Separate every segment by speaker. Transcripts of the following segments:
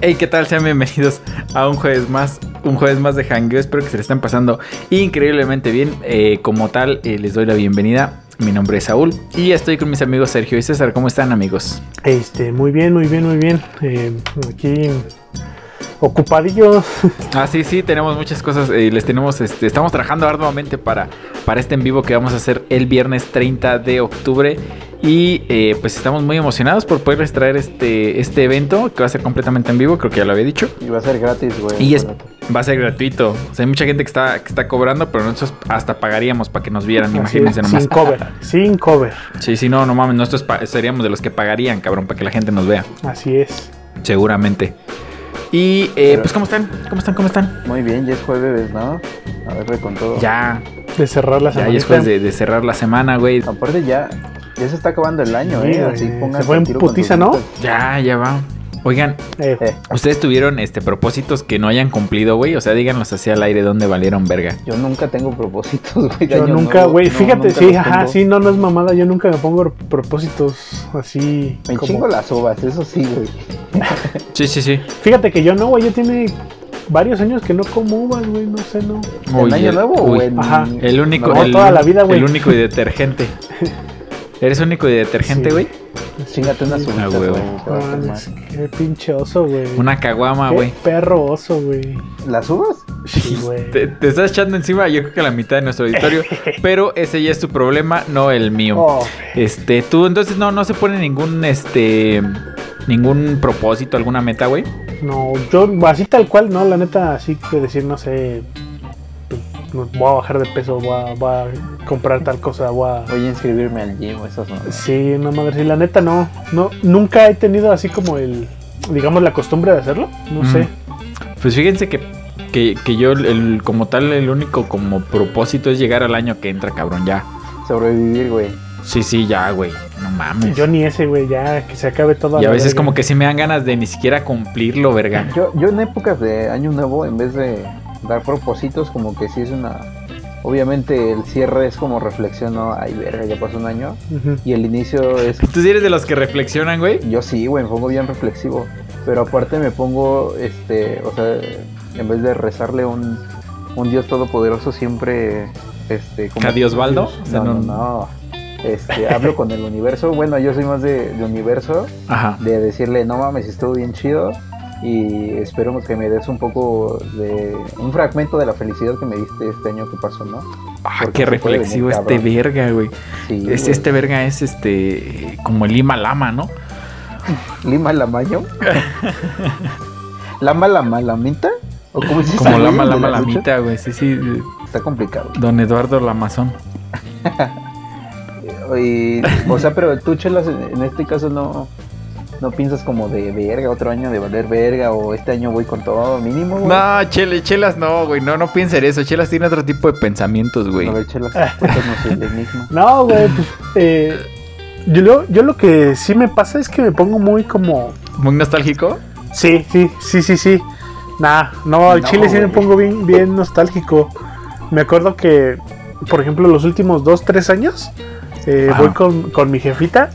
Speaker 1: Hey, ¿qué tal? Sean bienvenidos a un jueves más, un jueves más de Hangueo. Espero que se le están pasando increíblemente bien. Eh, como tal, eh, les doy la bienvenida. Mi nombre es Saúl y estoy con mis amigos Sergio y César. ¿Cómo están, amigos?
Speaker 2: Este, muy bien, muy bien, muy bien. Eh, aquí ocupadillos.
Speaker 1: Ah, sí, sí, tenemos muchas cosas. eh, les tenemos, este, estamos trabajando arduamente para, para este en vivo que vamos a hacer el viernes 30 de octubre. Y eh, pues estamos muy emocionados por poderles traer este, este evento que va a ser completamente en vivo, creo que ya lo había dicho.
Speaker 3: Y va a ser gratis, güey.
Speaker 1: Y es-
Speaker 3: Bueno,
Speaker 1: va a ser gratuito. O sea, hay mucha gente que está, que está cobrando, pero nosotros hasta pagaríamos para que nos vieran,
Speaker 2: Así
Speaker 1: imagínense
Speaker 2: es,
Speaker 1: nomás.
Speaker 2: Sin cover, sin cover.
Speaker 1: Sí, sí, no, no mames, nosotros pa- seríamos de los que pagarían, cabrón, para que la gente nos vea,
Speaker 2: Así es.
Speaker 1: seguramente. Y eh,
Speaker 3: Pero-
Speaker 1: pues, ¿cómo están? ¿Cómo están? ¿Cómo están?
Speaker 3: Muy bien, ya es jueves, ¿no? A ver, con todo.
Speaker 1: Ya,
Speaker 2: De cerrar la
Speaker 1: ya,
Speaker 2: semana.
Speaker 1: ya es jueves de, de cerrar la semana, güey.
Speaker 3: Aparte ya, ya se está acabando el año,
Speaker 2: Sí,
Speaker 3: ¿eh?
Speaker 2: güey.
Speaker 3: Así pongan
Speaker 2: Se fue en putiza, ¿no?
Speaker 1: Ya, ya va. Oigan,
Speaker 2: Eh,
Speaker 3: Eh,
Speaker 1: ¿ustedes tuvieron este propósitos que no hayan cumplido, güey? O sea, díganlos así al aire donde valieron verga.
Speaker 3: Yo nunca tengo propósitos, güey. de
Speaker 2: yo
Speaker 3: año
Speaker 2: nunca,
Speaker 3: nuevo.
Speaker 2: güey,
Speaker 3: No,
Speaker 2: fíjate,
Speaker 3: nunca
Speaker 2: sí,
Speaker 3: los
Speaker 2: ajá,
Speaker 3: tengo.
Speaker 2: sí, no, no es mamada, yo nunca me pongo propósitos así.
Speaker 3: Me
Speaker 2: como-
Speaker 3: chingo las uvas, eso sí, güey.
Speaker 1: Sí, sí, sí.
Speaker 2: Fíjate que yo no, güey, yo tiene varios años que no como uvas, güey, no sé, no.
Speaker 1: Uy,
Speaker 3: ¿En año
Speaker 1: el-
Speaker 3: nuevo o
Speaker 1: uy,
Speaker 3: en...?
Speaker 2: Ajá.
Speaker 1: El único,
Speaker 2: No,
Speaker 1: el,
Speaker 2: toda la vida, güey.
Speaker 1: el único y detergente. ¿Eres único y detergente,
Speaker 2: Sí.
Speaker 1: güey?
Speaker 3: Chingate unas
Speaker 1: Ah,
Speaker 3: uvitas,
Speaker 1: güey.
Speaker 3: güey. te
Speaker 2: No,
Speaker 3: va a hacer
Speaker 2: mames, qué pinche oso, güey.
Speaker 1: Una caguama,
Speaker 2: Qué
Speaker 1: güey.
Speaker 2: perro oso, güey.
Speaker 3: mal. ¿Las uvas?
Speaker 2: Sí, güey.
Speaker 1: Te, te estás echando encima, yo creo que a la mitad de nuestro auditorio, pero ese ya es tu problema, no el mío.
Speaker 2: Oh,
Speaker 1: Este, tú entonces no, no se pone ningún, este, ningún propósito, alguna meta, güey.
Speaker 2: No, yo así tal cual, no, la neta, así que decir, no sé, pues, no, voy a bajar de peso, voy a, voy a comprar tal cosa, voy a...
Speaker 3: Voy a inscribirme al gym, esas no.
Speaker 2: Sí, no madre, sí, la neta no, no, nunca he tenido así como el, digamos, la costumbre de hacerlo, no
Speaker 1: Mm.
Speaker 2: sé.
Speaker 1: Pues fíjense que, que, que yo, el- como tal, el único como propósito es llegar al año que entra, cabrón, ya.
Speaker 3: Sobrevivir, güey.
Speaker 1: Sí, sí, ya, güey. No mames.
Speaker 2: Yo ni ese, güey, ya, que se acabe todo.
Speaker 1: y a veces como que sí me dan ganas de ni siquiera cumplirlo, verga.
Speaker 3: Yo, yo en épocas de año nuevo, en vez de dar propósitos, como que sí es una... Obviamente el cierre es como reflexión, ¿no? Ay, verga, ya pasó un año. Y el inicio es...
Speaker 1: ¿Tú sí eres de los que reflexionan, güey?
Speaker 3: Yo sí, güey, me pongo bien reflexivo. Pero aparte me pongo, este, o sea, en vez de rezarle un, un Dios todopoderoso siempre, este...
Speaker 1: ¿A Diosbaldo? O sea,
Speaker 3: No, no,
Speaker 1: no-
Speaker 3: no. Este, hablo con el universo. Bueno, yo soy más de, de universo,
Speaker 1: Ajá.
Speaker 3: de decirle, no mames, estuvo bien chido. Y esperemos que me des un poco de... un fragmento de la felicidad que me diste este año que pasó, ¿no?
Speaker 1: Ah,
Speaker 3: Porque
Speaker 1: qué
Speaker 3: se puede venir,
Speaker 1: reflexivo este
Speaker 3: cabrón.
Speaker 1: verga, güey.
Speaker 3: Sí,
Speaker 1: Es-
Speaker 3: güey.
Speaker 1: este verga es este como el Lima Lama, ¿no?
Speaker 3: Lima Lamaño. Lama Lama Lamita. ¿O cómo es
Speaker 1: Como
Speaker 3: esa,
Speaker 1: Lama
Speaker 3: güey, de
Speaker 1: Lama
Speaker 3: la lucha?
Speaker 1: Lamita, güey. Sí, sí.
Speaker 3: Está complicado.
Speaker 1: Don Eduardo Lamazón.
Speaker 3: Y, o sea, pero tú, Chelas, en en este caso no, no piensas como de verga, otro año de valer verga, o este año voy con todo mínimo, güey.
Speaker 1: No, chele, chelas no, güey. No, no piensen eso. Chelas tiene otro tipo de pensamientos, güey.
Speaker 3: A ver, Chelas, cuéntanos el enigma.
Speaker 2: No, güey, pues, eh, yo, lo, yo lo que sí me pasa es que me pongo muy como...
Speaker 1: Muy nostálgico.
Speaker 2: Sí, sí, sí, sí, sí. Nah, no, al
Speaker 3: No,
Speaker 2: chile sí me
Speaker 3: güey.
Speaker 2: pongo bien, bien nostálgico. Me acuerdo que, por ejemplo, los últimos dos, tres años, eh,
Speaker 1: Ajá.
Speaker 2: voy con, con mi jefita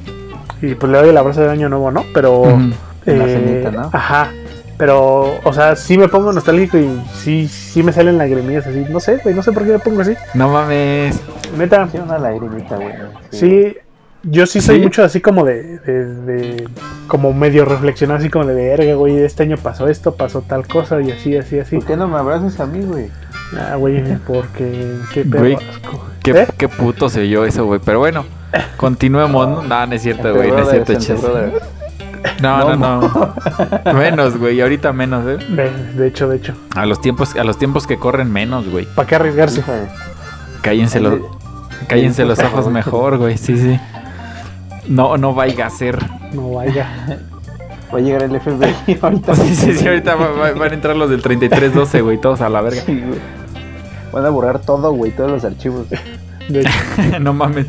Speaker 2: y pues le doy el abrazo de año nuevo, ¿no? Pero...
Speaker 3: Oh.
Speaker 2: eh,
Speaker 1: Ujú.
Speaker 3: En la cenita, ¿no?
Speaker 2: Ajá. Pero, o sea, sí me pongo nostálgico y sí, sí me salen lagrimillas así. No sé, güey, no sé por qué me pongo así.
Speaker 1: No mames.
Speaker 2: Neta,
Speaker 3: Sí, una lagrimita, güey.
Speaker 2: sí, yo sí soy
Speaker 1: ¿Sí?
Speaker 2: mucho así como de, de, de- como medio reflexionar, así como de verga, güey, este año pasó esto, pasó tal cosa y así, así, así.
Speaker 3: ¿Por qué no me abrazas a mí, güey?
Speaker 2: Ah, güey, porque qué
Speaker 1: Güey,
Speaker 2: pedo asco.
Speaker 1: Qué,
Speaker 2: ¿Eh?
Speaker 1: qué puto se oyó eso, güey. Pero bueno, continuemos. No, no, no es cierto,
Speaker 3: Entre
Speaker 1: Este güey. No es
Speaker 3: brothers,
Speaker 1: cierto,
Speaker 3: entre
Speaker 1: Chelas.
Speaker 3: brothers.
Speaker 1: No, no, no. Menos, güey. Ahorita menos, eh.
Speaker 2: Ve, De hecho, de hecho,
Speaker 1: A los tiempos, a los tiempos que corren menos, güey.
Speaker 2: ¿para qué arriesgarse?
Speaker 3: Hija de-
Speaker 1: Cállense los, cállense los ojos mejor, güey. Sí, sí. No, no vaya a ser.
Speaker 2: No vaya.
Speaker 3: Va a llegar el FBI ahorita.
Speaker 1: Sí, sí, sí, ahorita va- va- van a entrar los del 3312, güey, todos a la verga.
Speaker 3: Sí, güey. Van a borrar todo, güey, todos los archivos.
Speaker 2: De hecho.
Speaker 1: No mames.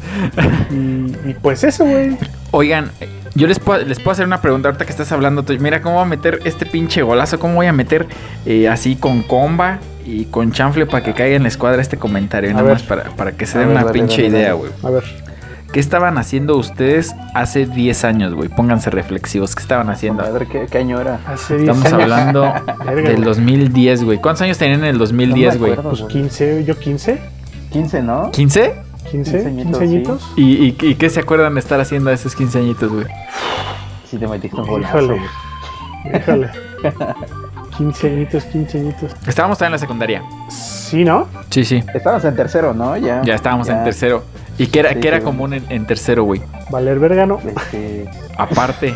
Speaker 2: Y, y pues eso, güey.
Speaker 1: Oigan, yo les puedo, les puedo hacer una pregunta ahorita que estás hablando. tú. Mira, ¿cómo voy a meter este pinche golazo? ¿Cómo voy a meter eh, así con comba y con chanfle para que caiga en la escuadra este comentario?
Speaker 2: A
Speaker 1: Nada más
Speaker 2: ver.
Speaker 1: para, para que se
Speaker 3: A
Speaker 1: den
Speaker 3: ver,
Speaker 1: una
Speaker 3: dale,
Speaker 1: pinche
Speaker 3: dale,
Speaker 1: idea,
Speaker 3: dale.
Speaker 1: güey.
Speaker 2: A ver.
Speaker 1: ¿Qué estaban haciendo ustedes hace 10 años, güey? Pónganse reflexivos. ¿Qué estaban haciendo?
Speaker 3: Madre, ¿qué, qué año era?
Speaker 2: Hace 10
Speaker 1: Estamos
Speaker 2: años.
Speaker 1: hablando
Speaker 2: Verga,
Speaker 1: del
Speaker 2: güey.
Speaker 1: 2010, güey. ¿Cuántos años tenían en el 2010,
Speaker 3: No me
Speaker 1: güey?
Speaker 3: acuerdo,
Speaker 2: Pues 15, yo 15,
Speaker 3: 15, ¿no?
Speaker 1: 15
Speaker 2: 15,
Speaker 3: 15
Speaker 2: 15
Speaker 3: añitos,
Speaker 2: añitos.
Speaker 1: ¿Y, y, y qué se acuerdan de estar haciendo a esos 15 añitos, güey?
Speaker 3: Si te metiste un golazo.
Speaker 2: Híjole.
Speaker 3: güey.
Speaker 2: Híjole. 15 añitos, 15 añitos.
Speaker 1: Estábamos todavía en la secundaria.
Speaker 2: Sí, ¿no?
Speaker 1: Sí, sí.
Speaker 3: Estabas en tercero, ¿no? Ya.
Speaker 1: Ya estábamos en
Speaker 3: Ya.
Speaker 1: tercero. ¿Y qué era,
Speaker 3: Sí,
Speaker 1: qué era
Speaker 3: sí,
Speaker 1: común en, en tercero, güey?
Speaker 2: Valer verga, ¿no?
Speaker 3: Este,
Speaker 1: Aparte,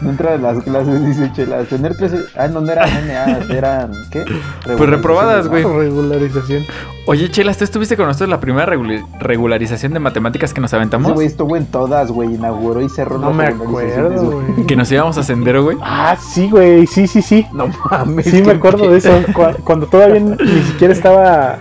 Speaker 3: no entrar a las clases, dice Chelas. Tener tres. Ah, no, no eran NAs, eran. ¿Qué?
Speaker 1: Pues reprobadas,
Speaker 3: ¿no?
Speaker 1: güey.
Speaker 2: Regularización.
Speaker 1: oye, Chelas, ¿tú estuviste con nosotros en la primera regula- regularización de matemáticas que nos
Speaker 3: Ese
Speaker 1: aventamos?
Speaker 3: güey estuvo en todas, güey. Inauguró y cerró
Speaker 2: No
Speaker 3: las
Speaker 2: me
Speaker 3: organizaciones,
Speaker 2: acuerdo, güey.
Speaker 1: Que nos íbamos a sendero, güey.
Speaker 2: Ah, sí, güey. Sí, sí, sí.
Speaker 3: No mames.
Speaker 2: Sí,
Speaker 3: qué
Speaker 2: me acuerdo de eso. Cu- Cuando todavía ni siquiera estaba.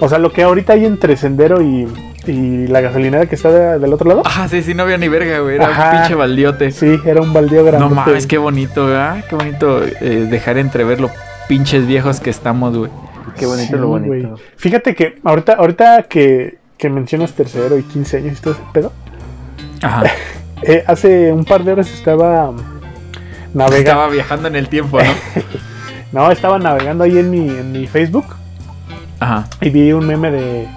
Speaker 2: O sea, lo que ahorita hay entre Sendero y, y la gasolinera que está de- del otro lado.
Speaker 1: Ah, sí, sí, no había ni verga, güey. Era
Speaker 2: Ajá.
Speaker 1: un pinche baldiote.
Speaker 2: Sí, era un baldeo grande.
Speaker 1: no mames, qué bonito, ¿verdad? Qué bonito eh, dejar entrever lo pinches viejos que estamos, güey.
Speaker 3: Qué bonito
Speaker 2: Sí,
Speaker 3: lo bonito.
Speaker 2: güey. Fíjate que ahorita, ahorita que, que mencionas tercero y 15 años y todo ese pedo,
Speaker 1: Ajá.
Speaker 2: eh, hace un par de horas estaba um, navegando.
Speaker 1: Estaba viajando en el tiempo, ¿no?
Speaker 2: No, estaba navegando ahí en mi, en mi Facebook
Speaker 1: Ajá.
Speaker 2: y vi un meme de,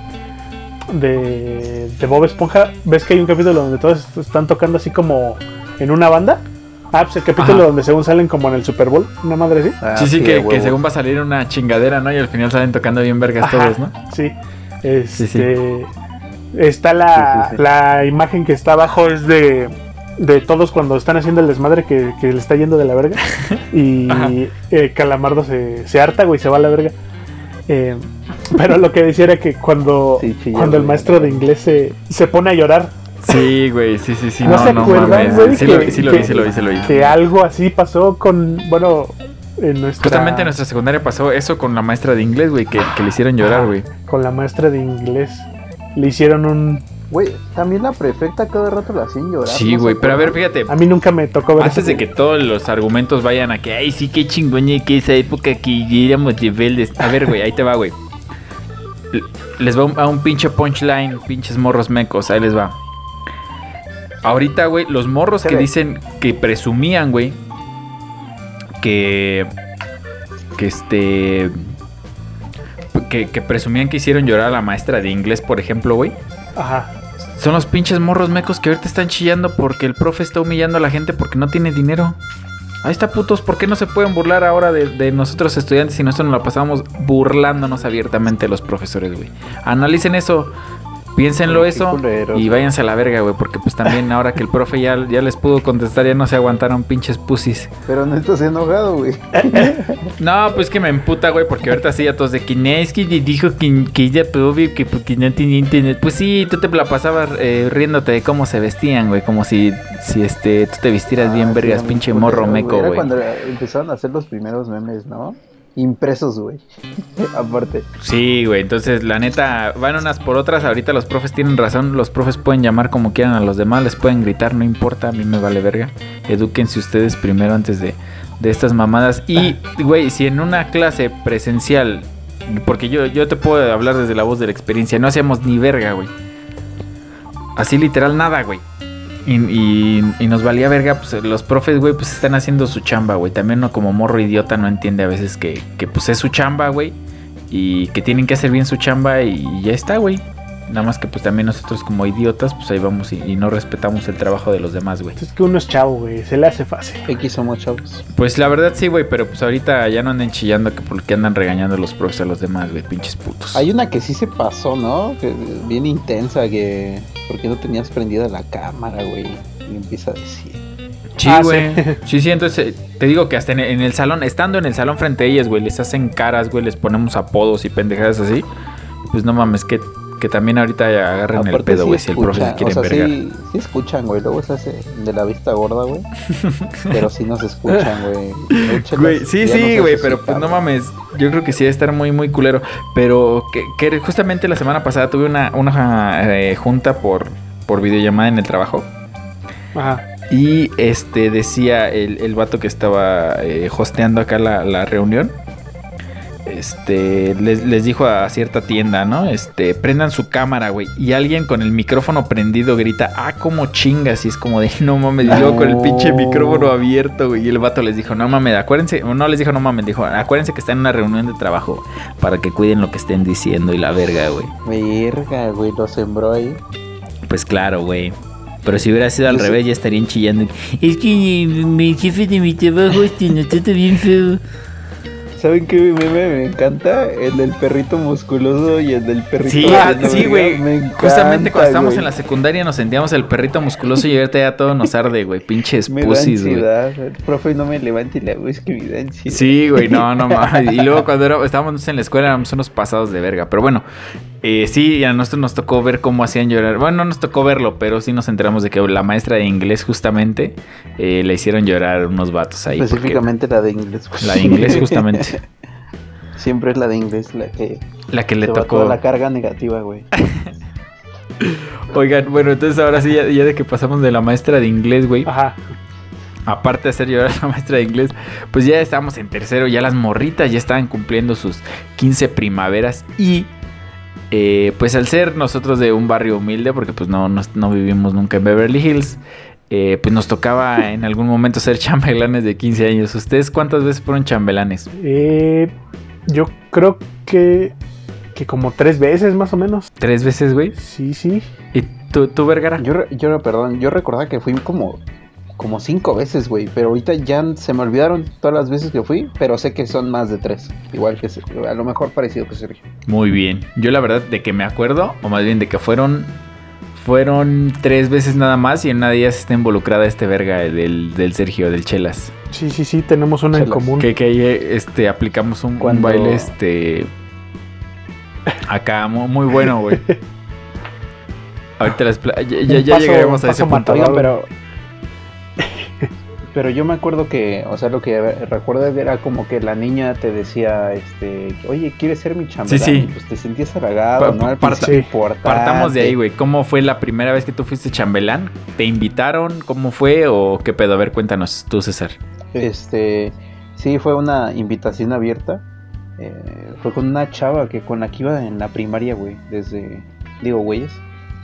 Speaker 2: de, de Bob Esponja. ¿Ves que hay un capítulo donde todos est- están tocando así como en una banda? Ah, pues el capítulo
Speaker 1: Ajá.
Speaker 2: donde según salen como en el Super Bowl, una madre así.
Speaker 3: Ah,
Speaker 1: sí, sí, que,
Speaker 3: huevo.
Speaker 1: que según va a salir una chingadera, ¿no? Y al final salen tocando bien vergas
Speaker 2: Ajá.
Speaker 1: todos, ¿no?
Speaker 2: Sí. Este,
Speaker 1: Sí, sí.
Speaker 2: Está la,
Speaker 3: Sí, sí, sí.
Speaker 2: la imagen que está abajo, es de, de todos cuando están haciendo el desmadre que, que le está yendo de la verga. Y
Speaker 1: Ajá.
Speaker 2: eh, Calamardo se, se harta, güey, se va a la verga. Eh, pero lo que decía era que cuando,
Speaker 3: Sí, chilla,
Speaker 2: cuando el
Speaker 3: güey.
Speaker 2: maestro de inglés se, se pone a llorar,
Speaker 1: Sí, güey, sí, sí, sí.
Speaker 2: ¿No
Speaker 1: No,
Speaker 2: se
Speaker 1: no,
Speaker 2: acuerdan,
Speaker 1: mames.
Speaker 2: güey,
Speaker 1: Sí,
Speaker 2: que-
Speaker 1: lo, vi, sí lo
Speaker 2: que-
Speaker 1: vi, sí lo vi, sí lo vi.
Speaker 2: que algo así pasó con, bueno, en nuestra,
Speaker 1: Justamente en nuestra secundaria pasó eso con la maestra de inglés, güey, que, que le hicieron llorar, güey.
Speaker 2: con la maestra de inglés. Le hicieron un...
Speaker 3: Güey, también la prefecta cada rato la hacían
Speaker 2: Pues,
Speaker 3: llorar.
Speaker 1: Sí,
Speaker 3: ¿no se
Speaker 1: güey, pero a ver,
Speaker 3: acuerdan?
Speaker 1: fíjate.
Speaker 2: A mí nunca me tocó ver
Speaker 1: Antes
Speaker 2: eso.
Speaker 1: de que todos los argumentos vayan a que, ay, sí, qué chingón, y que esa época que éramos rebeldes. A ver, güey, ahí te va, güey. L- Les va un- a un pinche punchline, pinches morros mecos, ahí les va. Ahorita, güey, los morros
Speaker 3: Se
Speaker 1: que
Speaker 3: ve.
Speaker 1: dicen que presumían, güey, que. que este. Que, que presumían que hicieron llorar a la maestra de inglés, por ejemplo, güey.
Speaker 2: Ajá.
Speaker 1: Son los pinches morros mecos que ahorita están chillando porque el profe está humillando a la gente porque no tiene dinero. Ahí está, putos. ¿Por qué no se pueden burlar ahora de, de nosotros estudiantes si nosotros nos la pasamos burlándonos abiertamente de los profesores, güey? Analicen eso, piénsenlo
Speaker 3: Qué
Speaker 1: eso
Speaker 3: culeros,
Speaker 1: y
Speaker 3: güey.
Speaker 1: váyanse a la verga, güey. Porque pues también ahora que el profe ya, ya les pudo contestar, ya no se aguantaron pinches pusis.
Speaker 3: Pero no estás enojado, güey.
Speaker 1: No, pues que me emputa, güey, porque ahorita sí ya todos de que "No, es que le dijo que, que ella obvio que porque no tenía internet. Pues sí, tú te la pasabas eh, riéndote de cómo se vestían, güey, como si, si este, tú te vistieras bien
Speaker 3: Ah,
Speaker 1: vergas,
Speaker 3: sí,
Speaker 1: pinche
Speaker 3: muy
Speaker 1: morro
Speaker 3: culero,
Speaker 1: meco,
Speaker 3: Era
Speaker 1: güey.
Speaker 3: cuando empezaron a hacer los primeros memes, ¿no? Impresos, güey. Aparte.
Speaker 1: Sí, güey, entonces la neta, van unas por otras, ahorita los profes tienen razón, los profes pueden llamar como quieran a los demás, les pueden gritar, no importa, a mí me vale verga. Edúquense ustedes primero antes de, de estas mamadas. Y, güey, si en una clase presencial, porque yo, yo te puedo hablar desde la voz de la experiencia, no hacíamos ni verga, güey. Así literal nada, güey. Y, y- y nos valía verga, pues los profes, güey, pues están haciendo su chamba, güey. También uno como morro idiota no entiende a veces que, que pues es su chamba, güey. Y que tienen que hacer bien su chamba y ya está, güey. Nada más que pues también nosotros como idiotas, pues ahí vamos y, y no respetamos el trabajo de los demás, güey.
Speaker 2: Es que uno es chavo, güey. Se le hace fácil.
Speaker 3: X somos chavos.
Speaker 1: Pues la verdad sí, güey, pero pues ahorita ya no anden chillando que porque andan regañando los profes a los demás, güey, pinches putos.
Speaker 3: Hay una que sí se pasó, ¿no? Que, bien intensa, que. ¿Por qué no tenías prendida la cámara, güey? Y empieza a decir.
Speaker 1: Sí,
Speaker 2: Ah,
Speaker 1: güey. Sí. sí, entonces eh, te digo que hasta en el, en el salón, estando en el salón frente a ellas, güey, les hacen caras, güey, les ponemos apodos y pendejadas así. Pues no mames, que, que también ahorita agarren el pedo, güey, si el profe se quiere
Speaker 3: o sea,
Speaker 1: envergar.
Speaker 3: sí, sí escuchan, güey. Luego se hace de la vista gorda, güey. pero sí nos escuchan, güey. Échalas,
Speaker 1: Güey, sí,
Speaker 3: ya nos
Speaker 1: sí,
Speaker 3: has
Speaker 1: güey, pero pues
Speaker 3: asustado.
Speaker 1: no mames. Yo creo que sí debe estar muy, muy culero. Pero que, que justamente la semana pasada tuve una, una eh, junta por, por videollamada en el trabajo.
Speaker 2: Ajá.
Speaker 1: Y este decía el, el vato que estaba eh, hosteando acá la, la reunión. este, les, les dijo a cierta tienda, ¿no? Este, prendan su cámara, güey. Y alguien con el micrófono prendido grita, ah, como chingas. Y es como de, no mames, y luego con el pinche micrófono abierto, güey. Y el vato les dijo, no mames, acuérdense, o no les dijo, no mames, dijo, acuérdense que están en una reunión de trabajo para que cuiden lo que estén diciendo y la verga, güey.
Speaker 3: Verga, güey, lo sembró ahí.
Speaker 1: Pues claro, güey. Pero si hubiera sido al
Speaker 3: Yo sé-
Speaker 1: revés, ya estarían chillando. Es que eh, mi jefe de mi trabajo este nos trata bien feo.
Speaker 3: ¿Saben qué meme me encanta? El del perrito musculoso y el del perrito.
Speaker 1: Sí, ah,
Speaker 3: haciendo
Speaker 1: sí,
Speaker 3: verga.
Speaker 1: güey.
Speaker 3: Me encanta,
Speaker 1: Justamente cuando estábamos
Speaker 3: güey.
Speaker 1: en la secundaria nos sentíamos el perrito musculoso y ahorita ya todo nos arde, güey. Pinches
Speaker 3: Me da
Speaker 1: pussies, güey.
Speaker 3: ansiedad. El profe no me levanta y le hago es que me da ansiedad.
Speaker 1: Sí, güey, no, no mames. Y luego cuando era- estábamos en la escuela éramos unos pasados de verga. Pero bueno, eh, sí, a nosotros nos tocó ver cómo hacían llorar. Bueno, no nos tocó verlo, pero sí nos enteramos de que la maestra de inglés justamente eh, le hicieron llorar unos vatos ahí. porque
Speaker 3: Específicamente la de inglés. güey.
Speaker 1: La de inglés justamente.
Speaker 3: Siempre es la de inglés la que
Speaker 1: La que le
Speaker 3: te va toda
Speaker 1: tocó.
Speaker 3: la carga negativa, güey.
Speaker 1: Oigan, bueno, entonces ahora sí, ya, ya de que pasamos de la maestra de inglés, güey.
Speaker 2: Ajá.
Speaker 1: aparte de hacer llorar a la maestra de inglés, pues ya estábamos en tercero, ya las morritas ya estaban cumpliendo sus 15 primaveras y eh, pues al ser nosotros de un barrio humilde, porque pues no, no, no vivimos nunca en Beverly Hills, eh, pues nos tocaba en algún momento ser chambelanes de 15 años. ¿Ustedes cuántas veces fueron chambelanes?
Speaker 2: Eh, yo creo que, que como tres veces más o menos.
Speaker 1: ¿Tres veces, güey?
Speaker 2: Sí, sí.
Speaker 1: ¿Y tú, tú Vergara?
Speaker 3: Yo, re- yo, perdón, yo recordaba que fui como, como cinco veces, güey, pero ahorita ya se me olvidaron todas las veces que fui, pero sé que son más de tres, igual que Sergio, a lo mejor parecido que Sergio.
Speaker 1: Muy bien. Yo la verdad de que me acuerdo, o más bien de que fueron fueron tres veces nada más y en una de ellas está involucrada este verga el del, del Sergio, del Chelas.
Speaker 2: Sí, sí, sí, tenemos una en
Speaker 3: Chelas.
Speaker 2: común.
Speaker 1: Que, que ahí eh, este, aplicamos un, un
Speaker 3: Cuando-
Speaker 1: baile este acá mu- muy, bueno, güey. Ahorita les pla- ya, ya-
Speaker 2: Un
Speaker 1: ya
Speaker 2: paso-
Speaker 1: llegaremos a
Speaker 2: paso
Speaker 1: ese punto.
Speaker 2: matador.
Speaker 3: Oigan, pero... Pero yo me acuerdo que, o sea, lo que recuerdo era como que la niña te decía, este, oye, ¿quieres ser mi chambelán?
Speaker 1: Sí, sí.
Speaker 3: Pues te sentías halagado,
Speaker 1: Pa-
Speaker 3: ¿no? Al
Speaker 1: parta-
Speaker 3: principio
Speaker 2: sí.
Speaker 3: importante.
Speaker 1: Partamos de ahí, güey. ¿Cómo fue la primera vez que tú fuiste chambelán? ¿Te invitaron? ¿Cómo fue? ¿O qué pedo? A ver, cuéntanos tú, César.
Speaker 3: Este, sí, fue una invitación abierta. Eh, fue con una chava que con la que iba en la primaria, güey, desde, digo, güeyes,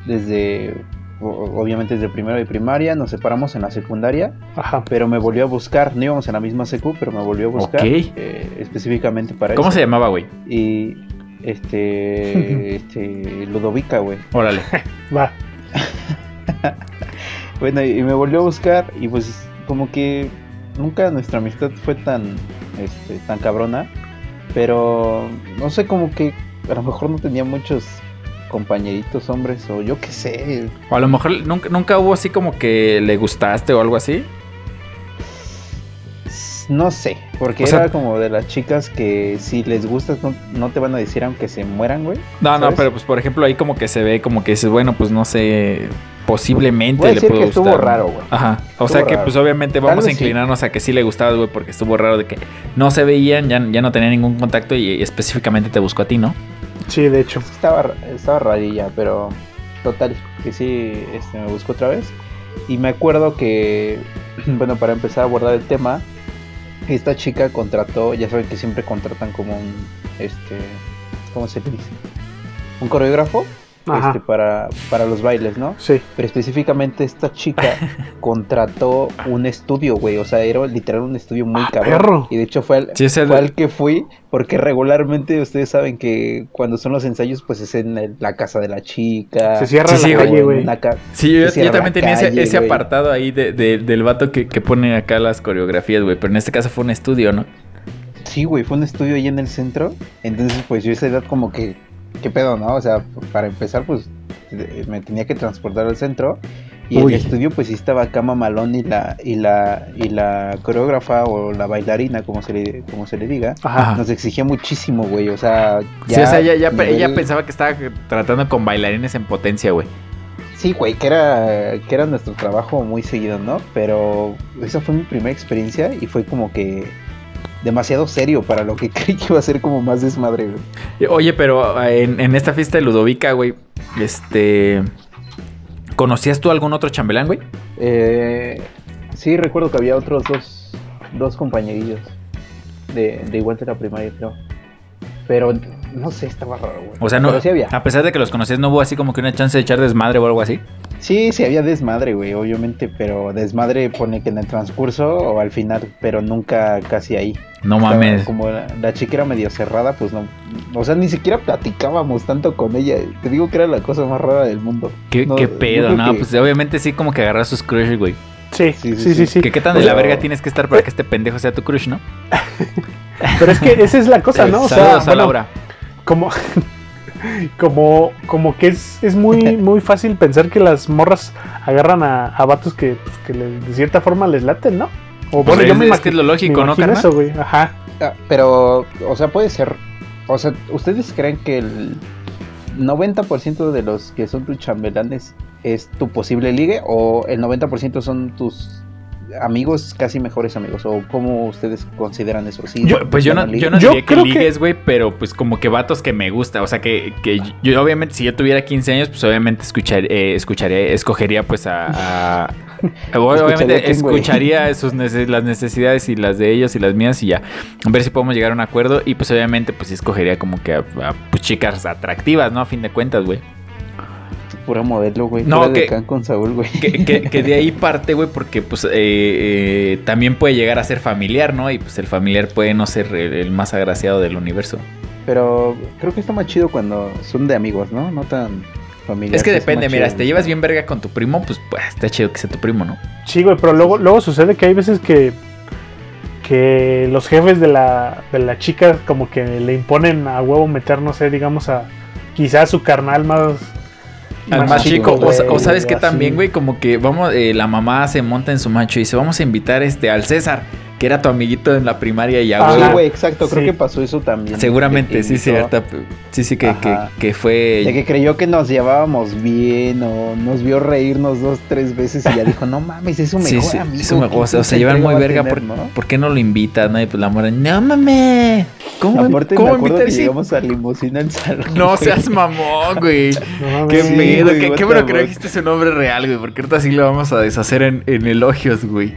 Speaker 3: desde, o- obviamente desde primero de primaria, nos separamos en la secundaria,
Speaker 2: Ajá.
Speaker 3: pero me volvió a buscar, no íbamos en la misma secu, pero me volvió a buscar,
Speaker 1: Ok.
Speaker 3: eh, específicamente para
Speaker 1: ¿Cómo
Speaker 3: eso.
Speaker 1: se llamaba, güey?
Speaker 3: Y, este, este, Ludovica, güey.
Speaker 1: Órale.
Speaker 2: Va.
Speaker 3: Bueno, y y me volvió a buscar y pues como que nunca nuestra amistad fue tan, este, tan cabrona, pero no sé, como que a lo mejor no tenía muchos compañeritos hombres o yo qué sé.
Speaker 1: O a lo mejor nunca, nunca hubo así como que le gustaste o algo así.
Speaker 3: s- No sé, porque
Speaker 1: O
Speaker 3: era
Speaker 1: sea-
Speaker 3: como de las chicas que si les gustas no, no te van a decir aunque se mueran, güey.
Speaker 1: No, no,
Speaker 3: ¿Sabes?
Speaker 1: pero pues por ejemplo ahí como que se ve como que dices, bueno, pues no sé, posiblemente
Speaker 3: Voy a
Speaker 1: le
Speaker 3: decir
Speaker 1: pudo
Speaker 3: que estuvo
Speaker 1: gustar.
Speaker 3: raro, güey.
Speaker 1: Ajá. O
Speaker 3: Estuvo
Speaker 1: sea que
Speaker 3: raro.
Speaker 1: pues obviamente
Speaker 3: Tal
Speaker 1: vamos a
Speaker 3: vez sí.
Speaker 1: inclinarnos a que sí le gustaba, güey, porque estuvo raro de que no se veían, ya, ya no tenían ningún contacto y, específicamente te buscó a ti, ¿no?
Speaker 2: Sí, de hecho.
Speaker 3: Estaba, ra- estaba rarilla, pero total, que sí, este, me buscó otra vez. Y me acuerdo que, bueno, para empezar a abordar el tema, esta chica contrató, ya saben que siempre contratan como un, este, ¿cómo se le dice? Un coreógrafo
Speaker 2: Ajá.
Speaker 3: este, para, para los bailes, ¿no?
Speaker 2: Sí.
Speaker 3: Pero específicamente esta chica contrató un estudio, güey. O sea, era literal un estudio muy
Speaker 2: Ah,
Speaker 3: cabrón.
Speaker 2: perro.
Speaker 3: Y de hecho fue al,
Speaker 1: Sí, ese
Speaker 3: fue al que fui, porque regularmente ustedes saben que cuando son los ensayos, pues es en el- la casa de la chica.
Speaker 2: Se cierra
Speaker 1: ah, Sí, sí,
Speaker 2: la
Speaker 1: güey.
Speaker 2: calle,
Speaker 3: o en
Speaker 2: güey.
Speaker 3: una ca-
Speaker 1: Sí, yo,
Speaker 3: Que
Speaker 1: yo
Speaker 3: cierra
Speaker 1: también
Speaker 3: la
Speaker 1: tenía ese,
Speaker 3: calle,
Speaker 1: ese
Speaker 3: güey.
Speaker 1: apartado ahí de- de- del vato que, que pone acá las coreografías, güey, pero en este caso fue un estudio, ¿no?
Speaker 3: Sí, güey, fue un estudio ahí en el centro. Entonces, pues yo a esa edad como que, ¿qué pedo, no? O sea, para empezar, pues eh, me tenía que transportar al centro. Y
Speaker 1: Uy.
Speaker 3: el estudio, pues sí estaba acá mamalón y la, y la, y la coreógrafa o la bailarina, como se le, como se le diga.
Speaker 2: Ajá.
Speaker 3: Nos exigía muchísimo, güey. O sea,
Speaker 1: sí, o sea, ya, ya-
Speaker 3: nivel-
Speaker 1: ella pensaba que estaba tratando con bailarines en potencia, güey.
Speaker 3: Sí, güey, que era, que era nuestro trabajo muy seguido, ¿no? Pero esa fue mi primera experiencia y fue como que demasiado serio para lo que creí que iba a ser como más desmadre, güey.
Speaker 1: Oye, pero ah, en, en esta fiesta de Ludovica, güey, este... ¿Conocías tú algún otro chambelán, güey?
Speaker 3: Eh, sí, recuerdo que había otros dos, dos compañerillos de, de igual que la primaria, creo. Pero no sé, estaba raro, güey.
Speaker 1: O sea, no, ah.
Speaker 3: Pero sí había.
Speaker 1: a pesar de que los conocías, no hubo así como que una chance de echar desmadre o algo así.
Speaker 3: Sí, sí había desmadre, güey, obviamente, pero desmadre pone que en el transcurso o al final, pero nunca casi ahí.
Speaker 1: No
Speaker 3: Estaba
Speaker 1: mames.
Speaker 3: Como la, la chica era medio cerrada, pues no. O sea, ni siquiera platicábamos tanto con ella. Te digo que era la cosa más rara del mundo.
Speaker 1: ¿Qué,
Speaker 3: No,
Speaker 1: qué
Speaker 3: yo
Speaker 1: pedo?
Speaker 3: creo
Speaker 1: No,
Speaker 3: que-
Speaker 1: pues obviamente sí como que agarrar sus crushes, güey.
Speaker 2: Sí, sí,
Speaker 3: Sí, sí,
Speaker 2: sí,
Speaker 3: sí.
Speaker 2: sí.
Speaker 1: Que qué tan de
Speaker 3: Pero-
Speaker 1: la verga tienes que estar para que este pendejo sea tu crush, ¿no?
Speaker 2: Pero es que esa es la cosa, ¿no? O sea,
Speaker 1: Saludos a
Speaker 2: bueno,
Speaker 1: Laura.
Speaker 2: como como como que es, es muy muy fácil pensar que las morras agarran a, a vatos que, pues, que le- de cierta forma les laten, ¿no? O
Speaker 1: Pues es- es
Speaker 2: imagi-
Speaker 1: que es lo lógico,
Speaker 2: me
Speaker 1: ¿no,
Speaker 2: imagino
Speaker 1: carnal?
Speaker 2: eso, güey. Ajá.
Speaker 3: Ah, pero, o sea, puede ser. O sea, ¿ustedes creen que el 90% de los que son tus chambelanes es tu posible ligue o el 90% son tus amigos, casi mejores amigos? ¿O cómo ustedes consideran eso? ¿Sí
Speaker 1: Yo- pues yo no,
Speaker 3: llaman
Speaker 1: yo no
Speaker 2: Yo
Speaker 1: diría que
Speaker 2: creo que-
Speaker 1: ligues, güey, pero pues como que vatos que me gusta. O sea, que, que yo obviamente, si yo tuviera 15 años, pues obviamente escuchar, eh, escucharía, escogería pues a... a-
Speaker 3: Escucharía a
Speaker 1: obviamente
Speaker 3: quién, güey.
Speaker 1: escucharía sus nece- las necesidades y las de ellos y las mías y ya. A ver si podemos llegar a un acuerdo y pues obviamente pues sí escogería como que a, a, pues, chicas atractivas, ¿no? A fin de cuentas, güey.
Speaker 3: ligue? Pura modelo, güey.
Speaker 1: No,
Speaker 3: No, de
Speaker 1: que-
Speaker 3: Can con Saúl, güey.
Speaker 1: Que, que- que de ahí parte, güey, porque pues eh, eh, también puede llegar a ser familiar, ¿no? Y pues el familiar puede no ser el- el más agraciado del universo.
Speaker 3: Pero creo que está más chido cuando son de amigos, ¿no? No tan familiares.
Speaker 1: Es que
Speaker 3: está
Speaker 1: depende,
Speaker 3: más
Speaker 1: mira,
Speaker 3: chido.
Speaker 1: si te llevas bien verga con tu primo, pues, pues, está chido que sea tu primo, ¿no?
Speaker 2: Sí, güey, pero luego luego sucede que hay veces que que los jefes de la de la chica como que le imponen a huevo meter, no sé, digamos a quizás su carnal más
Speaker 1: Al más,
Speaker 3: Más
Speaker 1: chico.
Speaker 3: chico,
Speaker 1: o sa- o,
Speaker 2: güey,
Speaker 1: sabes que
Speaker 2: así.
Speaker 1: también, güey, como que vamos, eh, la mamá se monta en su macho y dice, vamos a invitar este al César, que era tu amiguito en la primaria y ya,
Speaker 2: Ah,
Speaker 3: Sí,
Speaker 1: güey.
Speaker 2: Ajá.
Speaker 3: güey, exacto. Creo
Speaker 2: Sí.
Speaker 3: que pasó eso también. Que-
Speaker 1: Seguramente,
Speaker 3: que
Speaker 1: sí,
Speaker 3: invitó-
Speaker 1: cierta. Sí, sí, que, que,
Speaker 3: Ajá.
Speaker 1: que
Speaker 3: De
Speaker 1: fue.
Speaker 3: que creyó que nos llevábamos bien o nos vio reírnos dos, tres veces y ya dijo, no mames, es un
Speaker 1: Sí,
Speaker 3: mejor
Speaker 1: sí,
Speaker 3: amigo.
Speaker 1: es un mejor- o sea,
Speaker 3: ¿qué
Speaker 1: se llevan
Speaker 3: entrega
Speaker 1: muy
Speaker 3: va a
Speaker 1: verga
Speaker 3: tener,
Speaker 1: por,
Speaker 3: no?"
Speaker 1: ¿por qué no lo invitan? Y pues la mora, no mames. ¿Cómo,
Speaker 3: Aparte me
Speaker 1: ¿cómo
Speaker 3: acuerdo
Speaker 1: invitar
Speaker 3: que
Speaker 1: si-
Speaker 3: llegamos a limusina al salón.
Speaker 1: No
Speaker 3: güey.
Speaker 1: seas mamón, güey.
Speaker 2: no mames.
Speaker 1: Qué
Speaker 3: Sí,
Speaker 1: pedo,
Speaker 3: güey,
Speaker 1: qué,
Speaker 3: what
Speaker 1: qué
Speaker 3: the
Speaker 1: bueno que no
Speaker 3: fuck.
Speaker 1: dijiste su nombre real, güey, porque ahorita sí lo vamos a deshacer en, en elogios, güey.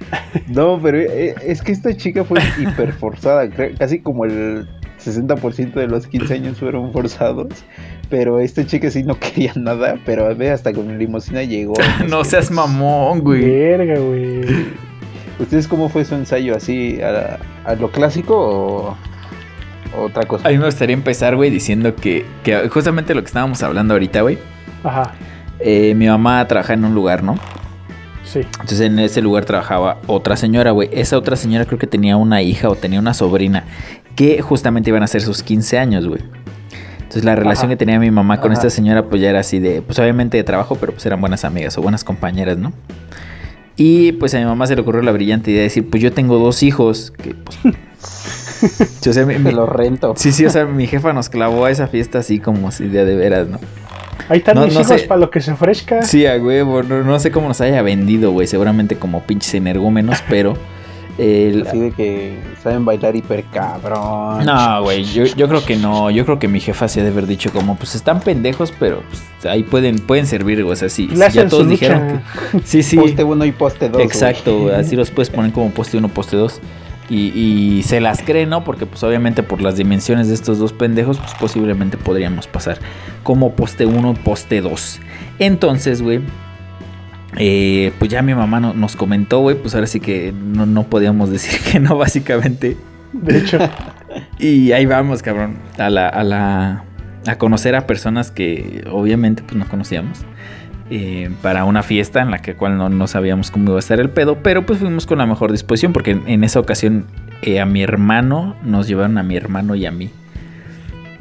Speaker 3: No, pero eh, es que esta chica fue hiper forzada. cre- Casi como el 60% de los 15 años fueron forzados. Pero esta chica sí no quería nada. Pero a ver, hasta con limusina llegó.
Speaker 1: No
Speaker 3: Es que,
Speaker 1: seas
Speaker 3: pues,
Speaker 1: mamón, güey.
Speaker 2: Verga, güey.
Speaker 3: ¿Ustedes cómo fue su ensayo? ¿Así a, a lo clásico o o otra cosa?
Speaker 1: A mí me gustaría empezar, güey, diciendo que, que justamente lo que estábamos hablando ahorita, güey.
Speaker 2: Ajá.
Speaker 1: eh, mi mamá trabaja en un lugar, ¿no?
Speaker 2: Sí.
Speaker 1: Entonces en ese lugar trabajaba otra señora, güey. Esa otra señora creo que tenía una hija o tenía una sobrina que justamente iban a ser sus 15 años, güey. Entonces la relación
Speaker 2: Ajá.
Speaker 1: que tenía mi mamá con
Speaker 3: Ajá.
Speaker 1: esta señora pues ya era así de, pues obviamente de trabajo, pero pues eran buenas amigas o buenas compañeras, ¿no? Y pues a mi mamá se le ocurrió la brillante idea de decir, pues yo tengo dos hijos, que pues... yo sé, mi- mi-
Speaker 3: Te lo rento.
Speaker 1: sí, sí, o sea, mi jefa nos clavó a esa fiesta así como así de, a de veras, ¿no?
Speaker 2: Ahí están
Speaker 1: No-
Speaker 2: mis
Speaker 1: no
Speaker 2: hijos
Speaker 1: sé.
Speaker 2: para lo que se ofrezca.
Speaker 1: Sí, a huevo, no, no sé cómo nos haya vendido, güey, seguramente como pinches energúmenos, pero... el-
Speaker 3: Así de que saben bailar hiper cabrón.
Speaker 1: No, güey, yo, yo creo que no. Yo creo que mi jefa se ha de haber dicho como, pues están pendejos, pero pues, ahí pueden, pueden servir, güey. O sea, sí,
Speaker 2: Le
Speaker 1: ya
Speaker 2: hacen su
Speaker 1: todos
Speaker 2: lucha.
Speaker 1: dijeron que... Sí, sí,
Speaker 3: Poste uno y poste dos. güey.
Speaker 1: exacto, güey, así los puedes poner como poste uno, poste dos. Y, y se las cree, ¿no? Porque pues obviamente por las dimensiones de estos dos pendejos, pues posiblemente podríamos pasar como poste uno, poste dos. Entonces, güey, eh, pues ya mi mamá no- nos comentó, güey, pues ahora sí que no, no podíamos decir que no, básicamente.
Speaker 2: De hecho,
Speaker 1: Y ahí vamos, cabrón, a la, a la- a conocer a personas que obviamente pues no conocíamos. eh, para una fiesta en la que cual no, no sabíamos cómo iba a estar el pedo, pero pues fuimos con la mejor disposición porque en, en esa ocasión eh, a mi hermano nos llevaron a mi hermano y a mí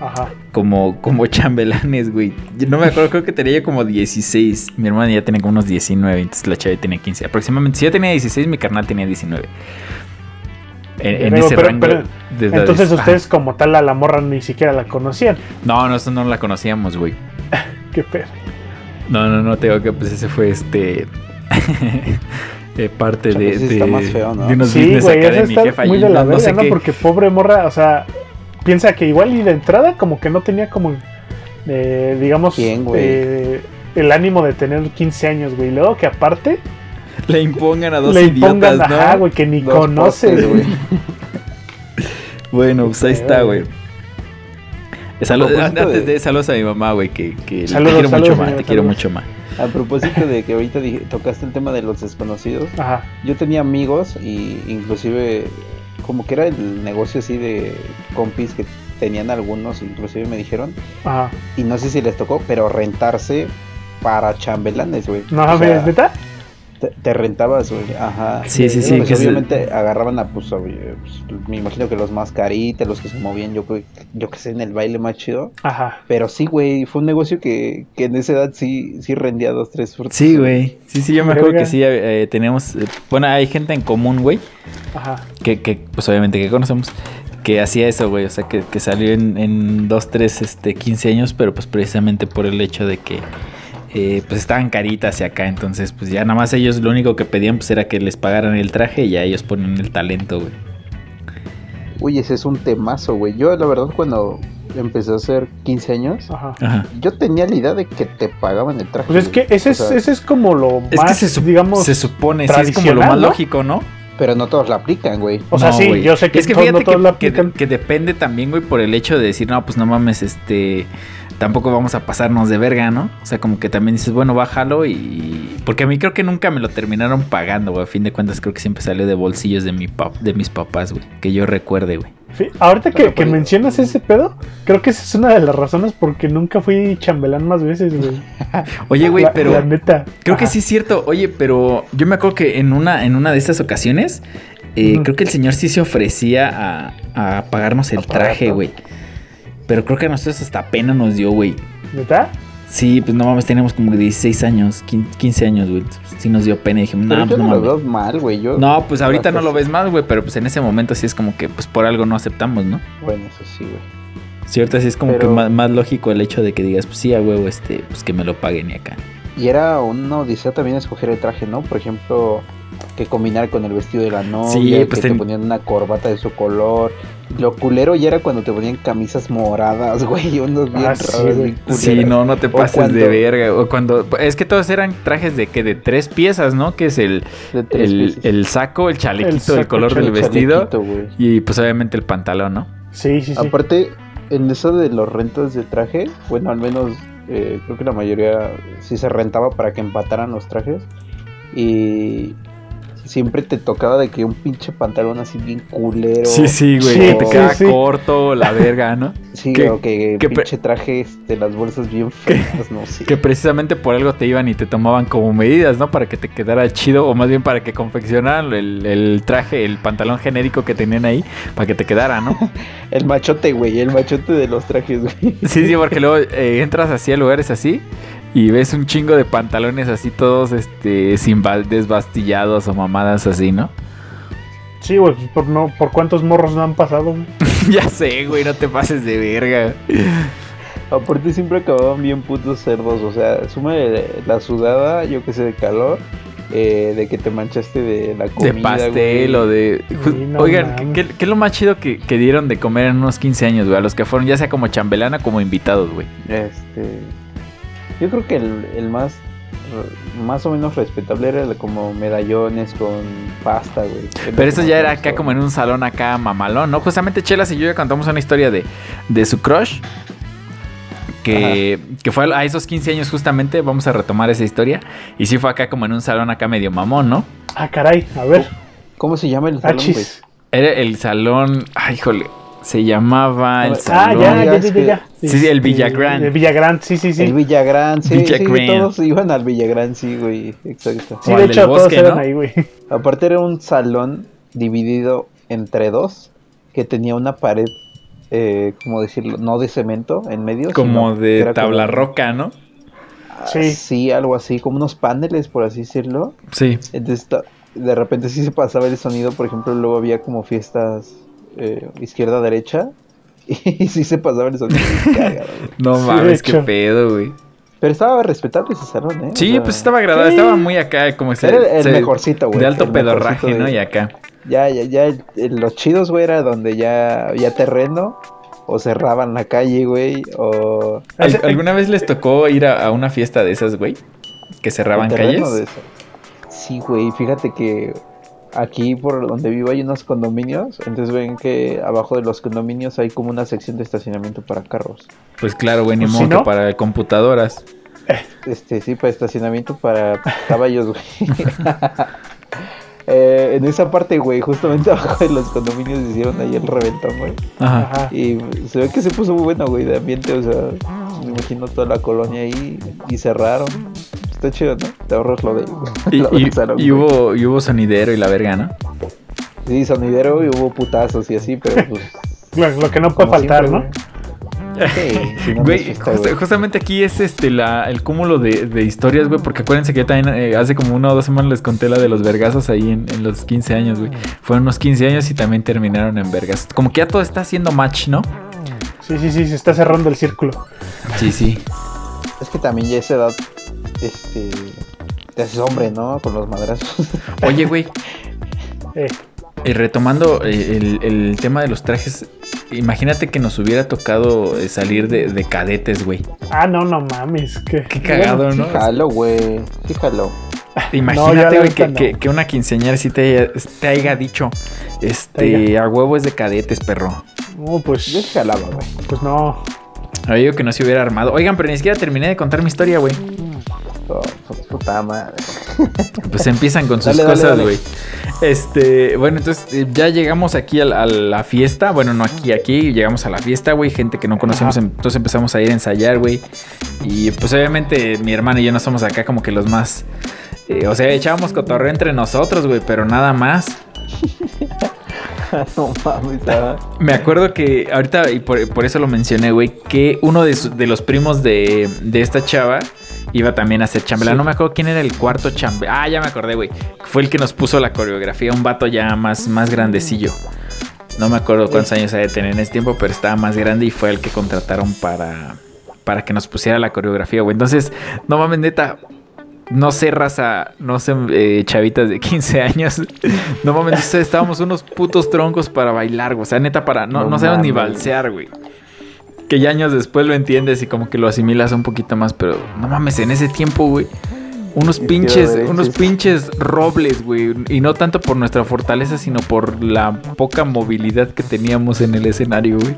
Speaker 2: ajá.
Speaker 1: como, como chambelanes, güey. Yo no me acuerdo, creo que tenía yo como 16. Mi hermana ya tenía como unos 19, entonces la chava ya tenía 15. Aproximadamente, si yo tenía 16, mi carnal tenía 19. En, en
Speaker 2: Pero-
Speaker 1: ese
Speaker 2: pero-
Speaker 1: rango
Speaker 2: pero-
Speaker 1: de edades.
Speaker 2: Entonces
Speaker 1: Ajá.
Speaker 2: ustedes como tal a la morra ni siquiera la conocían.
Speaker 1: No, no, eso no la conocíamos, güey.
Speaker 2: Qué pedo.
Speaker 1: No, no, no, te digo que pues ese fue este. eh, parte
Speaker 3: Chale,
Speaker 1: de,
Speaker 3: sí
Speaker 1: de,
Speaker 3: está más feo, ¿no?
Speaker 1: de unos
Speaker 2: Sí,
Speaker 1: business
Speaker 2: güey,
Speaker 1: acá
Speaker 2: eso
Speaker 1: de mi
Speaker 2: está
Speaker 1: jefa.
Speaker 2: muy
Speaker 1: y
Speaker 2: de la
Speaker 1: no, no
Speaker 2: verga,
Speaker 1: sé
Speaker 2: ¿no?
Speaker 1: qué.
Speaker 2: Porque pobre morra, o sea, piensa que igual y de entrada como que no tenía como, eh, digamos,
Speaker 3: ¿Quién, güey?
Speaker 2: eh, el ánimo de tener 15 años, güey. Y Luego que aparte
Speaker 1: Le impongan a dos
Speaker 2: le
Speaker 1: idiotas,
Speaker 2: impongan,
Speaker 1: ¿no?
Speaker 2: ajá, güey, que ni
Speaker 3: Dos
Speaker 2: conoces,
Speaker 3: postes,
Speaker 2: güey.
Speaker 1: Bueno, pues ahí está, güey. Saludos,
Speaker 3: propósito
Speaker 1: antes
Speaker 3: de-
Speaker 1: de saludos a mi mamá, güey, que, que
Speaker 2: Saludos,
Speaker 1: te quiero
Speaker 2: saludos,
Speaker 1: mucho más,
Speaker 2: señor,
Speaker 1: te quiero
Speaker 2: saludos.
Speaker 1: mucho más.
Speaker 3: A propósito de que ahorita dije- tocaste el tema de los desconocidos,
Speaker 2: Ajá.
Speaker 3: yo tenía amigos y inclusive como que era el negocio así de compis que tenían algunos, inclusive me dijeron,
Speaker 2: Ajá.
Speaker 3: y no sé si les tocó, pero rentarse para chambelanes, güey.
Speaker 2: No,
Speaker 3: O sea,
Speaker 2: mames, ¿neta?
Speaker 3: te, te rentabas, güey. Ajá.
Speaker 1: Sí, sí, sí,
Speaker 3: Pues
Speaker 1: que se-
Speaker 3: obviamente agarraban a, pues, obvio, pues, me imagino que los más caritas, los que se movían, yo, creo- yo que sé, en el baile más chido.
Speaker 2: Ajá.
Speaker 3: Pero sí, güey, fue un negocio que, que en esa edad sí, sí rendía dos, tres frutas.
Speaker 1: Sí, güey. Sí, sí, yo me acuerdo
Speaker 2: Verga.
Speaker 1: que sí eh, teníamos. eh, bueno, hay gente en común, güey,
Speaker 2: Ajá.
Speaker 1: que, que, pues obviamente que conocemos, que hacía eso, güey. O sea, que, que salió en, en dos, tres, este, 15 años, pero pues precisamente por el hecho de que. eh, pues estaban caritas y acá, entonces pues ya nada más ellos lo único que pedían pues era que les pagaran el traje y ya ellos ponían el talento, güey.
Speaker 3: Uy, ese es un temazo, güey. Yo, la verdad, cuando empecé a hacer 15 años,
Speaker 2: Ajá.
Speaker 1: Ajá.
Speaker 3: yo tenía la idea de que te pagaban el traje.
Speaker 2: Pues es que
Speaker 3: güey.
Speaker 2: ese
Speaker 3: O
Speaker 2: es,
Speaker 3: sea,
Speaker 2: ese es como lo
Speaker 1: Es que
Speaker 2: más,
Speaker 1: se, sup-
Speaker 2: digamos.
Speaker 1: se supone, sí, es como lo
Speaker 2: tradicional,
Speaker 1: más
Speaker 2: ¿no?
Speaker 1: lógico, ¿no?
Speaker 3: Pero no todos la aplican, güey.
Speaker 2: o sea,
Speaker 1: No,
Speaker 2: sí,
Speaker 1: güey.
Speaker 2: yo sé que,
Speaker 1: es que
Speaker 2: todos-
Speaker 1: fíjate
Speaker 2: no todos
Speaker 1: que,
Speaker 2: la
Speaker 1: que-
Speaker 2: aplican.
Speaker 1: que depende también, güey, por el hecho de decir, no, pues no mames, este, tampoco vamos a pasarnos de verga, ¿no? O sea, como que también dices, bueno, bájalo y... Porque a mí creo que nunca me lo terminaron pagando, güey. A fin de cuentas creo que siempre salió de bolsillos de, mi pap- de mis papás, güey. Que yo recuerde, güey.
Speaker 2: Fi- Ahorita que,
Speaker 3: Pero
Speaker 2: que
Speaker 3: por-
Speaker 2: mencionas ese pedo, creo que esa es una de las razones porque nunca fui chambelán más veces, güey.
Speaker 1: Oye, güey,
Speaker 2: La-
Speaker 1: pero...
Speaker 2: La neta.
Speaker 1: Creo que
Speaker 2: Ajá.
Speaker 1: sí es cierto. Oye, pero yo me acuerdo que en una, en una de estas ocasiones, eh,
Speaker 2: Ujú.
Speaker 1: creo que el señor sí se ofrecía a, a pagarnos el
Speaker 3: A pagar,
Speaker 1: traje,
Speaker 3: ¿no?
Speaker 1: güey. Pero creo que a nosotros hasta pena nos dio, güey.
Speaker 2: ¿Neta?
Speaker 1: Sí, pues no mames, teníamos como 16 años, 15 15 años, güey. Entonces, Sí nos dio pena y dijimos,
Speaker 3: Pero
Speaker 1: no,
Speaker 3: yo
Speaker 1: pues no
Speaker 3: no lo
Speaker 1: mames.
Speaker 3: veo mal, güey. Yo,
Speaker 1: No, pues ahorita
Speaker 3: Las
Speaker 1: no lo
Speaker 3: cosas.
Speaker 1: ves más, güey, pero pues en ese momento sí es como que, pues por algo no aceptamos, ¿no?
Speaker 3: Bueno, eso sí, güey.
Speaker 1: Cierto, sí es como
Speaker 3: Pero-
Speaker 1: que más, más lógico el hecho de que digas, pues sí, a huevo, este, pues que me lo paguen y acá.
Speaker 3: Y era una odisea también escoger el traje, ¿no? Por ejemplo, que combinar con el vestido de la novia,
Speaker 1: Sí, pues
Speaker 3: que te
Speaker 1: ten-
Speaker 3: ponían una corbata de su color. Lo culero ya era cuando te ponían camisas moradas, güey, unos bien
Speaker 2: Ah, sí,
Speaker 3: raros,
Speaker 2: güey.
Speaker 3: bien
Speaker 1: Sí,
Speaker 3: culeros.
Speaker 1: no, no te
Speaker 3: O
Speaker 1: pases de
Speaker 3: cuando-
Speaker 1: verga. O cuando. Es que todos eran trajes de que de tres piezas, ¿no? Que es el,
Speaker 3: De tres
Speaker 1: el,
Speaker 3: piezas.
Speaker 1: el saco, el chalequito, el,
Speaker 2: saco,
Speaker 1: color
Speaker 2: el
Speaker 1: del vestido.
Speaker 3: chalequito, güey.
Speaker 1: Y pues obviamente el pantalón, ¿no?
Speaker 2: Sí, sí, sí.
Speaker 3: Aparte, en eso de los rentas de traje, bueno, al menos eh, creo que la mayoría sí se rentaba para que empataran los trajes. Y siempre te tocaba de que un pinche pantalón así bien culero.
Speaker 1: sí,
Speaker 2: güey,
Speaker 3: que te
Speaker 2: queda
Speaker 1: corto, la verga, ¿no?
Speaker 3: Sí,
Speaker 1: Que-
Speaker 3: o que
Speaker 1: que
Speaker 3: pinche trajes de las bolsas bien feas, no sé.
Speaker 1: Que precisamente por algo te iban y te tomaban como medidas, ¿no? Para que te quedara chido, o más bien para que confeccionaran el, el traje, el pantalón genérico que tenían ahí, para que te quedara, ¿no?
Speaker 3: El machote, güey, el machote de los trajes, güey.
Speaker 1: Sí, sí, porque luego eh, entras así a lugares así y ves un chingo de pantalones así todos este sin ba- desbastillados o mamadas así, ¿no?
Speaker 2: Sí, güey, pues, por, no, por cuántos morros no han pasado, güey.
Speaker 1: ya sé, güey, no te pases de verga.
Speaker 3: Aparte siempre acababan bien putos cerdos, o sea, suma la sudada, yo que sé, de calor, eh, de que te manchaste de la comida,
Speaker 1: De pastel
Speaker 3: güey.
Speaker 1: o de... ju-
Speaker 2: Sí, no
Speaker 1: Oigan,
Speaker 2: mames.
Speaker 1: ¿qué, qué es lo más chido que, que dieron de comer en unos 15 años, güey? A los que fueron ya sea como chambelana como invitados, güey.
Speaker 3: Este, yo creo que el, el más re- más o menos respetable era el como medallones con pasta, güey.
Speaker 1: Pero eso ya era acá como en un salón acá mamalón, ¿no? Justamente Chelas y yo ya contamos una historia de, de su crush. Que, que fue a esos 15 años justamente, vamos a retomar esa historia. Y sí fue acá como en un salón acá medio mamón, ¿no?
Speaker 2: Ah, caray, a ver. ah,
Speaker 3: ¿Cómo se llama el Oh,
Speaker 1: Ah,
Speaker 3: salón, güey?
Speaker 2: Achis.
Speaker 1: Era el salón, ay, híjole, se llamaba el
Speaker 3: Ah,
Speaker 2: Ah,
Speaker 1: salón...
Speaker 2: ya, ya,
Speaker 3: digas
Speaker 2: ya, ya, ya.
Speaker 1: que- Sí, sí, el Villagrán.
Speaker 2: El Villagrán, sí, sí, sí.
Speaker 3: El Villagrán, sí,
Speaker 1: Villagrán.
Speaker 3: sí, todos iban al Villagrán, sí, güey, exacto.
Speaker 2: Sí,
Speaker 1: o
Speaker 2: de
Speaker 1: al del
Speaker 2: hecho, todos
Speaker 1: bosque,
Speaker 2: eran
Speaker 1: ¿no?
Speaker 2: ahí, güey.
Speaker 3: Aparte era un salón dividido entre dos que tenía una pared, eh, ¿cómo decirlo? No de cemento en medio.
Speaker 1: como
Speaker 3: sino que
Speaker 1: de
Speaker 3: era como-
Speaker 1: tabla roca, ¿no?
Speaker 3: Ah,
Speaker 2: Sí.
Speaker 3: Sí. algo así, como unos paneles, por así decirlo.
Speaker 1: Sí.
Speaker 3: Entonces ta- de repente sí se pasaba el sonido, por ejemplo, luego había como fiestas eh, izquierda-derecha. Y sí se pasaba el sonido. Cagado, güey.
Speaker 1: No
Speaker 2: Sí, de
Speaker 1: mames, qué
Speaker 2: hecho.
Speaker 1: pedo, güey.
Speaker 3: Pero estaba respetable ese salón, ¿eh? O
Speaker 1: Sí,
Speaker 3: sea,
Speaker 1: pues estaba agradable,
Speaker 2: sí.
Speaker 1: estaba muy acá, como se-
Speaker 3: Era el, el
Speaker 1: se-
Speaker 3: mejorcito, güey.
Speaker 1: De alto
Speaker 3: el mejorcito
Speaker 1: pedorraje,
Speaker 3: de-
Speaker 1: ¿no? Y acá.
Speaker 3: Ya, ya, ya, el- el- los chidos, güey, era donde ya había terreno, o cerraban la calle, güey, o...
Speaker 1: ¿Al-
Speaker 2: Ese-
Speaker 1: ¿Alguna vez les tocó ir a, a una fiesta de esas, güey? Que cerraban
Speaker 3: el terreno
Speaker 1: calles.
Speaker 3: de eso. Sí, güey, fíjate que Aquí por donde vivo hay unos condominios, entonces ven que abajo de los condominios hay como una sección de estacionamiento para carros.
Speaker 1: Pues claro, güey, ni
Speaker 2: Pues,
Speaker 1: modo
Speaker 2: si
Speaker 1: que
Speaker 2: no.
Speaker 1: para computadoras.
Speaker 3: Este, sí, para estacionamiento para caballos, güey. Eh, en esa parte, güey, justamente abajo de los condominios hicieron ahí el reventón, güey.
Speaker 1: Ajá.
Speaker 2: Ajá.
Speaker 3: Y se ve que se puso muy bueno, güey, de ambiente, o sea, me imagino toda la colonia ahí y cerraron. Está chido, ¿no? Te ahorras lo de...
Speaker 1: Y,
Speaker 3: lo
Speaker 1: y-
Speaker 3: del salón,
Speaker 1: y
Speaker 3: güey.
Speaker 1: hubo, y hubo sonidero y la verga, ¿no?
Speaker 3: Sí, sonidero y hubo putazos y así, pero pues...
Speaker 2: Lo, lo que no puede
Speaker 3: como
Speaker 2: faltar,
Speaker 3: siempre,
Speaker 2: ¿no?
Speaker 3: güey. Sí, si no, no es
Speaker 1: Güey,
Speaker 3: fiesta,
Speaker 1: justa-
Speaker 3: güey.
Speaker 1: justamente aquí es este la, el cúmulo de, de historias, güey, porque acuérdense que yo también eh, hace como una o dos semanas les conté la de los vergazos ahí en, en los 15 años, güey. Fueron unos 15 años y también terminaron en vergas. Como que ya todo está haciendo match, ¿no?
Speaker 2: Sí, sí, sí, se está cerrando el círculo.
Speaker 1: Sí, sí.
Speaker 3: Es que también ya a esa edad, este... Te haces hombre, ¿no? Con los madrazos.
Speaker 1: Oye, güey,
Speaker 2: Eh,
Speaker 1: y retomando eh, el, el tema de los trajes, imagínate que nos hubiera tocado eh, salir de, de cadetes, güey.
Speaker 2: ah, no, no mames. Qué,
Speaker 1: Qué cagado, ¿no?
Speaker 3: Jalo, güey. Sí, jalo.
Speaker 2: Ah, No, ya
Speaker 1: Imagínate,
Speaker 2: la
Speaker 1: güey,
Speaker 2: neta
Speaker 1: que,
Speaker 2: no.
Speaker 1: que- que una quinceañera sí te, haya- te haiga dicho, este, a huevo es de cadetes, perro.
Speaker 2: No, pues,
Speaker 3: Yo sí jalaba, güey.
Speaker 2: pues no.
Speaker 1: Había yo que no se hubiera armado. Oigan, pero ni siquiera terminé de contar mi historia, güey.
Speaker 3: Oh, puta madre.
Speaker 1: Pues empiezan con sus
Speaker 3: Dale, dale,
Speaker 1: cosas,
Speaker 3: dale.
Speaker 1: güey. Este, bueno, entonces eh, ya llegamos aquí al- a, la fiesta. Bueno, no aquí, aquí. Llegamos a la fiesta, güey. Gente que no conocemos.
Speaker 2: Ajá.
Speaker 1: Entonces empezamos a ir a ensayar, güey. Y pues obviamente mi hermano y yo no somos acá como que los más. eh, o sea, echábamos cotorreo entre nosotros, güey, pero nada más.
Speaker 3: no mames, estaba-
Speaker 1: Me acuerdo que ahorita, y por, por eso lo mencioné, güey, que uno de, su- de los primos de, de esta chava iba también a ser chambelán.
Speaker 3: Sí.
Speaker 1: No me acuerdo quién era el cuarto chambelán. Ah, ya me acordé, güey. Fue el que nos puso la coreografía, un vato ya más, más grandecillo. No me acuerdo cuántos años había de tener en ese tiempo, pero estaba más grande y fue el que contrataron para, para que nos pusiera la coreografía, güey. Entonces, no mames, neta. No sé, raza, no sé, eh, chavitas de 15 años. No mames, o sea, estábamos unos putos troncos para bailar, güey. O sea, neta, para. No, no,
Speaker 3: No
Speaker 1: sabemos ni
Speaker 3: mames.
Speaker 1: balsear, güey. Que ya años después lo entiendes y como que lo asimilas un poquito más, pero no mames, en ese tiempo, güey. Unos
Speaker 3: Izquierda,
Speaker 1: pinches,
Speaker 3: derecha,
Speaker 1: unos
Speaker 3: izquierda.
Speaker 1: pinches robles, güey. Y no tanto por nuestra fortaleza, sino por la poca movilidad que teníamos en el escenario, güey.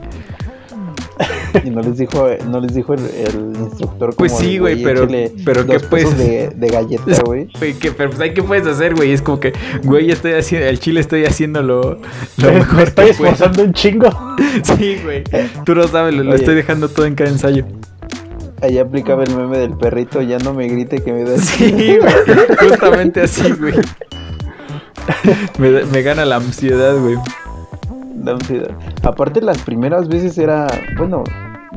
Speaker 3: Y no les dijo, no les dijo el, el instructor.
Speaker 1: Pues
Speaker 3: como
Speaker 1: sí,
Speaker 3: de,
Speaker 1: güey, pero-
Speaker 3: échale
Speaker 1: pero
Speaker 3: dos
Speaker 1: ¿qué puedes
Speaker 3: pesos De, de galleta, güey.
Speaker 1: Güey, que, pero pues ahí, ¿qué puedes hacer, güey? Es como que, güey, estoy haciendo, al chile estoy haciendo lo, lo
Speaker 2: Me-
Speaker 1: mejor
Speaker 2: me estoy
Speaker 1: que puedo.
Speaker 2: esforzando Eh. un chingo.
Speaker 1: Sí, güey. Tú lo sabes, lo, lo
Speaker 3: Oye.
Speaker 1: estoy dejando todo en cada ensayo.
Speaker 2: Eh.
Speaker 3: Allá aplicaba el meme del perrito, ya no me grite que me da.
Speaker 1: Sí, güey. Justamente así, güey. Me, da- me gana la ansiedad, güey.
Speaker 3: da ansiedad. Aparte, las primeras veces era, bueno,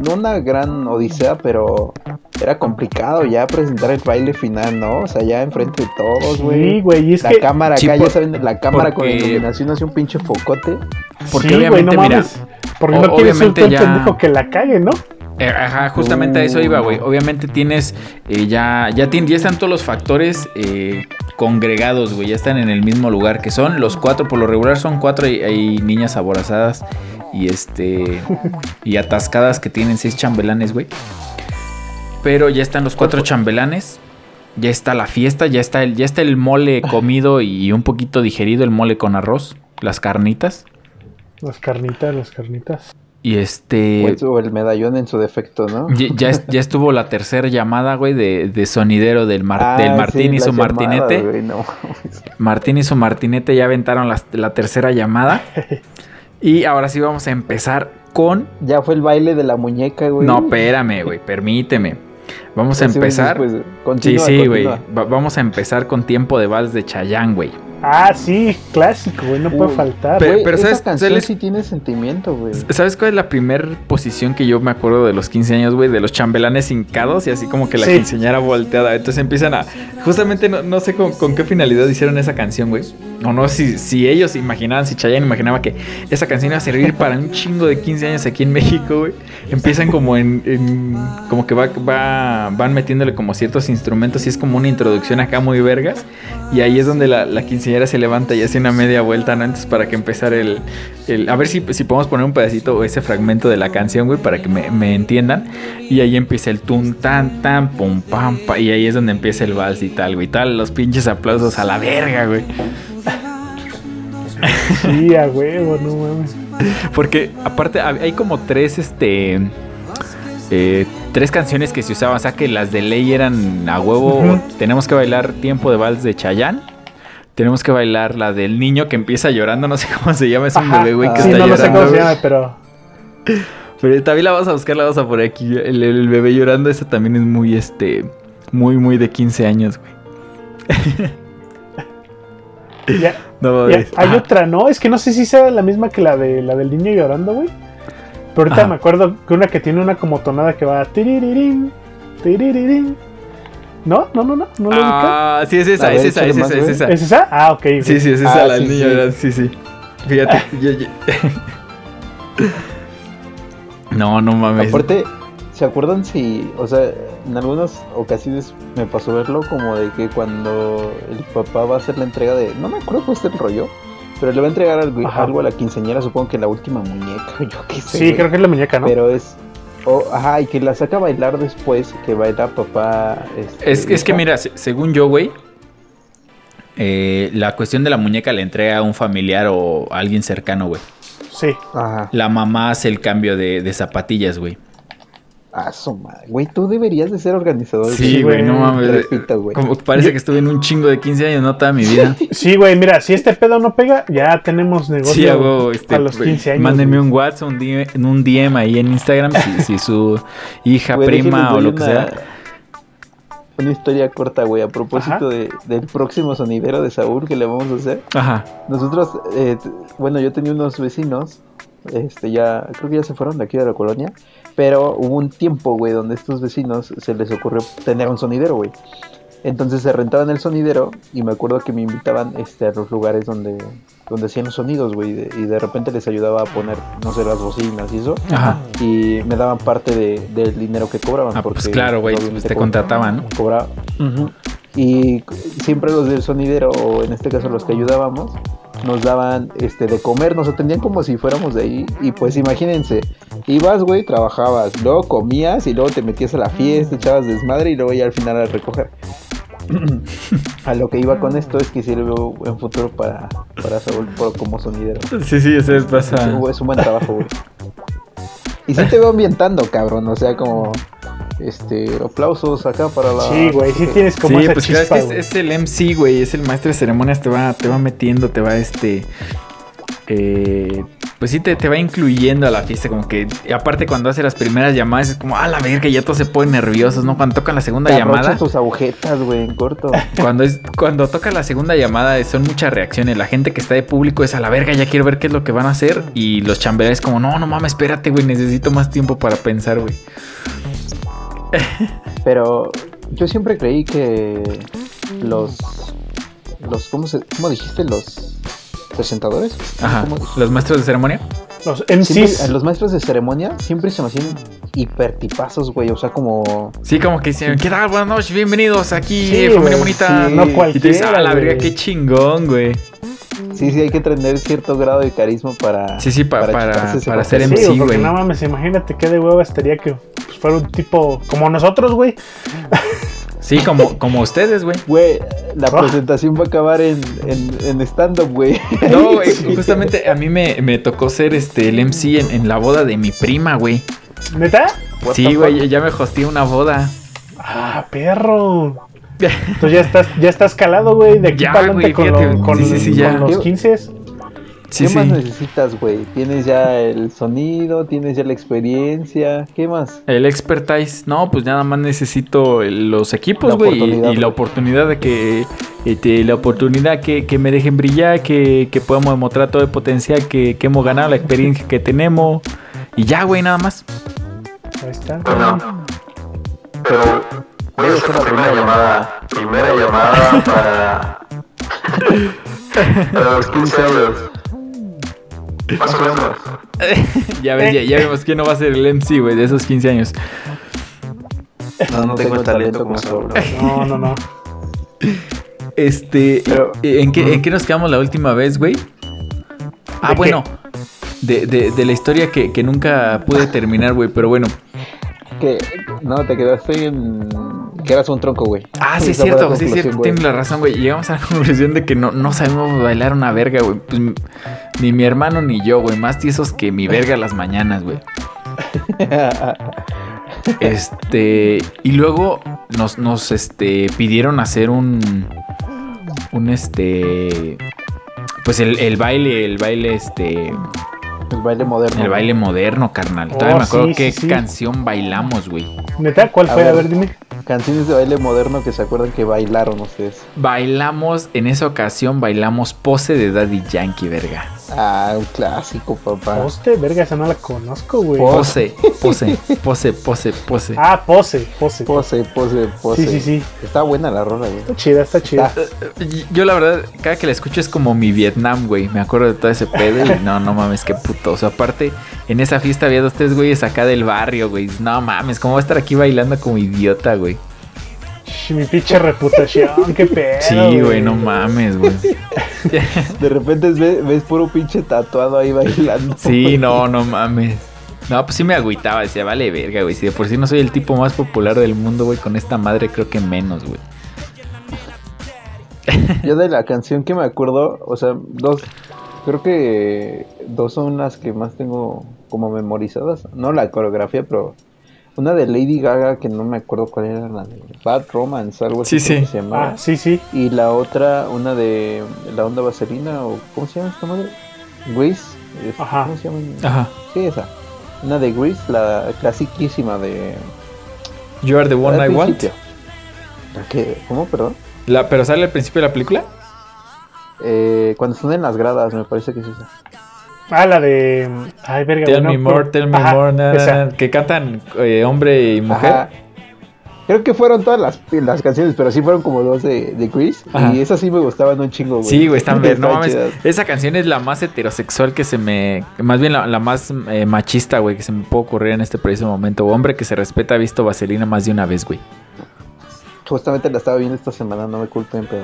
Speaker 3: no una gran odisea, pero era complicado ya presentar el baile final, ¿no? O sea, ya enfrente de todos, güey.
Speaker 2: Sí, güey, y es
Speaker 3: la
Speaker 2: que.
Speaker 3: cámara
Speaker 1: sí,
Speaker 3: acá,
Speaker 1: por-
Speaker 3: ya saben, la cámara con
Speaker 1: porque-
Speaker 3: iluminación hace un pinche focote.
Speaker 1: Porque
Speaker 2: sí, güey,
Speaker 1: obviamente,
Speaker 2: no
Speaker 1: mira,
Speaker 2: mames. Porque
Speaker 1: o-
Speaker 2: no quieres ser
Speaker 1: obviamente
Speaker 2: tan
Speaker 1: ya-
Speaker 2: pendejo que la cague, ¿no?
Speaker 1: Eh, Ajá, justamente a eso iba, güey. Obviamente tienes, eh, ya, ya, tien- ya están todos los factores eh, congregados, güey. Ya están en el mismo lugar que son los cuatro, por lo regular son cuatro y hay niñas aborazadas y este y atascadas que tienen seis chambelanes, güey. Pero ya están los cuatro chambelanes. Ya está la fiesta, ya está el, ya está el mole comido y un poquito digerido, el mole con arroz, las carnitas.
Speaker 2: Las carnitas, las carnitas.
Speaker 1: Y este.
Speaker 3: o el- o el medallón en su defecto, ¿no?
Speaker 1: Ya, ya es- ya estuvo la tercera llamada, güey, de, de sonidero del, Mar-
Speaker 3: Ah,
Speaker 1: del Martín
Speaker 3: sí,
Speaker 1: y su
Speaker 3: las llamadas,
Speaker 1: martinete.
Speaker 3: güey, no.
Speaker 1: Martín y su martinete ya aventaron las- la, tercera llamada. y ahora sí vamos a empezar con...
Speaker 3: Ya fue el baile de la muñeca, güey.
Speaker 1: No, espérame, güey, permíteme. Vamos a
Speaker 3: Así, güey,
Speaker 1: empezar...
Speaker 3: pues,
Speaker 1: Sí,
Speaker 3: continúa,
Speaker 1: sí, güey.
Speaker 3: continúa.
Speaker 1: Va- vamos a empezar con tiempo de vals de Chayán, güey.
Speaker 2: Ah, sí, clásico, güey, no puede
Speaker 3: Uy,
Speaker 2: faltar.
Speaker 1: Pero-
Speaker 3: Güey,
Speaker 1: pero
Speaker 3: esa
Speaker 1: ¿sabes?
Speaker 3: canción
Speaker 1: Se les-
Speaker 3: sí tiene sentimiento, güey.
Speaker 1: ¿Sabes cuál es la primera posición que yo me acuerdo de los 15 años, güey? De los chambelanes hincados y así como que la
Speaker 2: Sí.
Speaker 1: quinceañera volteada. Entonces empiezan a... Justamente no, no sé con, con qué finalidad hicieron esa canción, güey. O no, si, si ellos imaginaban, si Chayanne imaginaba que esa canción iba a servir para un chingo de 15 años aquí en México, güey. Empiezan como en... en- como que va, va- van metiéndole como ciertos instrumentos y es como una introducción acá muy vergas. Y ahí es donde la, la quinceañera se levanta y hace una media vuelta, ¿no? Antes para que empezar el... El- a ver si, si podemos poner un pedacito o ese fragmento de la canción, güey, para que me, me entiendan. Y ahí empieza el tun, tan, tan, pum, pam, pa. Y ahí es donde empieza el vals y tal, güey. y Tal, los pinches aplausos a la verga, güey.
Speaker 2: Sí, a huevo, no mames.
Speaker 1: Porque aparte hab- hay como tres, este, eh, tres canciones que se usaban. O sea que las de ley eran a huevo.
Speaker 2: Ujú.
Speaker 1: Tenemos que bailar Tiempo de Vals de Chayanne. Tenemos que bailar la del niño que empieza llorando. No sé cómo se llama. Es un
Speaker 2: Ajá.
Speaker 1: bebé, güey, que
Speaker 2: Sí,
Speaker 1: está
Speaker 2: no, no sé
Speaker 1: llorando.
Speaker 2: cómo se
Speaker 1: güey.
Speaker 2: llama, pero.
Speaker 1: Pero también la vas a buscar, la vas a poner aquí. El, el bebé llorando, esa también es muy, este, muy, muy de 15 años, güey.
Speaker 2: Ya,
Speaker 1: No
Speaker 2: Ya,
Speaker 1: mames. Ah.
Speaker 2: hay
Speaker 1: Ajá.
Speaker 2: otra, ¿no? Es que no sé si sea la misma que la de la del niño llorando, güey. Pero ahorita
Speaker 1: Ajá.
Speaker 2: me acuerdo que una que tiene una como tonada que va tiririrín, tiririrín. No, no, no, no, no lo ubicas?
Speaker 1: Ah, sí, es esa,
Speaker 3: A
Speaker 1: es
Speaker 3: ver,
Speaker 1: esa,
Speaker 3: échale
Speaker 1: es
Speaker 3: más,
Speaker 1: esa, es
Speaker 3: güey.
Speaker 1: esa.
Speaker 2: ¿Es esa? Ah, ok. ok.
Speaker 1: Sí, sí, es esa
Speaker 3: Ah,
Speaker 1: la
Speaker 3: sí,
Speaker 1: niña,
Speaker 3: sí.
Speaker 1: ¿verdad? Sí, Ah. sí. Fíjate, yo- yo- No, no mames.
Speaker 3: Aparte, ¿se acuerdan si, o sea, en algunas ocasiones me pasó verlo como de que cuando el papá va a hacer la entrega de, no me acuerdo cuál es el rollo, pero le va a entregar algo,
Speaker 2: Ajá.
Speaker 3: algo a la quinceañera, supongo que la última muñeca, yo qué
Speaker 2: Sí,
Speaker 3: sé. güey.
Speaker 2: creo que es la muñeca, ¿no?
Speaker 3: Pero es, o- ajá, y que la saca a bailar después, que baila papá. este,
Speaker 1: Es, es que
Speaker 3: hija.
Speaker 1: mira, se- según yo, güey, eh, la cuestión de la muñeca la entrega a un familiar o a alguien cercano, güey.
Speaker 2: Sí.
Speaker 3: Ajá.
Speaker 1: La mamá hace el cambio de, de zapatillas, güey.
Speaker 3: Ah, su madre. Güey, tú deberías de ser organizador.
Speaker 1: Sí, güey, no mames.
Speaker 3: Repito, güey.
Speaker 1: Como que parece que estuve en un chingo de 15 años, no toda mi vida.
Speaker 2: Sí, güey, mira, si este pedo no pega, ya tenemos negocio
Speaker 1: Sí, hago este,
Speaker 2: a los
Speaker 1: güey,
Speaker 2: 15 años.
Speaker 1: Mándenme
Speaker 2: güey.
Speaker 1: un WhatsApp, un DM, en un DM ahí en Instagram si, si su hija,
Speaker 3: Güey,
Speaker 1: prima
Speaker 3: déjenles
Speaker 1: o
Speaker 3: doy
Speaker 1: lo que
Speaker 3: una-
Speaker 1: sea.
Speaker 3: Una historia corta, güey, a propósito
Speaker 2: Ajá.
Speaker 3: de- del próximo sonidero de Saúl que le vamos a hacer.
Speaker 1: Ajá.
Speaker 3: Nosotros, eh, t- bueno, yo tenía unos vecinos, este, ya, creo que ya se fueron de aquí de la colonia, pero hubo un tiempo, güey, donde estos vecinos se les ocurrió tener un sonidero, güey. Entonces se rentaban el sonidero y me acuerdo que me invitaban este, a los lugares donde, donde hacían los sonidos, güey, y de- y de repente les ayudaba a poner, no sé, las bocinas y eso
Speaker 1: Ajá.
Speaker 3: y me daban parte de- del dinero que cobraban.
Speaker 1: Ah,
Speaker 3: porque
Speaker 1: pues claro, güey, pues
Speaker 3: obviamente
Speaker 1: te
Speaker 3: co-
Speaker 1: contrataban, ¿no?
Speaker 3: Cobraba. Ujú. Y c- siempre los del sonidero, o en este caso los que ayudábamos, nos daban este de comer, nos atendían como si fuéramos de ahí. Y pues imagínense, ibas, güey, trabajabas, luego comías y luego te metías a la fiesta, echabas desmadre y luego ya al final a recoger. a lo que iba con esto es que sirve en futuro para, para Saúl pro- como sonidero.
Speaker 1: Sí, sí, eso es pasa.
Speaker 3: Sí, güey, es un buen trabajo, güey. Y sí te veo ambientando, cabrón. O sea, como. Este, aplausos acá para la.
Speaker 2: Sí, güey, sí
Speaker 3: Ok.
Speaker 2: tienes como
Speaker 1: sí,
Speaker 2: esa
Speaker 1: pues
Speaker 2: chispa,
Speaker 1: es, que
Speaker 2: güey.
Speaker 1: es, es el MC, güey, es el maestro de ceremonias, te va, te va metiendo, te va este. eh, pues sí, te, te va incluyendo a la fiesta, como que y aparte cuando hace las primeras llamadas es como, a la verga, ya todos se ponen nerviosos, ¿no? Cuando tocan la segunda
Speaker 3: Te
Speaker 1: llamada,
Speaker 3: abrochas tus agujetas, güey, en corto.
Speaker 1: cuando es cuando toca la segunda llamada eh, son muchas reacciones, la gente que está de público es a la verga, ya quiero ver qué es lo que van a hacer y los chambelanes como, no, no mames, espérate, güey, necesito más tiempo para pensar, güey.
Speaker 3: Pero yo siempre creí que. Los. los ¿Cómo, se, cómo dijiste? Los. Presentadores.
Speaker 1: Ajá,
Speaker 3: ¿Cómo-
Speaker 1: los maestros de ceremonia.
Speaker 2: Los
Speaker 3: siempre-
Speaker 2: MCs.
Speaker 3: a los maestros de ceremonia siempre se me hacían hipertipazos, güey. O sea, como.
Speaker 1: Sí, como que dicen, ¿qué tal? Buenas noches, bienvenidos aquí,
Speaker 2: Sí,
Speaker 1: eh, familia
Speaker 2: güey,
Speaker 1: bonita.
Speaker 3: sí.
Speaker 2: No
Speaker 1: Y
Speaker 3: Y te
Speaker 1: te dices,
Speaker 2: cualquiera.
Speaker 1: ah, la
Speaker 2: güey.
Speaker 1: verga, qué chingón, güey.
Speaker 3: Sí, sí, hay que tener cierto grado de carisma para.
Speaker 1: Sí, sí, pa- para-
Speaker 3: chutarse ese
Speaker 1: para
Speaker 3: papel.
Speaker 1: ser
Speaker 2: Sí,
Speaker 1: MC,
Speaker 2: güey, porque
Speaker 1: güey.
Speaker 2: no mames, imagínate qué de hueva estaría que pues, fuera un tipo como nosotros, güey.
Speaker 1: Sí, como, como ustedes, güey.
Speaker 3: Güey, la
Speaker 2: Ah.
Speaker 3: presentación va a acabar en, en, en stand-up, güey.
Speaker 1: No, güey,
Speaker 3: Sí.
Speaker 1: justamente a mí me, me tocó ser este, el MC en, en la boda de mi prima, güey.
Speaker 2: ¿Neta?
Speaker 3: What the
Speaker 1: Sí,
Speaker 3: fuck?
Speaker 1: güey, ya me hosteé una boda.
Speaker 2: Ah, perro. Entonces ya estás, ya estás calado, güey, de aquí
Speaker 1: Ya,
Speaker 2: para adelante
Speaker 1: güey,
Speaker 2: con, lo-
Speaker 1: fíjate,
Speaker 2: con-
Speaker 1: sí, sí, sí, ya.
Speaker 2: con los 15.
Speaker 1: Sí,
Speaker 3: ¿Qué más
Speaker 1: sí.
Speaker 3: necesitas, güey? Tienes ya el sonido, tienes ya la experiencia, ¿qué más?
Speaker 1: El expertise, no, pues nada más necesito el- los equipos,
Speaker 3: La
Speaker 1: güey, y,
Speaker 3: oportunidad,
Speaker 1: y la
Speaker 3: güey.
Speaker 1: oportunidad de que este, la oportunidad que, que me dejen brillar, que, que podamos demostrar todo el potencial que, que hemos ganado, la experiencia que tenemos, y ya, güey, nada más.
Speaker 2: Ahí está.
Speaker 4: Pero voy a hacer la primera llamada. Primera llamada para. para los 15 años. Más o menos.
Speaker 1: ya ves, ya,
Speaker 3: Eh.
Speaker 1: ya vemos quién no va a ser el MC, güey, de esos 15 años.
Speaker 4: No, no tengo el talento como
Speaker 3: Saúl.
Speaker 4: Saúl.
Speaker 2: No, no, no.
Speaker 1: Este,
Speaker 3: Pero-
Speaker 1: ¿en, qué, en qué nos quedamos la última vez, güey? Ah,
Speaker 2: ¿De qué?
Speaker 1: bueno, de, de- de la historia que, que nunca pude terminar, güey, pero bueno.
Speaker 3: Que no, te quedaste en que eras un tronco, güey.
Speaker 1: Ah, sí, es
Speaker 3: Esa fue la
Speaker 1: cierto, sí, es
Speaker 3: conclusión,
Speaker 1: cierto.
Speaker 3: güey.
Speaker 1: Tienes la razón, güey. Llegamos a la conclusión de que no, no sabemos bailar una verga, güey. Pues, m- ni mi hermano ni yo, güey. Más tiesos que mi verga a las mañanas, güey. Este. Y luego nos, nos este, pidieron hacer un. Un este. Pues el, el baile, el baile, este.
Speaker 3: El baile moderno.
Speaker 1: El baile moderno, carnal.
Speaker 2: Oh,
Speaker 1: Todavía me acuerdo
Speaker 2: sí,
Speaker 1: qué
Speaker 2: sí, sí.
Speaker 1: canción bailamos, güey.
Speaker 2: ¿Neta? ¿Cuál
Speaker 3: A
Speaker 2: fue? A
Speaker 3: ver.
Speaker 2: ver, dime.
Speaker 3: Canciones de baile moderno que se acuerdan que bailaron ustedes.
Speaker 1: Bailamos, en esa ocasión bailamos pose de Daddy Yankee, verga.
Speaker 3: Ah, un clásico, papá.
Speaker 2: Poste, verga, esa no la conozco, güey.
Speaker 3: Pos-
Speaker 1: Pose, pose, pose, pose, pose.
Speaker 2: Ah, pose, pose.
Speaker 3: Pose, pose, pose.
Speaker 2: Sí, sí, sí.
Speaker 3: Está buena la rola, güey.
Speaker 2: Está chida, está chida.
Speaker 3: Está-
Speaker 1: Yo la verdad, cada que la escucho es como mi Vietnam, güey. Me acuerdo de todo ese pedo y no, no mames, qué puto. O sea, aparte, en esa fiesta había dos, tres güeyes acá del barrio, güey. No mames, ¿cómo va a estar aquí bailando como idiota, güey?
Speaker 2: Sh, Mi pinche reputación, qué pedo.
Speaker 1: Sí, güey, no mames, güey.
Speaker 3: De repente ves, ves puro pinche tatuado ahí bailando.
Speaker 1: Sí, no, no mames. No, pues sí me agüitaba, decía, vale verga, güey. Si de por sí no soy el tipo más popular del mundo, güey, con esta madre creo que menos, güey.
Speaker 3: Yo de la canción que me acuerdo, o sea, dos, creo que dos son las que más tengo como memorizadas. No la coreografía, pero una de Lady Gaga que no me acuerdo cuál era la de Bad Romance, algo así
Speaker 1: Sí,
Speaker 3: creo
Speaker 1: sí.
Speaker 3: que se llamaba.
Speaker 2: Ah, sí, sí.
Speaker 3: Y la otra, una de la onda vaselina o ¿cómo se llama esta madre? Grease. es-
Speaker 2: Ajá.
Speaker 3: ¿Cómo se llama?
Speaker 1: Ajá.
Speaker 3: Sí, esa. Una de Grease, la clasiquísima de...
Speaker 1: You are the one
Speaker 3: al
Speaker 1: I want.
Speaker 3: principio. ¿La que- ¿Cómo? Perdón.
Speaker 1: La, ¿Pero sale al principio de la película?
Speaker 3: Eh, cuando están en las gradas, me parece que es esa.
Speaker 2: Ah, la de. Ay, verga,
Speaker 1: Tell
Speaker 2: güey, no,
Speaker 1: me more,
Speaker 2: pero-
Speaker 1: tell me
Speaker 2: Ajá,
Speaker 1: more, na, na,
Speaker 2: esa.
Speaker 1: na, que cantan eh, hombre y mujer.
Speaker 3: Ajá. Creo que fueron todas las, las canciones, pero sí fueron como dos de, de Grease.
Speaker 1: Ajá.
Speaker 3: Y esas sí me gustaban un chingo, güey.
Speaker 1: Sí, güey, están ver, no
Speaker 3: Estaban
Speaker 1: mames.
Speaker 3: chidas.
Speaker 1: Esa canción es la más heterosexual que se me. Más bien la, la más eh, machista, güey, que se me puede ocurrir en este preciso momento. Hombre que se respeta ha visto vaselina más de una vez, güey.
Speaker 3: Justamente la estaba viendo esta semana, no me culpen, pero.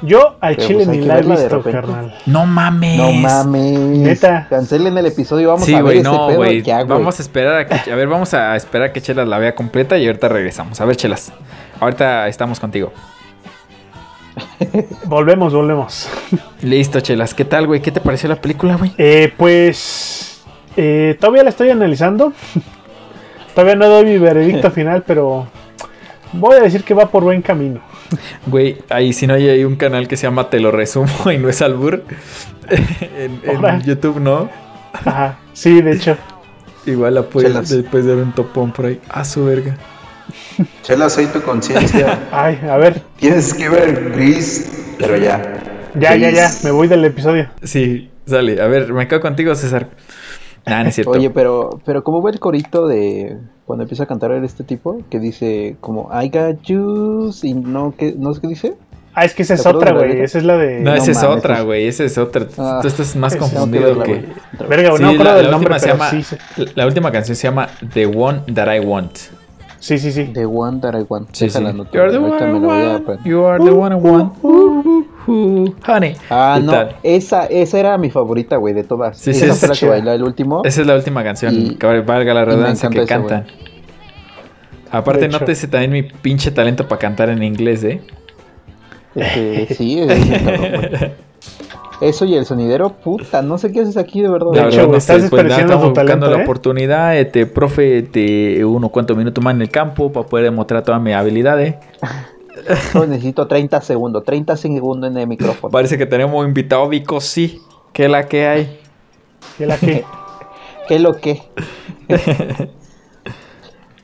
Speaker 2: Yo al
Speaker 3: Pero,
Speaker 2: chile
Speaker 3: pues, hay
Speaker 2: ni
Speaker 3: que
Speaker 2: la he
Speaker 3: verla de
Speaker 2: visto,
Speaker 3: repente.
Speaker 2: carnal.
Speaker 1: No mames.
Speaker 3: No mames.
Speaker 2: Neta.
Speaker 3: Cancelen el episodio, vamos
Speaker 1: sí,
Speaker 3: a ver
Speaker 1: güey,
Speaker 3: ese
Speaker 1: no,
Speaker 3: pedo
Speaker 1: güey.
Speaker 3: ya, güey.
Speaker 1: Vamos a esperar a que. A ver, vamos a esperar a que Chelas la vea completa y ahorita regresamos. A ver, Chelas. Ahorita estamos contigo.
Speaker 2: Volvemos, volvemos.
Speaker 1: Listo, Chelas. ¿Qué tal, güey? ¿Qué te pareció la película, güey?
Speaker 2: Eh, pues. eh, todavía la estoy analizando. todavía no doy mi veredicto final, pero. Voy a decir que va por buen camino.
Speaker 1: Güey, ahí si no hay, hay un canal que se llama Te lo resumo y no es albur. en, en
Speaker 2: Ahora.
Speaker 1: YouTube no.
Speaker 2: Ajá, sí, de hecho.
Speaker 1: Igual la
Speaker 3: Chelas.
Speaker 1: puedes después dar un topón por ahí. A su verga.
Speaker 4: Chela, soy tu conciencia.
Speaker 2: Ay, a ver.
Speaker 4: Tienes que ver Gris, pero ya.
Speaker 2: Ya, ya, ya.
Speaker 4: Gris.
Speaker 2: Me voy del episodio.
Speaker 1: Sí, sale. A ver, me quedo contigo, César. Nah, no es cierto.
Speaker 3: Oye, pero, pero ¿cómo va el corito de cuando empieza a cantar este tipo? Que dice como I got juice y no, ¿qué, no sé qué dice.
Speaker 2: Ah, es que esa es
Speaker 3: ¿Te acuerdas
Speaker 2: otra,
Speaker 3: de la
Speaker 2: güey.
Speaker 3: letra?
Speaker 2: Esa es la de.
Speaker 1: no,
Speaker 3: no
Speaker 1: esa es
Speaker 3: mames,
Speaker 1: otra,
Speaker 3: es-
Speaker 1: güey. Esa es otra. Tú-
Speaker 3: Ah,
Speaker 1: Tú estás más
Speaker 2: esa
Speaker 3: Tengo
Speaker 1: confundido
Speaker 3: verla,
Speaker 1: que.
Speaker 3: güey. Otra vez.
Speaker 2: Verga, güey, no
Speaker 1: Sí,
Speaker 2: me acuerdo
Speaker 1: la,
Speaker 2: del
Speaker 1: la
Speaker 2: nombre,
Speaker 1: última se
Speaker 2: pero
Speaker 1: llama,
Speaker 2: sí, sí.
Speaker 1: la- la última canción se llama The One That I Want.
Speaker 2: Sí, sí, sí.
Speaker 3: The one that I want.
Speaker 1: Sí, sí.
Speaker 3: Déjala, no te-
Speaker 1: You are the
Speaker 3: ahorita
Speaker 1: one I
Speaker 3: me la voy a
Speaker 1: want.
Speaker 3: aprender.
Speaker 1: You are the one I want. Uh, uh, uh, honey.
Speaker 3: Ah,
Speaker 1: ¿Qué
Speaker 3: no,
Speaker 1: tal?
Speaker 3: esa, esa era mi favorita, güey, de todas.
Speaker 1: Sí, sí,
Speaker 3: esa
Speaker 1: es
Speaker 3: fue la que
Speaker 2: chida.
Speaker 3: bailó el último.
Speaker 1: Esa es la última canción,
Speaker 3: Y-
Speaker 1: que valga la
Speaker 3: me
Speaker 1: redundancia, que
Speaker 3: encanta esa,
Speaker 1: cantan. Aparte,
Speaker 2: De hecho.
Speaker 1: nótese también mi pinche talento para cantar en inglés, ¿eh?
Speaker 3: Este, sí, es- es un cabrón, güey. Eso y el sonidero, puta, no sé qué haces aquí de verdad.
Speaker 2: De
Speaker 1: La
Speaker 2: hecho,
Speaker 1: verdad,
Speaker 2: güey, estás
Speaker 1: pues, nada,
Speaker 2: desperdiciando
Speaker 1: estamos
Speaker 2: tu talento,
Speaker 1: buscando la
Speaker 2: ¿eh?
Speaker 1: oportunidad, este, profe, te uno cuantos minutos más en el campo para poder demostrar todas mis habilidades.
Speaker 3: Solo necesito 30 segundos, 30 segundos en el micrófono.
Speaker 1: Parece que tenemos invitado Vico, sí, que es la que hay.
Speaker 2: ¿Qué la que?
Speaker 3: ¿Qué lo que?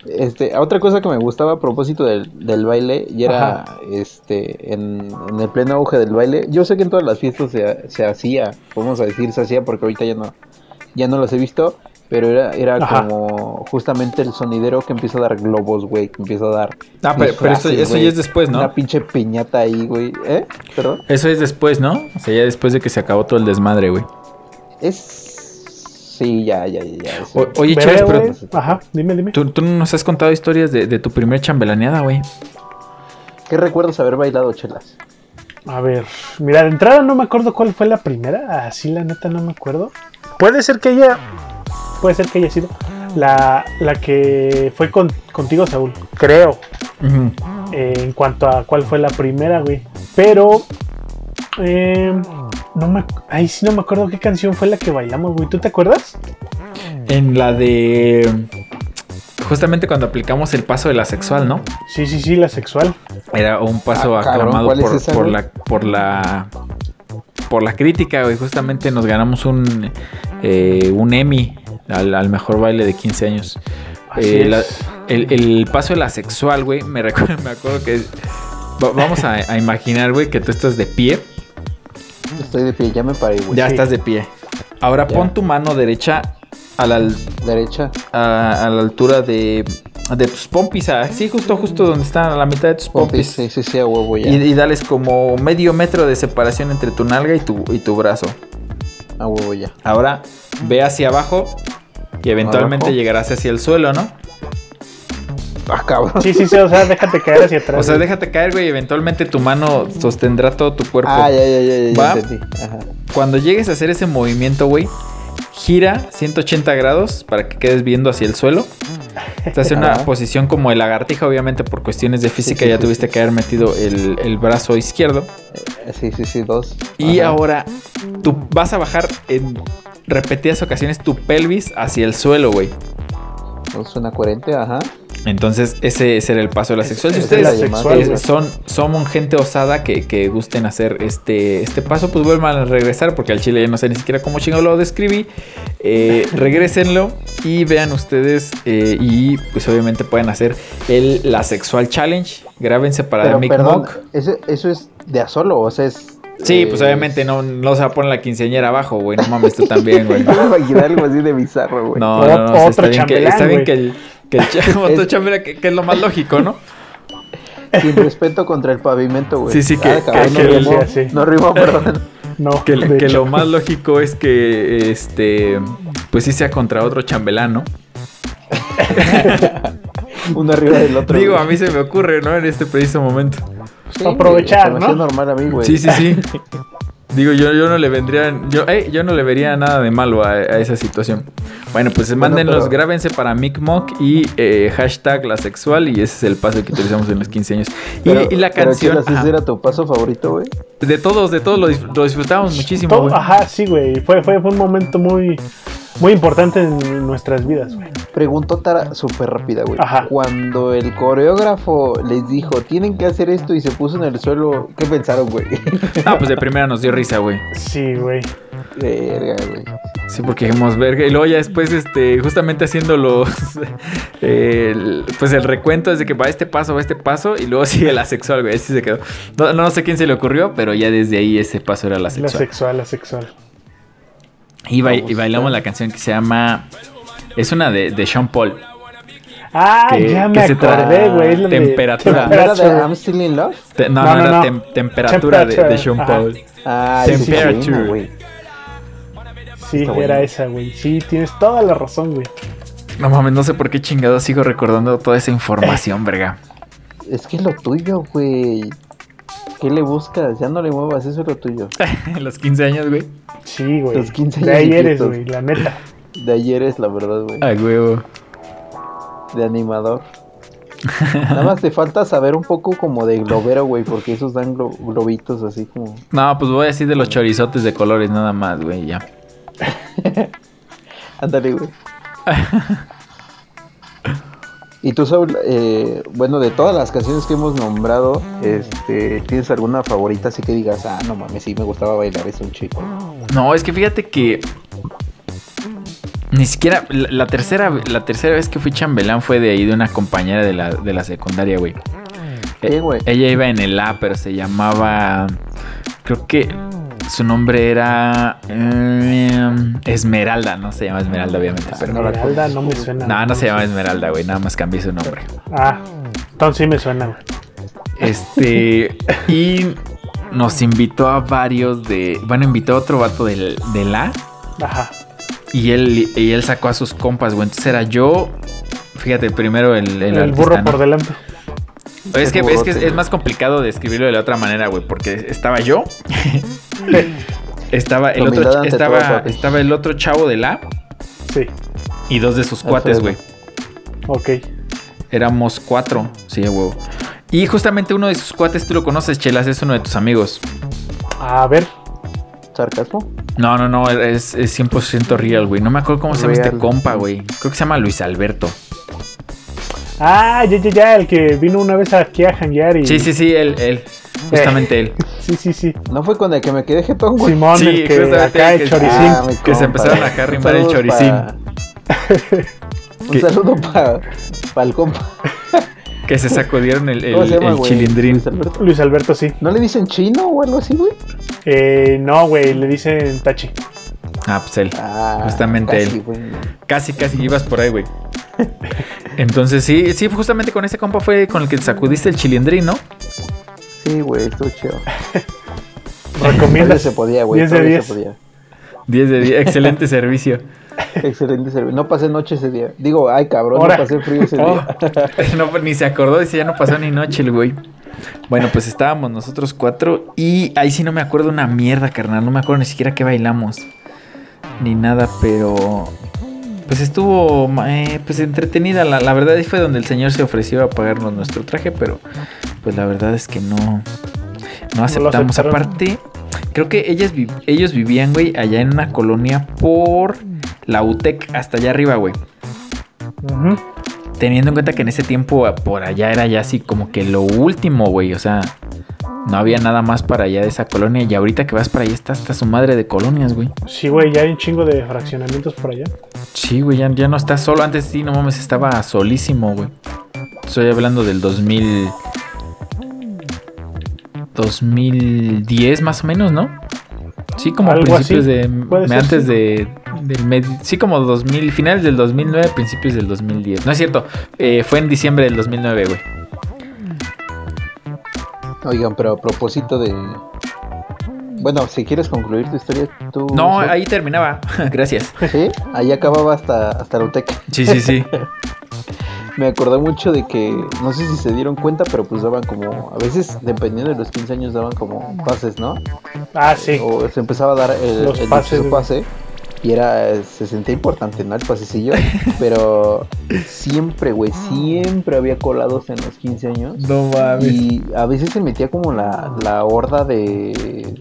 Speaker 3: este, otra cosa que me gustaba a propósito del, del baile, y era
Speaker 2: Ajá.
Speaker 3: este en, en el pleno auge del baile, yo sé que en todas las fiestas se, ha- se hacía, vamos a decir se hacía porque ahorita ya no, ya no las he visto, pero era, era
Speaker 2: Ajá.
Speaker 3: como justamente el sonidero que empieza a dar globos, güey, que empieza a dar...
Speaker 1: Ah, pero- pero eso-
Speaker 3: disfraces,
Speaker 1: eso ya
Speaker 3: güey,
Speaker 1: es después, ¿no?
Speaker 3: Una pinche piñata ahí, güey. ¿Eh? ¿Perdón?
Speaker 1: Eso es después, ¿no? O sea, ya después de que se acabó todo el desmadre, güey.
Speaker 3: Es... Sí, ya, ya, ya. ya, eso.
Speaker 1: O- oye,
Speaker 2: Verga,
Speaker 1: Chávez, pero
Speaker 2: güey. Ajá, dime, dime.
Speaker 1: tú, tú nos has contado historias de, de tu primer chambelaneada, güey.
Speaker 3: ¿Qué recuerdas haber bailado, chelas?
Speaker 2: A ver, mira, de entrada no me acuerdo cuál fue la primera, así la neta no me acuerdo. Puede ser que ella, puede ser que haya sido la, la que fue con- contigo, Saúl, creo.
Speaker 1: Ujú.
Speaker 2: eh, en cuanto a cuál fue la primera, güey. Pero eh, no me, ay, sí no me acuerdo qué canción fue la que bailamos, güey. ¿Tú te acuerdas?
Speaker 1: En la de. Justamente cuando aplicamos el paso de la sexual, ¿no?
Speaker 2: Sí, sí, sí, la sexual.
Speaker 1: Era un paso
Speaker 3: Ah, cabrón,
Speaker 1: aclamado
Speaker 3: ¿cuál es
Speaker 1: por,
Speaker 3: esa,
Speaker 1: por
Speaker 3: güey?
Speaker 1: la por la por la crítica, güey. Justamente nos ganamos un eh, un Emmy al, al mejor baile de 15 años.
Speaker 2: Así
Speaker 1: Eh, la-
Speaker 2: es.
Speaker 1: el, el paso de la sexual, güey, me recuerdo, me acuerdo que va- vamos a, a imaginar, güey, que tú estás de pie,
Speaker 3: Estoy de pie, ya me paré, güey.
Speaker 1: ya
Speaker 2: sí.
Speaker 1: estás de pie. Ahora
Speaker 3: Pues Ya.
Speaker 1: pon tu mano derecha a la, al-
Speaker 3: Derecha.
Speaker 1: a, a la altura de, de tus pompis, así justo justo donde están a la mitad de tus
Speaker 3: Pompis,
Speaker 1: pompis.
Speaker 3: Oh, sí, sí, sí, a huevo ya.
Speaker 1: Oh, pues. Y, y dales como medio metro de separación entre tu nalga y tu, y tu brazo.
Speaker 3: A huevo ya.
Speaker 1: Ahora ve hacia abajo y eventualmente
Speaker 3: Abajo.
Speaker 1: llegarás hacia el suelo, ¿no?
Speaker 3: Ah, cabrón.
Speaker 2: Sí, sí, sí, o sea, déjate caer hacia atrás.
Speaker 1: O sea,
Speaker 2: güey.
Speaker 1: déjate caer, güey, y eventualmente tu mano sostendrá todo tu cuerpo.
Speaker 3: Ah, ya, ya, ya, ya, ya
Speaker 1: Va.
Speaker 3: entendí. Ajá.
Speaker 1: Cuando llegues a hacer ese movimiento, güey, gira 180 grados para que quedes viendo hacia el suelo. Estás en una
Speaker 3: Ajá.
Speaker 1: posición como el lagartija, obviamente por cuestiones de física
Speaker 3: sí,
Speaker 1: ya
Speaker 3: sí,
Speaker 1: tuviste
Speaker 3: sí.
Speaker 1: que haber metido el, el brazo izquierdo.
Speaker 3: Eh, Sí, sí, sí, dos.
Speaker 1: Y
Speaker 3: Ajá.
Speaker 1: ahora tú vas a bajar en repetidas ocasiones tu pelvis hacia el suelo, güey.
Speaker 3: Dos, una coherente, ajá.
Speaker 1: Entonces, ese, ese era el paso de la sexual. Si
Speaker 2: Esa es la
Speaker 1: ustedes
Speaker 3: llamada,
Speaker 2: sexual,
Speaker 1: eh,
Speaker 2: güey.
Speaker 1: son, son gente osada que, que gusten hacer este, este paso, pues vuelvan a regresar, porque al chile ya no sé ni siquiera cómo chingado lo describí. Eh, regrésenlo y vean ustedes, eh, y pues obviamente pueden hacer el, la sexual challenge. Grábense para
Speaker 3: Pero
Speaker 1: el
Speaker 3: perdón,
Speaker 1: Mic Moc.
Speaker 3: eso, eso es de a solo, o sea, es.
Speaker 1: Sí,
Speaker 3: eh,
Speaker 1: pues obviamente no, no se va a poner la quinceañera abajo, güey. No mames, tú también, güey.
Speaker 3: Me imaginé algo así de bizarro, güey.
Speaker 1: No,
Speaker 2: Ot-
Speaker 1: no, no, o sea,
Speaker 2: otro
Speaker 1: está bien que,
Speaker 2: chambelán,
Speaker 1: está bien
Speaker 2: güey.
Speaker 1: que el, que el cha- otro
Speaker 3: Es-
Speaker 1: chambelán, que, que es lo más lógico, ¿no?
Speaker 3: Sin respeto contra el pavimento, güey. Ah,
Speaker 1: Sí, sí, que-
Speaker 3: cabrón,
Speaker 2: que- que-
Speaker 3: no rimó,
Speaker 2: sí, sí.
Speaker 3: no rimó, perdón.
Speaker 2: no,
Speaker 1: Que,
Speaker 2: de
Speaker 1: que
Speaker 2: hecho.
Speaker 1: lo más lógico es que, este, pues sí sea contra otro chambelán, ¿no?
Speaker 3: Uno arriba del otro.
Speaker 1: Digo,
Speaker 3: güey.
Speaker 1: a mí se me ocurre, ¿no? En este preciso momento.
Speaker 3: Sí, güey,
Speaker 2: Aprovechar,
Speaker 3: se me hacía
Speaker 2: ¿no?
Speaker 3: normal a mí, güey.
Speaker 1: Sí, sí, sí. Digo, yo, yo no le vendría, yo, eh, yo no le vería nada de malo a, a esa situación. Bueno, pues mándenlos,
Speaker 3: pero-
Speaker 1: grábense para MicMoc y eh, hashtag la sexual y ese es el paso que utilizamos en los 15 años. Y,
Speaker 3: Pero-
Speaker 1: y la
Speaker 3: pero,
Speaker 1: canción,
Speaker 3: Chelas,
Speaker 1: ajá,
Speaker 3: ¿Ese era tu paso favorito, güey?
Speaker 1: de todos, de todos lo, disfr- lo disfrutamos muchísimo.
Speaker 2: Todo-
Speaker 1: güey.
Speaker 2: ajá, sí, güey. Fue, fue, fue un momento muy, muy importante en nuestras vidas, güey.
Speaker 3: Preguntota súper rápida, güey.
Speaker 2: Ajá.
Speaker 3: Cuando el coreógrafo les dijo, tienen que hacer esto y se puso en el suelo, ¿qué pensaron, güey?
Speaker 1: Ah, pues de primera nos dio risa, güey.
Speaker 2: Sí, güey.
Speaker 3: Verga, güey.
Speaker 1: Sí, porque dijimos verga. Y luego ya después, este, justamente haciendo los. el- pues el recuento es de que va este paso, va este paso. Y luego sigue la sexual, güey. Así se quedó. No, no sé quién se le ocurrió, pero ya desde ahí ese paso era la
Speaker 2: La
Speaker 1: sexual.
Speaker 2: sexual, la sexual.
Speaker 1: y, ba- y bailamos la canción que se llama. Es una de, de Sean Paul.
Speaker 2: Ah,
Speaker 1: Que-
Speaker 2: ya me
Speaker 1: que se trata-
Speaker 2: acordé, güey. es la de
Speaker 1: Temperatura.
Speaker 3: ¿No era de
Speaker 2: temperatura.
Speaker 3: I'm Still in Love?
Speaker 1: Te- no,
Speaker 2: No,
Speaker 1: no,
Speaker 2: no,
Speaker 1: era
Speaker 2: no.
Speaker 1: tem- temperatura de, de Sean
Speaker 2: Ajá.
Speaker 1: Paul.
Speaker 3: Ah,
Speaker 1: Sin
Speaker 3: sí, sí,
Speaker 1: Fear,
Speaker 3: sí,
Speaker 1: True.
Speaker 3: güey.
Speaker 2: Sí, era
Speaker 3: Está bueno.
Speaker 2: esa, güey. Sí, tienes toda la razón, güey.
Speaker 1: No mames, no sé por qué chingado sigo recordando toda esa información, verga.
Speaker 3: Es que es lo tuyo, güey. ¿Qué le buscas? Ya no le muevas, eso es lo tuyo.
Speaker 1: Los 15 años, güey.
Speaker 2: Sí, güey.
Speaker 3: Los 15
Speaker 2: De ahí
Speaker 3: años
Speaker 2: eres,
Speaker 3: viejitos.
Speaker 2: güey, la neta.
Speaker 3: De ayer es la verdad, güey.
Speaker 1: A huevo.
Speaker 3: De animador. Nada más te falta saber un poco como de globero, güey, porque esos dan glo- globitos así como.
Speaker 1: No, pues voy a decir de los chorizotes de colores nada más, güey, ya.
Speaker 3: Ándale, güey. y tú, Saúl, eh, bueno, de todas las canciones que hemos nombrado, este, ¿tienes alguna favorita así que digas, ah, no mames, sí me gustaba bailar eso un chico?
Speaker 1: No, es que fíjate que ni siquiera la, la tercera la tercera vez que fui chambelán fue de ahí de una compañera de la, de la secundaria, güey.
Speaker 3: ¿Qué,
Speaker 1: Eh,
Speaker 3: güey?
Speaker 1: Ella iba en el A, pero se llamaba creo que su nombre era em, Esmeralda, no se llama Esmeralda obviamente, pero
Speaker 3: no la
Speaker 2: Esmeralda no me suena.
Speaker 1: no, no se llama Esmeralda, güey, nada más cambié su nombre.
Speaker 2: Ah, entonces sí me suena, güey.
Speaker 1: Este. Y nos invitó a varios de. Bueno, invitó a otro vato del, de la.
Speaker 2: Ajá.
Speaker 1: Y él, y él sacó a sus compas, güey. Entonces era yo. Fíjate, primero el, el,
Speaker 2: El,
Speaker 1: artista,
Speaker 2: burro
Speaker 1: ¿no?
Speaker 2: por delante.
Speaker 1: Es que, es que es-
Speaker 3: Burrote.
Speaker 1: es más complicado describirlo de la otra manera, güey. Porque estaba yo. estaba el otro.
Speaker 3: Humildad
Speaker 1: ch-
Speaker 3: ante todo,
Speaker 1: Estaba,
Speaker 3: papi.
Speaker 1: estaba el otro chavo de la.
Speaker 2: Sí,
Speaker 1: Y dos de sus cuates,
Speaker 3: es.
Speaker 1: güey.
Speaker 2: ok.
Speaker 1: Éramos cuatro. Sí, a huevo. Y justamente uno de sus cuates, tú lo conoces, Chelas, es uno de tus amigos.
Speaker 2: A ver,
Speaker 3: ¿Sarcasmo?
Speaker 1: No, no, no, es, es 100% real, güey. No me acuerdo cómo se llama este
Speaker 3: Real.
Speaker 1: compa, güey. Creo que se llama Luis Alberto.
Speaker 2: Ah, ya, ya, ya, el que vino una vez aquí a janguear y.
Speaker 1: Sí, sí, sí, él, él.
Speaker 2: Eh.
Speaker 1: Justamente él.
Speaker 2: Sí, sí, sí.
Speaker 3: ¿No fue con el que me quedé jetón, güey?
Speaker 2: Simón,
Speaker 1: Sí,
Speaker 2: el que
Speaker 1: justamente
Speaker 2: acá
Speaker 1: el que-
Speaker 2: el choricín.
Speaker 3: Ah, mi
Speaker 1: Que se
Speaker 3: compa.
Speaker 1: empezaron acá a rimar el
Speaker 3: Saludos
Speaker 1: choricín.
Speaker 3: pa-
Speaker 1: ¿Qué?
Speaker 3: Un saludo para el compa.
Speaker 1: Que se sacudieron el, el-
Speaker 3: ¿Cómo se llama,
Speaker 1: el
Speaker 3: güey?
Speaker 1: chilindrín.
Speaker 3: Luis Alberto.
Speaker 2: Luis Alberto, sí.
Speaker 3: ¿No le dicen chino o algo así, güey?
Speaker 2: Eh, no, güey, le dicen Tachi.
Speaker 1: Ah, pues él.
Speaker 3: Ah,
Speaker 1: Justamente
Speaker 3: casi,
Speaker 1: él.
Speaker 3: güey.
Speaker 1: Casi, casi ibas por ahí, güey. Entonces, sí, sí, justamente con ese compa fue con el que te sacudiste el chilindrín, ¿no?
Speaker 3: Sí, güey, estuvo chido. Todavía
Speaker 2: ¿Recomiendas?
Speaker 3: se podía, güey.
Speaker 2: Diez de
Speaker 3: todavía
Speaker 2: diez.
Speaker 3: se podía.
Speaker 1: 10 de 10, excelente servicio.
Speaker 3: Excelente servicio. No pasé noche ese día. Digo, ay, cabrón,
Speaker 2: Ahora.
Speaker 3: no pasé frío ese
Speaker 1: Oh,
Speaker 3: día.
Speaker 1: no, ni se acordó, dice, ya no pasó ni noche el güey. Bueno, pues estábamos nosotros cuatro y ahí sí no me acuerdo una mierda, carnal. No me acuerdo ni siquiera qué bailamos. Ni nada, pero... Pues estuvo eh, pues entretenida. La, la verdad ahí fue donde el señor se ofreció a pagarnos nuestro traje, pero pues la verdad es que no... No aceptamos.
Speaker 2: aceptaron.
Speaker 1: Aparte, creo que ellas vi- ellos vivían, güey, allá en una colonia por la UTEC, hasta allá arriba, güey
Speaker 2: Ujú.
Speaker 1: teniendo en cuenta que en ese tiempo ah, por allá era ya así como que lo último, güey. O sea, no había nada más para allá de esa colonia. Y ahorita que vas para allá está hasta su madre de colonias, güey.
Speaker 2: Sí, güey, ya hay un chingo de fraccionamientos por allá.
Speaker 1: Sí, güey, ya, ya no está solo. Antes sí, no mames, estaba solísimo, güey. Estoy hablando del 2000... 2010 más o menos, ¿no? Sí, como
Speaker 2: Algo
Speaker 1: principios
Speaker 2: así.
Speaker 1: de...
Speaker 2: Puede ser,
Speaker 1: antes
Speaker 2: sí.
Speaker 1: de... Del med- sí, como 2000, finales del 2009, principios del 2010. No es cierto, eh, fue en diciembre del 2009, güey.
Speaker 3: Oigan, pero a propósito de. Bueno, si quieres concluir tu historia, tú.
Speaker 1: No,
Speaker 3: Sol.
Speaker 1: ahí terminaba. Gracias.
Speaker 3: Sí, ahí acababa hasta, hasta la UTEC.
Speaker 1: Sí, sí, sí.
Speaker 3: Me acordé mucho de que, no sé si se dieron cuenta, pero pues daban como, a veces dependiendo de los 15 años daban como pases, ¿no?
Speaker 2: Ah, sí.
Speaker 3: O se empezaba a dar el,
Speaker 2: Los
Speaker 3: el
Speaker 2: pases,
Speaker 3: dichoso
Speaker 2: güey.
Speaker 3: pase y era, se sentía importante, ¿no? El pasecillo, pero siempre, güey, siempre había colados en los 15 años.
Speaker 1: No mames.
Speaker 3: Y a veces se metía como la, la horda de,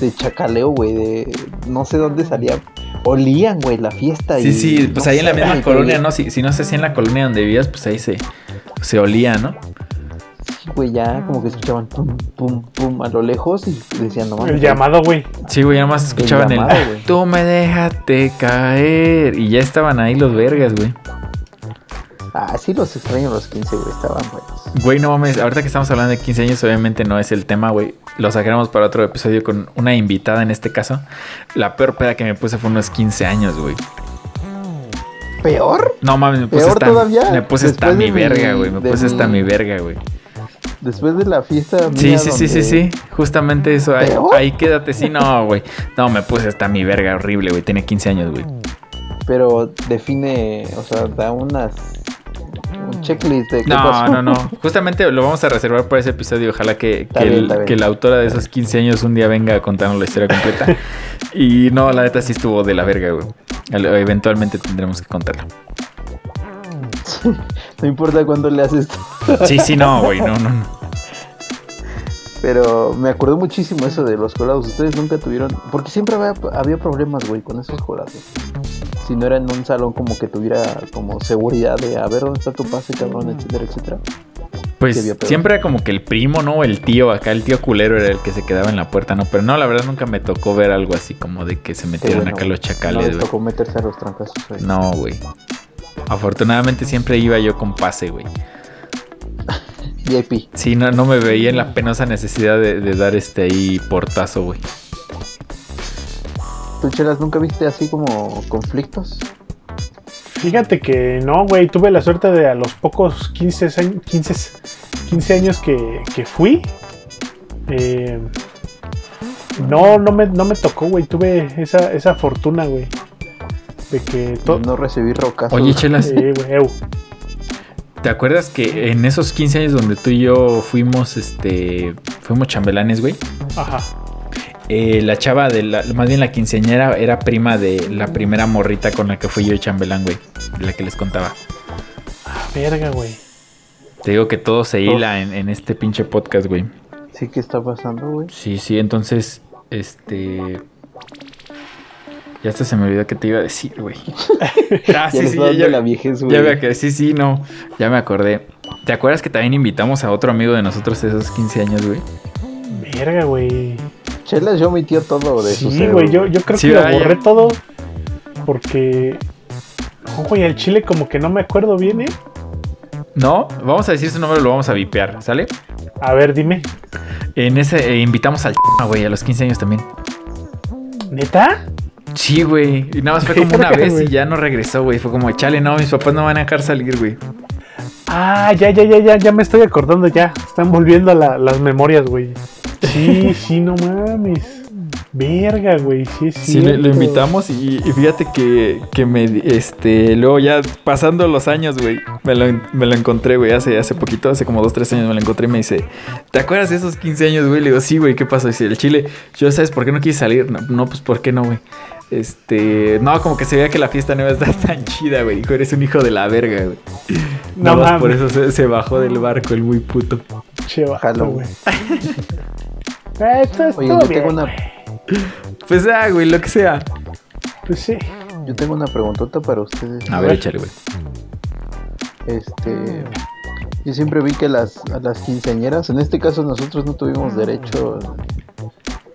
Speaker 3: de chacaleo, güey, de no sé dónde salía. Olían, güey, la fiesta.
Speaker 1: Sí,
Speaker 3: y
Speaker 1: sí, pues
Speaker 3: no
Speaker 1: ahí en la
Speaker 3: sé,
Speaker 1: misma
Speaker 3: güey.
Speaker 1: colonia, ¿no? Si, si no sé si en la colonia donde vivías, pues ahí se, se olía, ¿no?
Speaker 3: Güey,
Speaker 2: Ah.
Speaker 3: ya como que escuchaban pum, pum, pum a lo lejos y decían, no mames.
Speaker 2: El llamado, güey.
Speaker 1: Sí, güey, nada más escuchaban el,
Speaker 3: llamado, güey.
Speaker 1: Tú me dejaste caer. Y ya estaban ahí los vergas, güey.
Speaker 3: Ah, sí, los extraño los 15, güey, estaban buenos.
Speaker 1: Güey, no mames, ahorita que estamos hablando de 15 años, obviamente no es el tema, güey. Lo sacaremos para otro episodio con una invitada en este caso. La peor peda que me puse fue unos 15 años, güey.
Speaker 3: ¿Peor?
Speaker 1: No mames, me puse
Speaker 3: ¿Peor
Speaker 1: hasta,
Speaker 3: todavía?
Speaker 1: me puse hasta
Speaker 3: Después de
Speaker 1: mi
Speaker 3: mi-
Speaker 1: verga, güey. Me
Speaker 3: de
Speaker 1: puse hasta
Speaker 3: mi-
Speaker 1: mi verga, güey.
Speaker 3: Después de la fiesta.
Speaker 1: Sí,
Speaker 3: mía
Speaker 1: sí, sí, sí,
Speaker 3: donde-
Speaker 1: sí. Justamente eso. Ahí,
Speaker 3: ¿Pero?
Speaker 1: ahí quédate. Sí, no, güey. No, me puse hasta mi verga horrible, güey. Tenía 15 años, güey.
Speaker 3: Pero define, o sea, da unas. Un checklist de qué
Speaker 1: No,
Speaker 3: pasó.
Speaker 1: no, no. Justamente lo vamos a reservar para ese episodio. Ojalá que,
Speaker 3: Está
Speaker 1: que
Speaker 3: bien,
Speaker 1: el-
Speaker 3: está bien.
Speaker 1: que la autora de esos 15 años un día venga a contarnos la historia completa. y no, la neta sí estuvo de la verga, güey. Al- Eventualmente tendremos que contarlo.
Speaker 3: No importa cuándo le haces esto.
Speaker 1: Sí, sí, no, güey. No, no, no.
Speaker 3: Pero me acordé muchísimo eso de los colados. Ustedes nunca tuvieron. Porque siempre había, había problemas, güey, con esos colados. Si no era en un salón como que tuviera como seguridad de a ver dónde está tu pase, cabrón, etcétera, etcétera. Qué
Speaker 1: Pues
Speaker 3: bien, pero-
Speaker 1: siempre era como que el primo, ¿no? El tío acá, el tío culero era el que se quedaba en la puerta, ¿no? Pero no, la verdad nunca me tocó ver algo así como de que se metieron
Speaker 3: bueno,
Speaker 1: acá los
Speaker 3: no
Speaker 1: chacales,
Speaker 3: les
Speaker 1: eh, güey.
Speaker 3: tocó meterse a los trancazos, güey.
Speaker 1: No, güey. Afortunadamente siempre iba yo con pase, güey.
Speaker 3: VIP.
Speaker 1: Sí, no, no me veía en la penosa necesidad de, de dar este ahí portazo, güey.
Speaker 3: ¿Tú, Chelas, nunca viste así como conflictos?
Speaker 2: Fíjate que no, güey. Tuve la suerte de a los pocos 15 años, 15, 15 años que, que fui. eh, no, no me, no me tocó, güey. Tuve esa, esa fortuna, güey. De que todo.
Speaker 3: No recibí rocas.
Speaker 1: Oye, Chelas,
Speaker 2: Sí, güey. eu.
Speaker 1: ¿te acuerdas que en esos 15 años donde tú y yo fuimos, este, fuimos chambelanes, güey?
Speaker 2: Ajá.
Speaker 1: Eh, la chava de la, más bien la quinceañera era prima de la primera morrita con la que fui yo de chambelán, güey. de La que les contaba.
Speaker 2: Ah, verga, güey.
Speaker 1: Te digo que todo se hila en, en este pinche podcast, güey.
Speaker 3: Sí, ¿qué está pasando, güey?
Speaker 1: Sí, sí, entonces, este... Ya hasta se me olvidó que te iba a decir, güey. Ah,
Speaker 3: ya
Speaker 1: sí,
Speaker 3: les
Speaker 1: sí,
Speaker 3: va
Speaker 1: ya,
Speaker 3: dando
Speaker 1: ya-
Speaker 3: la vejez,
Speaker 1: ya
Speaker 3: güey.
Speaker 1: me acordé. Sí, sí, no. Ya me acordé. ¿Te acuerdas que también invitamos a otro amigo de nosotros de esos 15 años, güey?
Speaker 2: Verga, güey.
Speaker 3: Chelas yo omitió todo de su
Speaker 2: Sí,
Speaker 3: cero,
Speaker 2: güey, yo, yo creo
Speaker 1: Sí,
Speaker 2: que lo
Speaker 1: ¿verdad?
Speaker 2: borré
Speaker 1: Ya-
Speaker 2: todo porque... No, güey, al chile como que no me acuerdo bien, ¿eh?
Speaker 1: No, vamos a decir su nombre, lo vamos a vipear, ¿sale?
Speaker 2: A ver, dime.
Speaker 1: En ese eh, invitamos al güey, a los 15 años también.
Speaker 2: ¿Neta?
Speaker 1: Sí, güey. Y nada más fue como una
Speaker 2: Verga,
Speaker 1: vez y
Speaker 2: güey.
Speaker 1: ya no regresó, güey. Fue como, chale, no, mis papás no van a dejar salir, güey.
Speaker 2: Ah, ya, ya, ya, ya, ya me estoy acordando ya. Están volviendo a la- las memorias, güey. Sí, sí, no mames. Verga, güey, sí, sí.
Speaker 1: Sí, le- lo invitamos y, y fíjate que, que me, este, luego ya pasando los años, güey, me lo, en- me lo encontré, güey, hace, hace poquito, hace como dos, tres años me lo encontré y me dice, ¿te acuerdas de esos 15 años, güey? Le digo, sí, güey, ¿qué pasó? Dice, el chile, yo, ¿sabes por qué no quise salir? No, no, pues, ¿por qué no, güey? Este, no, como que se veía que la fiesta no iba a estar tan chida, güey, dijo, eres un hijo de la verga, güey. Nada
Speaker 2: No
Speaker 1: más
Speaker 2: mames.
Speaker 1: por eso se, se bajó del barco el muy puto.
Speaker 2: Che, vato,
Speaker 3: Jalo,
Speaker 2: güey. Ah, esto es
Speaker 3: Oye,
Speaker 2: todo
Speaker 3: yo
Speaker 2: bien.
Speaker 3: tengo, una,
Speaker 1: Pues, ah, güey, lo que sea.
Speaker 2: Pues sí.
Speaker 3: yo tengo una preguntota para ustedes.
Speaker 1: A ver, échale, güey.
Speaker 3: Este, yo siempre vi que las, a las quinceañeras, en este caso nosotros no tuvimos derecho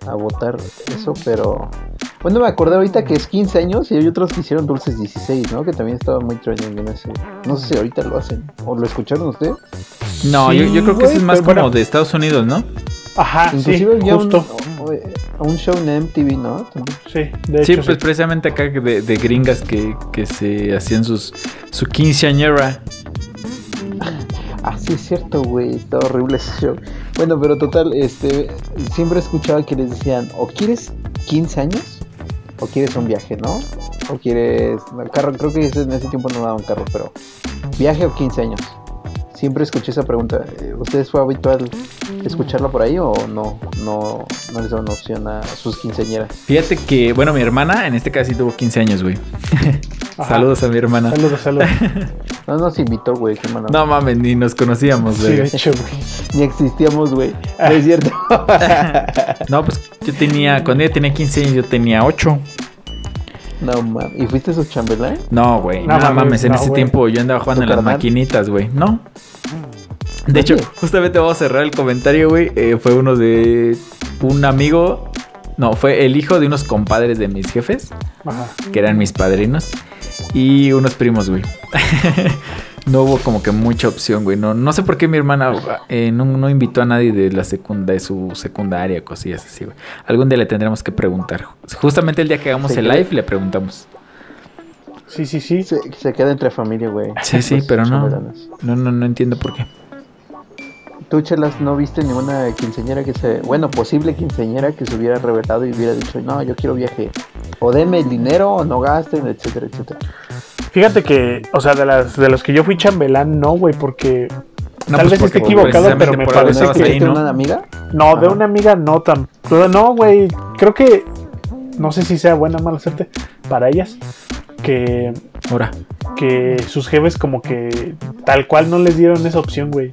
Speaker 3: a votar eso, pero... Bueno, me acordé ahorita que es 15 años y hay otros que hicieron dulces 16, ¿no? Que también estaba muy trending en ese- No sé si ahorita lo hacen. ¿O lo escucharon ustedes?
Speaker 1: No, yo,
Speaker 2: Sí,
Speaker 1: yo creo que eso
Speaker 2: güey,
Speaker 1: es más
Speaker 2: pero bueno.
Speaker 1: como de Estados Unidos, ¿no?
Speaker 2: Ajá,
Speaker 3: Inclusive
Speaker 2: Ah, sí,
Speaker 3: había un,
Speaker 2: justo.
Speaker 3: o- un show en MTV, ¿no? También.
Speaker 2: Sí, de
Speaker 1: Sí,
Speaker 2: hecho.
Speaker 1: pues
Speaker 2: sí.
Speaker 1: precisamente acá de, de gringas que, que se hacían sus su quinceañera.
Speaker 3: Ah, sí, es cierto, güey, está horrible ese show. Bueno, pero total, este, siempre escuchaba que les decían, o quieres 15 años, o quieres un viaje, ¿no? O quieres, no, carro, creo que ese- en ese tiempo no daban carro, pero viaje o 15 años. Siempre escuché esa pregunta. Eh, ¿Ustedes fue habitual escucharla por ahí o no? No, no les daban opción a sus quinceañeras.
Speaker 1: Fíjate que, bueno, mi hermana en este caso sí tuvo 15 años, güey.
Speaker 2: Ajá.
Speaker 1: Saludos a mi hermana.
Speaker 2: Saludos, saludos.
Speaker 3: No nos invitó, güey, qué mala
Speaker 1: No mames, ni nos conocíamos,
Speaker 2: sí, de
Speaker 1: güey.
Speaker 2: hecho, güey.
Speaker 3: Ni existíamos, güey. No es cierto.
Speaker 1: No, pues yo tenía, cuando ella tenía 15 años, yo tenía 8.
Speaker 3: no, mames. ¿Y fuiste su chambelán?
Speaker 1: No, güey,
Speaker 2: No
Speaker 1: no,
Speaker 2: mames,
Speaker 1: mames, en
Speaker 2: no,
Speaker 1: ese
Speaker 2: güey.
Speaker 1: tiempo yo andaba jugando
Speaker 3: ¿Tu
Speaker 1: en las
Speaker 3: carnal?
Speaker 1: maquinitas, güey. No.
Speaker 2: Mm.
Speaker 1: De hecho,
Speaker 3: Oye.
Speaker 1: justamente vamos a cerrar el comentario, güey. Eh, fue uno de un amigo, no, fue el hijo de unos compadres de mis jefes.
Speaker 2: Ajá.
Speaker 1: que eran mis padrinos y unos primos, güey. no hubo como que mucha opción, güey. No, no sé por qué mi hermana eh, no, no invitó a nadie de la secunda, de su secundaria, cosillas así, güey. Algún día le tendremos que preguntar. Justamente el día que hagamos
Speaker 3: Sí,
Speaker 1: el
Speaker 3: creo.
Speaker 1: live le preguntamos.
Speaker 2: Sí, sí, sí.
Speaker 3: Se, se queda entre familia, güey. Pues,
Speaker 1: Sí, sí,
Speaker 3: Los
Speaker 1: pero no.
Speaker 3: chambelanes.
Speaker 1: No, no, no entiendo por qué.
Speaker 3: Tú, Chelas, no viste ninguna quinceñera que se. Bueno, posible quinceñera que se hubiera revelado y hubiera dicho, no, yo quiero viaje. O denme el dinero, o no gasten, etcétera, etcétera.
Speaker 2: Fíjate que, o sea, de, las, de los que yo fui chambelán, no, güey, porque
Speaker 1: No,
Speaker 2: Tal
Speaker 1: pues,
Speaker 2: vez
Speaker 1: porque,
Speaker 2: esté
Speaker 1: pues,
Speaker 2: equivocado, pero
Speaker 1: precisamente
Speaker 2: me
Speaker 1: por algo
Speaker 2: parece
Speaker 1: estabas
Speaker 2: que-
Speaker 1: ahí,
Speaker 3: ¿Tuviste
Speaker 1: ¿no?
Speaker 3: una amiga?
Speaker 2: No, de
Speaker 3: Ajá.
Speaker 2: una amiga no tan. No, güey. Creo que. No sé si sea buena o mala suerte para ellas. Que,
Speaker 1: Ahora.
Speaker 2: que sus jefes, como que tal cual no les dieron esa opción, güey.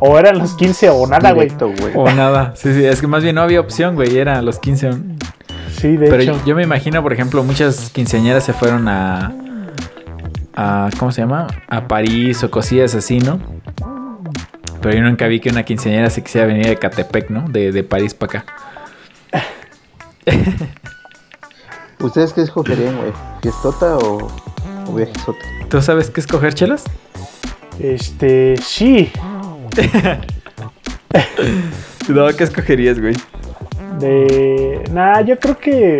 Speaker 2: O eran los 15 o nada, güey.
Speaker 3: Directo, güey.
Speaker 1: O nada. Sí, sí, es que más bien no había opción, güey. Era a los 15. ¿no?
Speaker 2: Sí, de
Speaker 1: Pero
Speaker 2: hecho.
Speaker 1: yo me imagino, por ejemplo, muchas quinceañeras se fueron a, a. ¿Cómo se llama? A París o cosillas así, ¿no? Pero yo nunca vi que una quinceañera se quisiera venir de Catepec, ¿no? De, de París para acá.
Speaker 3: ¿Ustedes qué escogerían, güey? ¿Fiestota o, o viajesota?
Speaker 1: ¿Tú sabes qué escoger, chelas?
Speaker 2: Este. Sí.
Speaker 1: No, ¿qué escogerías, güey?
Speaker 2: De. Nah, yo creo que.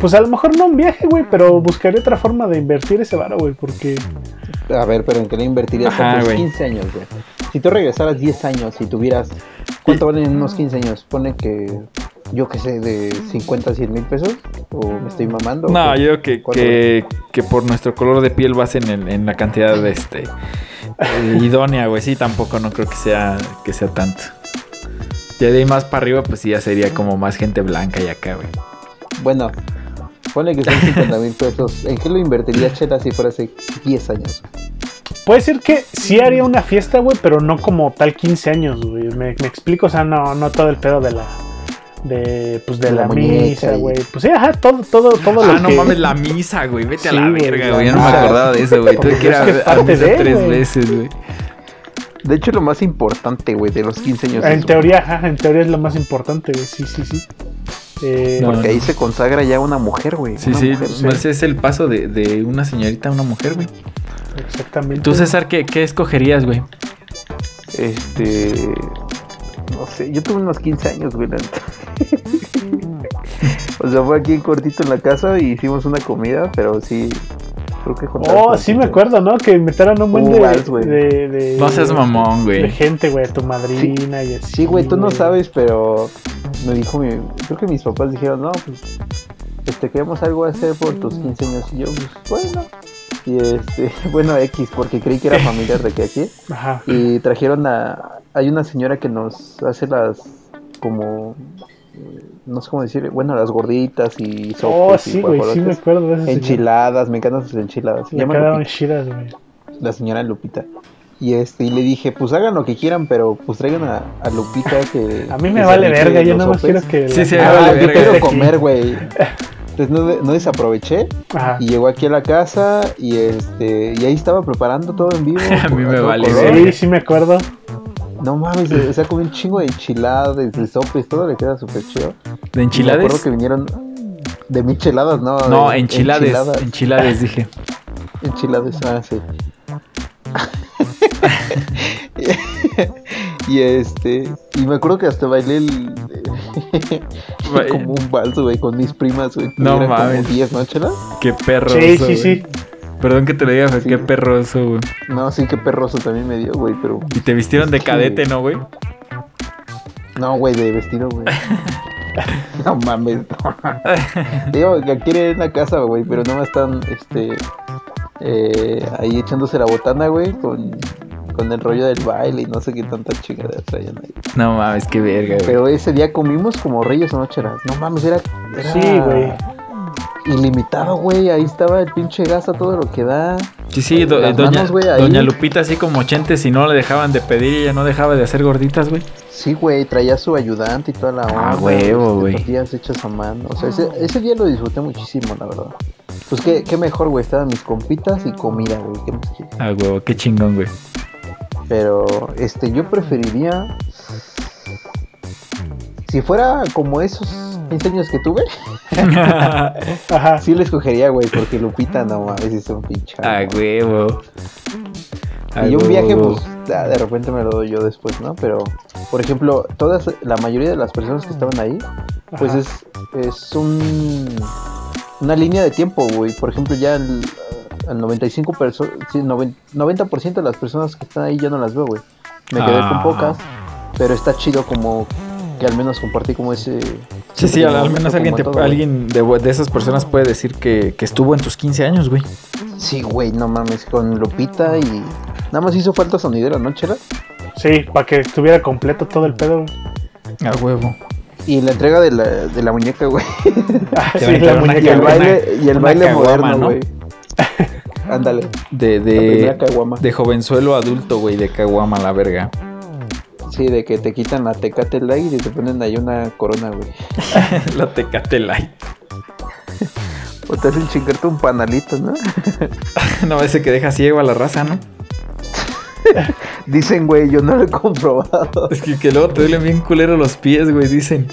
Speaker 2: Pues a lo mejor no un viaje, güey, pero buscaré otra forma de invertir ese varo, güey, porque.
Speaker 3: A ver, pero ¿en qué le invertirías
Speaker 1: Ajá,
Speaker 3: a tus
Speaker 1: güey.
Speaker 3: 15 años, güey? Si tú regresaras 10 años y tuvieras. ¿Cuánto valen unos 15 años? Pone que. Yo qué sé, de 50 a 100 mil pesos. ¿O me estoy mamando? o
Speaker 1: No,
Speaker 3: qué?
Speaker 1: yo que,
Speaker 3: ¿Cuánto?
Speaker 1: que, que por nuestro color de piel vas en, el- en la cantidad de este. eh, idónea, güey. Sí, tampoco no creo que sea, que sea tanto. Ya de ahí más para arriba, pues sí, ya sería como más gente blanca y acá, güey.
Speaker 3: Bueno, pone que son 50 mil pesos. ¿En qué lo invertiría Chela si fuera hace 10 años?
Speaker 2: puedo decir que sí haría una fiesta, güey, pero no como tal 15 años, güey. Me, me explico, o sea, no, no todo el pedo de la. De, pues de,
Speaker 3: De
Speaker 2: la,
Speaker 3: la
Speaker 2: misa,
Speaker 3: muñeca y-
Speaker 2: güey. Pues sí, ajá, todo, todo, todo
Speaker 1: Ah,
Speaker 2: lo
Speaker 1: no
Speaker 2: que-
Speaker 1: mames, la misa, güey. Vete a
Speaker 2: Sí,
Speaker 1: la
Speaker 2: güey,
Speaker 1: verga,
Speaker 2: la
Speaker 1: güey. Yo no me
Speaker 3: misa.
Speaker 1: acordaba de eso, güey.
Speaker 2: Porque
Speaker 1: Tuve que ir a,
Speaker 2: es que es
Speaker 1: a
Speaker 2: parte
Speaker 1: misa
Speaker 2: de,
Speaker 1: tres
Speaker 2: güey.
Speaker 1: veces, güey.
Speaker 3: De hecho, lo más importante, güey, de los 15 años.
Speaker 2: En
Speaker 3: es-
Speaker 2: teoría, ajá, en teoría es lo más importante, güey. Sí, sí, sí. Eh,
Speaker 1: No,
Speaker 3: Porque ahí se consagra ya una mujer, güey.
Speaker 1: Sí,
Speaker 3: una
Speaker 1: sí.
Speaker 3: mujer.
Speaker 2: sí.
Speaker 1: Ese es el paso de, de una señorita a una mujer, güey.
Speaker 2: Exactamente.
Speaker 1: Tú, César, ¿qué, qué escogerías, güey?
Speaker 3: Este. No sé, yo tuve unos 15 años, güey, la neta. o sea, fue aquí en cortito en la casa y hicimos una comida, pero sí. Creo que juntaron
Speaker 2: Oh,
Speaker 3: tantito.
Speaker 2: sí me acuerdo, ¿no? Que invitaron un buen
Speaker 3: Uh,
Speaker 2: de,
Speaker 3: vals, güey.
Speaker 2: de, de-
Speaker 1: No seas mamón,
Speaker 2: de
Speaker 1: güey.
Speaker 2: gente, güey, tu madrina y así.
Speaker 3: Sí, güey, tú no sabes, pero me dijo mi. Creo que mis papás dijeron, no, pues. Este, queremos algo hacer por tus
Speaker 2: Mm.
Speaker 3: 15 años. Y yo, pues, bueno. Y este, bueno, X, porque creí que era familiar de que aquí.
Speaker 2: Ajá.
Speaker 3: Y trajeron a. Hay una señora que nos hace las. Como. eh, No sé cómo decir. Bueno, las gorditas y
Speaker 2: Oh,
Speaker 3: sopes y
Speaker 2: sí, güey, sí me
Speaker 3: guajolotes.
Speaker 2: acuerdo de esa señora.
Speaker 3: Enchiladas, me encantan sus enchiladas. Se
Speaker 2: Me
Speaker 3: llama
Speaker 2: quedaron
Speaker 3: Lupita,
Speaker 2: chidas, güey.
Speaker 3: la señora Lupita. Y este, y le dije, pues hagan lo que quieran, pero pues traigan a, a Lupita que.
Speaker 2: A mí
Speaker 3: que
Speaker 2: me
Speaker 3: se
Speaker 2: vale
Speaker 3: eche
Speaker 2: verga, yo
Speaker 3: los
Speaker 2: nada más
Speaker 3: sopes".
Speaker 2: quiero que.
Speaker 1: Sí,
Speaker 2: la-
Speaker 1: sí,
Speaker 3: Ah,
Speaker 1: vale
Speaker 3: yo
Speaker 1: verga.
Speaker 3: quiero
Speaker 2: Aquí.
Speaker 3: comer, güey. Entonces no, no desaproveché
Speaker 2: Ajá.
Speaker 3: y llegó aquí a la casa y este y ahí estaba preparando todo en vivo.
Speaker 1: A mí me
Speaker 3: a todo
Speaker 1: vale
Speaker 3: color.
Speaker 1: verga.
Speaker 2: Sí, sí me acuerdo.
Speaker 3: No mames, o sea, comí un chingo de enchiladas, de sopes, todo le queda súper chido.
Speaker 1: ¿De
Speaker 3: Y Me acuerdo
Speaker 1: enchilades?
Speaker 3: que vinieron de micheladas, ¿no?
Speaker 1: No,
Speaker 3: de
Speaker 1: enchilades.
Speaker 3: Enchiladas,
Speaker 1: Enchilades, dije.
Speaker 3: enchiladas, ah, sí. y este, y me acuerdo que hasta bailé el,
Speaker 1: Ba-
Speaker 3: como un vals, güey, con mis primas, güey.
Speaker 1: No
Speaker 3: Eran
Speaker 1: mames.
Speaker 3: Como 10, ¿no, chela?
Speaker 1: Qué perroso.
Speaker 2: Sí, sí, sí.
Speaker 1: güey. Perdón que te lo diga, pero
Speaker 3: Sí.
Speaker 1: qué perroso, güey.
Speaker 3: No, sí, qué perroso también me dio, güey, pero...
Speaker 1: Y te vistieron de
Speaker 3: Sí.
Speaker 1: cadete, ¿no, güey?
Speaker 3: No, güey, de vestido, güey. No mames. Digo, que quiere ir en la casa, güey, pero nomás están, este, eh, ahí echándose la botana, güey, con, con el rollo del baile y no sé qué tanta chingadera traían ahí.
Speaker 1: No mames, qué verga, güey.
Speaker 3: Pero ese día comimos como reyes o nocheras. No mames, era, era
Speaker 2: Sí, güey.
Speaker 3: ilimitado, güey. Ahí estaba el pinche gas a todo lo que da.
Speaker 1: Sí, sí, do- eh,
Speaker 3: Las
Speaker 1: doña,
Speaker 3: manos, güey, ahí.
Speaker 1: doña Lupita así como ochente, si no le dejaban de pedir, ella no dejaba de hacer gorditas, güey.
Speaker 3: Sí, güey, traía su ayudante y toda la onda.
Speaker 1: Ah, huevo,
Speaker 3: este,
Speaker 1: güey.
Speaker 3: Tortillas hechas a mano. O sea, ese, ese día lo disfruté muchísimo, la verdad. Pues qué, qué mejor, güey. Estaban mis compitas y comida, güey. ¿Qué más quieres?
Speaker 1: Ah, güey, qué chingón, güey.
Speaker 3: Pero, este, yo preferiría. Si fuera como esos 15 años que tuve,
Speaker 2: Ajá.
Speaker 3: sí lo escogería, güey. Porque Lupita, no mames, es un pinche.
Speaker 1: ah, huevo. Ah,
Speaker 3: Y un
Speaker 1: huevo,
Speaker 3: viaje,
Speaker 1: huevo.
Speaker 3: pues, ah, de repente me lo doy yo después, ¿no? Pero, por ejemplo, todas, la mayoría de las personas que estaban ahí, pues
Speaker 2: Ajá.
Speaker 3: es, es un, una línea de tiempo, güey. Por ejemplo, ya el, el 95 perso- sí, noven- 90% de las personas que están ahí ya no las veo, güey. Me quedé
Speaker 1: Ah.
Speaker 3: con pocas, pero está chido como que al menos compartí como ese...
Speaker 1: Sí, sí,
Speaker 3: ese
Speaker 1: al, al
Speaker 3: momento
Speaker 1: menos
Speaker 3: como
Speaker 1: alguien, te-
Speaker 3: todo, güey.
Speaker 1: alguien de, de esas personas puede decir que, que estuvo en tus 15 años, güey.
Speaker 3: Sí, güey, no mames, con Lupita y... Nada más hizo falta sonidera, ¿no, Chela?
Speaker 2: Sí, para que estuviera completo todo el pedo, güey.
Speaker 1: Ah, huevo.
Speaker 3: Y la entrega de la, de la muñeca, güey.
Speaker 2: Ah,
Speaker 1: Te
Speaker 2: sí, la
Speaker 1: aventaron una
Speaker 3: Y el
Speaker 2: muñeca,
Speaker 1: caguama.
Speaker 2: güey.
Speaker 3: baile, y el
Speaker 1: una
Speaker 3: baile
Speaker 1: caguama, ¿no?
Speaker 3: moderno, güey. Ándale,
Speaker 1: De,
Speaker 3: la primera
Speaker 1: de,
Speaker 3: caguama.
Speaker 1: de jovenzuelo adulto, güey, de caguama, la verga.
Speaker 3: Sí, de que te quitan la tecate light y te ponen ahí una corona, güey.
Speaker 1: la tecate light.
Speaker 3: O te hacen chingarte un panalito, ¿no?
Speaker 1: No, ese que deja ciego a la raza, ¿no?
Speaker 3: Dicen, güey, yo no lo he comprobado.
Speaker 1: Es que, que luego te duelen bien culero los pies, güey, dicen.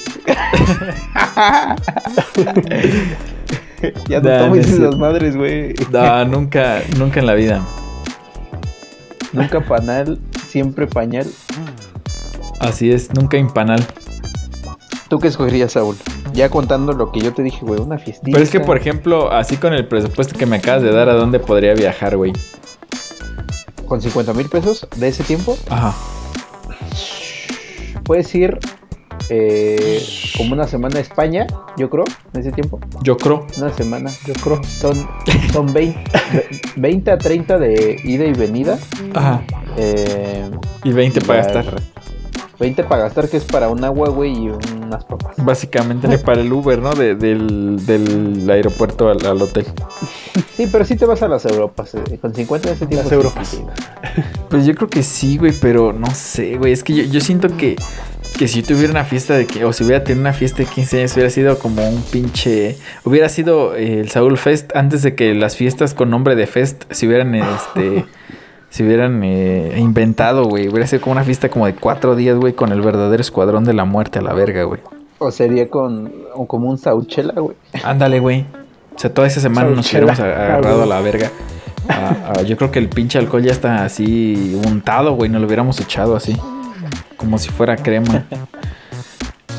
Speaker 3: Ya no
Speaker 1: Nah, no
Speaker 3: tomo
Speaker 1: es
Speaker 3: esas
Speaker 1: cierto.
Speaker 3: madres, güey.
Speaker 1: No, nunca, nunca en la vida.
Speaker 3: Nunca panal, siempre pañal.
Speaker 1: Así es, nunca impanal.
Speaker 3: ¿Tú qué escogerías, Saúl? Ya contando lo que yo te dije, güey, una fiestita.
Speaker 1: Pero es que, por ejemplo, así con el presupuesto que me acabas de dar, ¿a dónde podría viajar, güey?
Speaker 3: Con 50 mil pesos de ese tiempo,
Speaker 1: Ajá.
Speaker 3: puedes ir eh, como una semana a España, yo creo, en ese tiempo.
Speaker 1: Yo creo.
Speaker 3: Una semana.
Speaker 2: Yo creo.
Speaker 3: Son, son 20, 20 a 30 de ida y venida.
Speaker 1: Ajá.
Speaker 3: Eh,
Speaker 1: Y 20 para
Speaker 3: Ya,
Speaker 1: gastar.
Speaker 3: 20 para gastar, que es para un agua, güey, y unas papas.
Speaker 1: Básicamente para el Uber, ¿no? De- del, del aeropuerto al, al hotel.
Speaker 3: Sí, pero sí te vas a las Europas. eh, Con 50 de ese tipo.
Speaker 2: Las
Speaker 3: sí,
Speaker 2: Europas.
Speaker 3: sí, sí.
Speaker 1: Pues yo creo que sí, güey, pero no sé, güey. Es que yo, yo siento que, que si yo tuviera una fiesta de que, o si hubiera tenido una fiesta de 15 años, hubiera sido como un pinche. Hubiera sido eh, el Saúl Fest antes de que las fiestas con nombre de Fest se hubieran, este. se hubieran eh, inventado, güey. Hubiera sido como una fiesta como de cuatro días, güey, con el verdadero escuadrón de la muerte a la verga, güey.
Speaker 3: O sería con o como un Sauchela, güey.
Speaker 1: Ándale, güey. O sea, toda esa semana nos
Speaker 2: Sauchela.
Speaker 1: hubiéramos a- agarrado a la verga. Ah, ah, yo creo que el pinche alcohol ya está así untado, güey. No lo hubiéramos echado así. Como si fuera crema.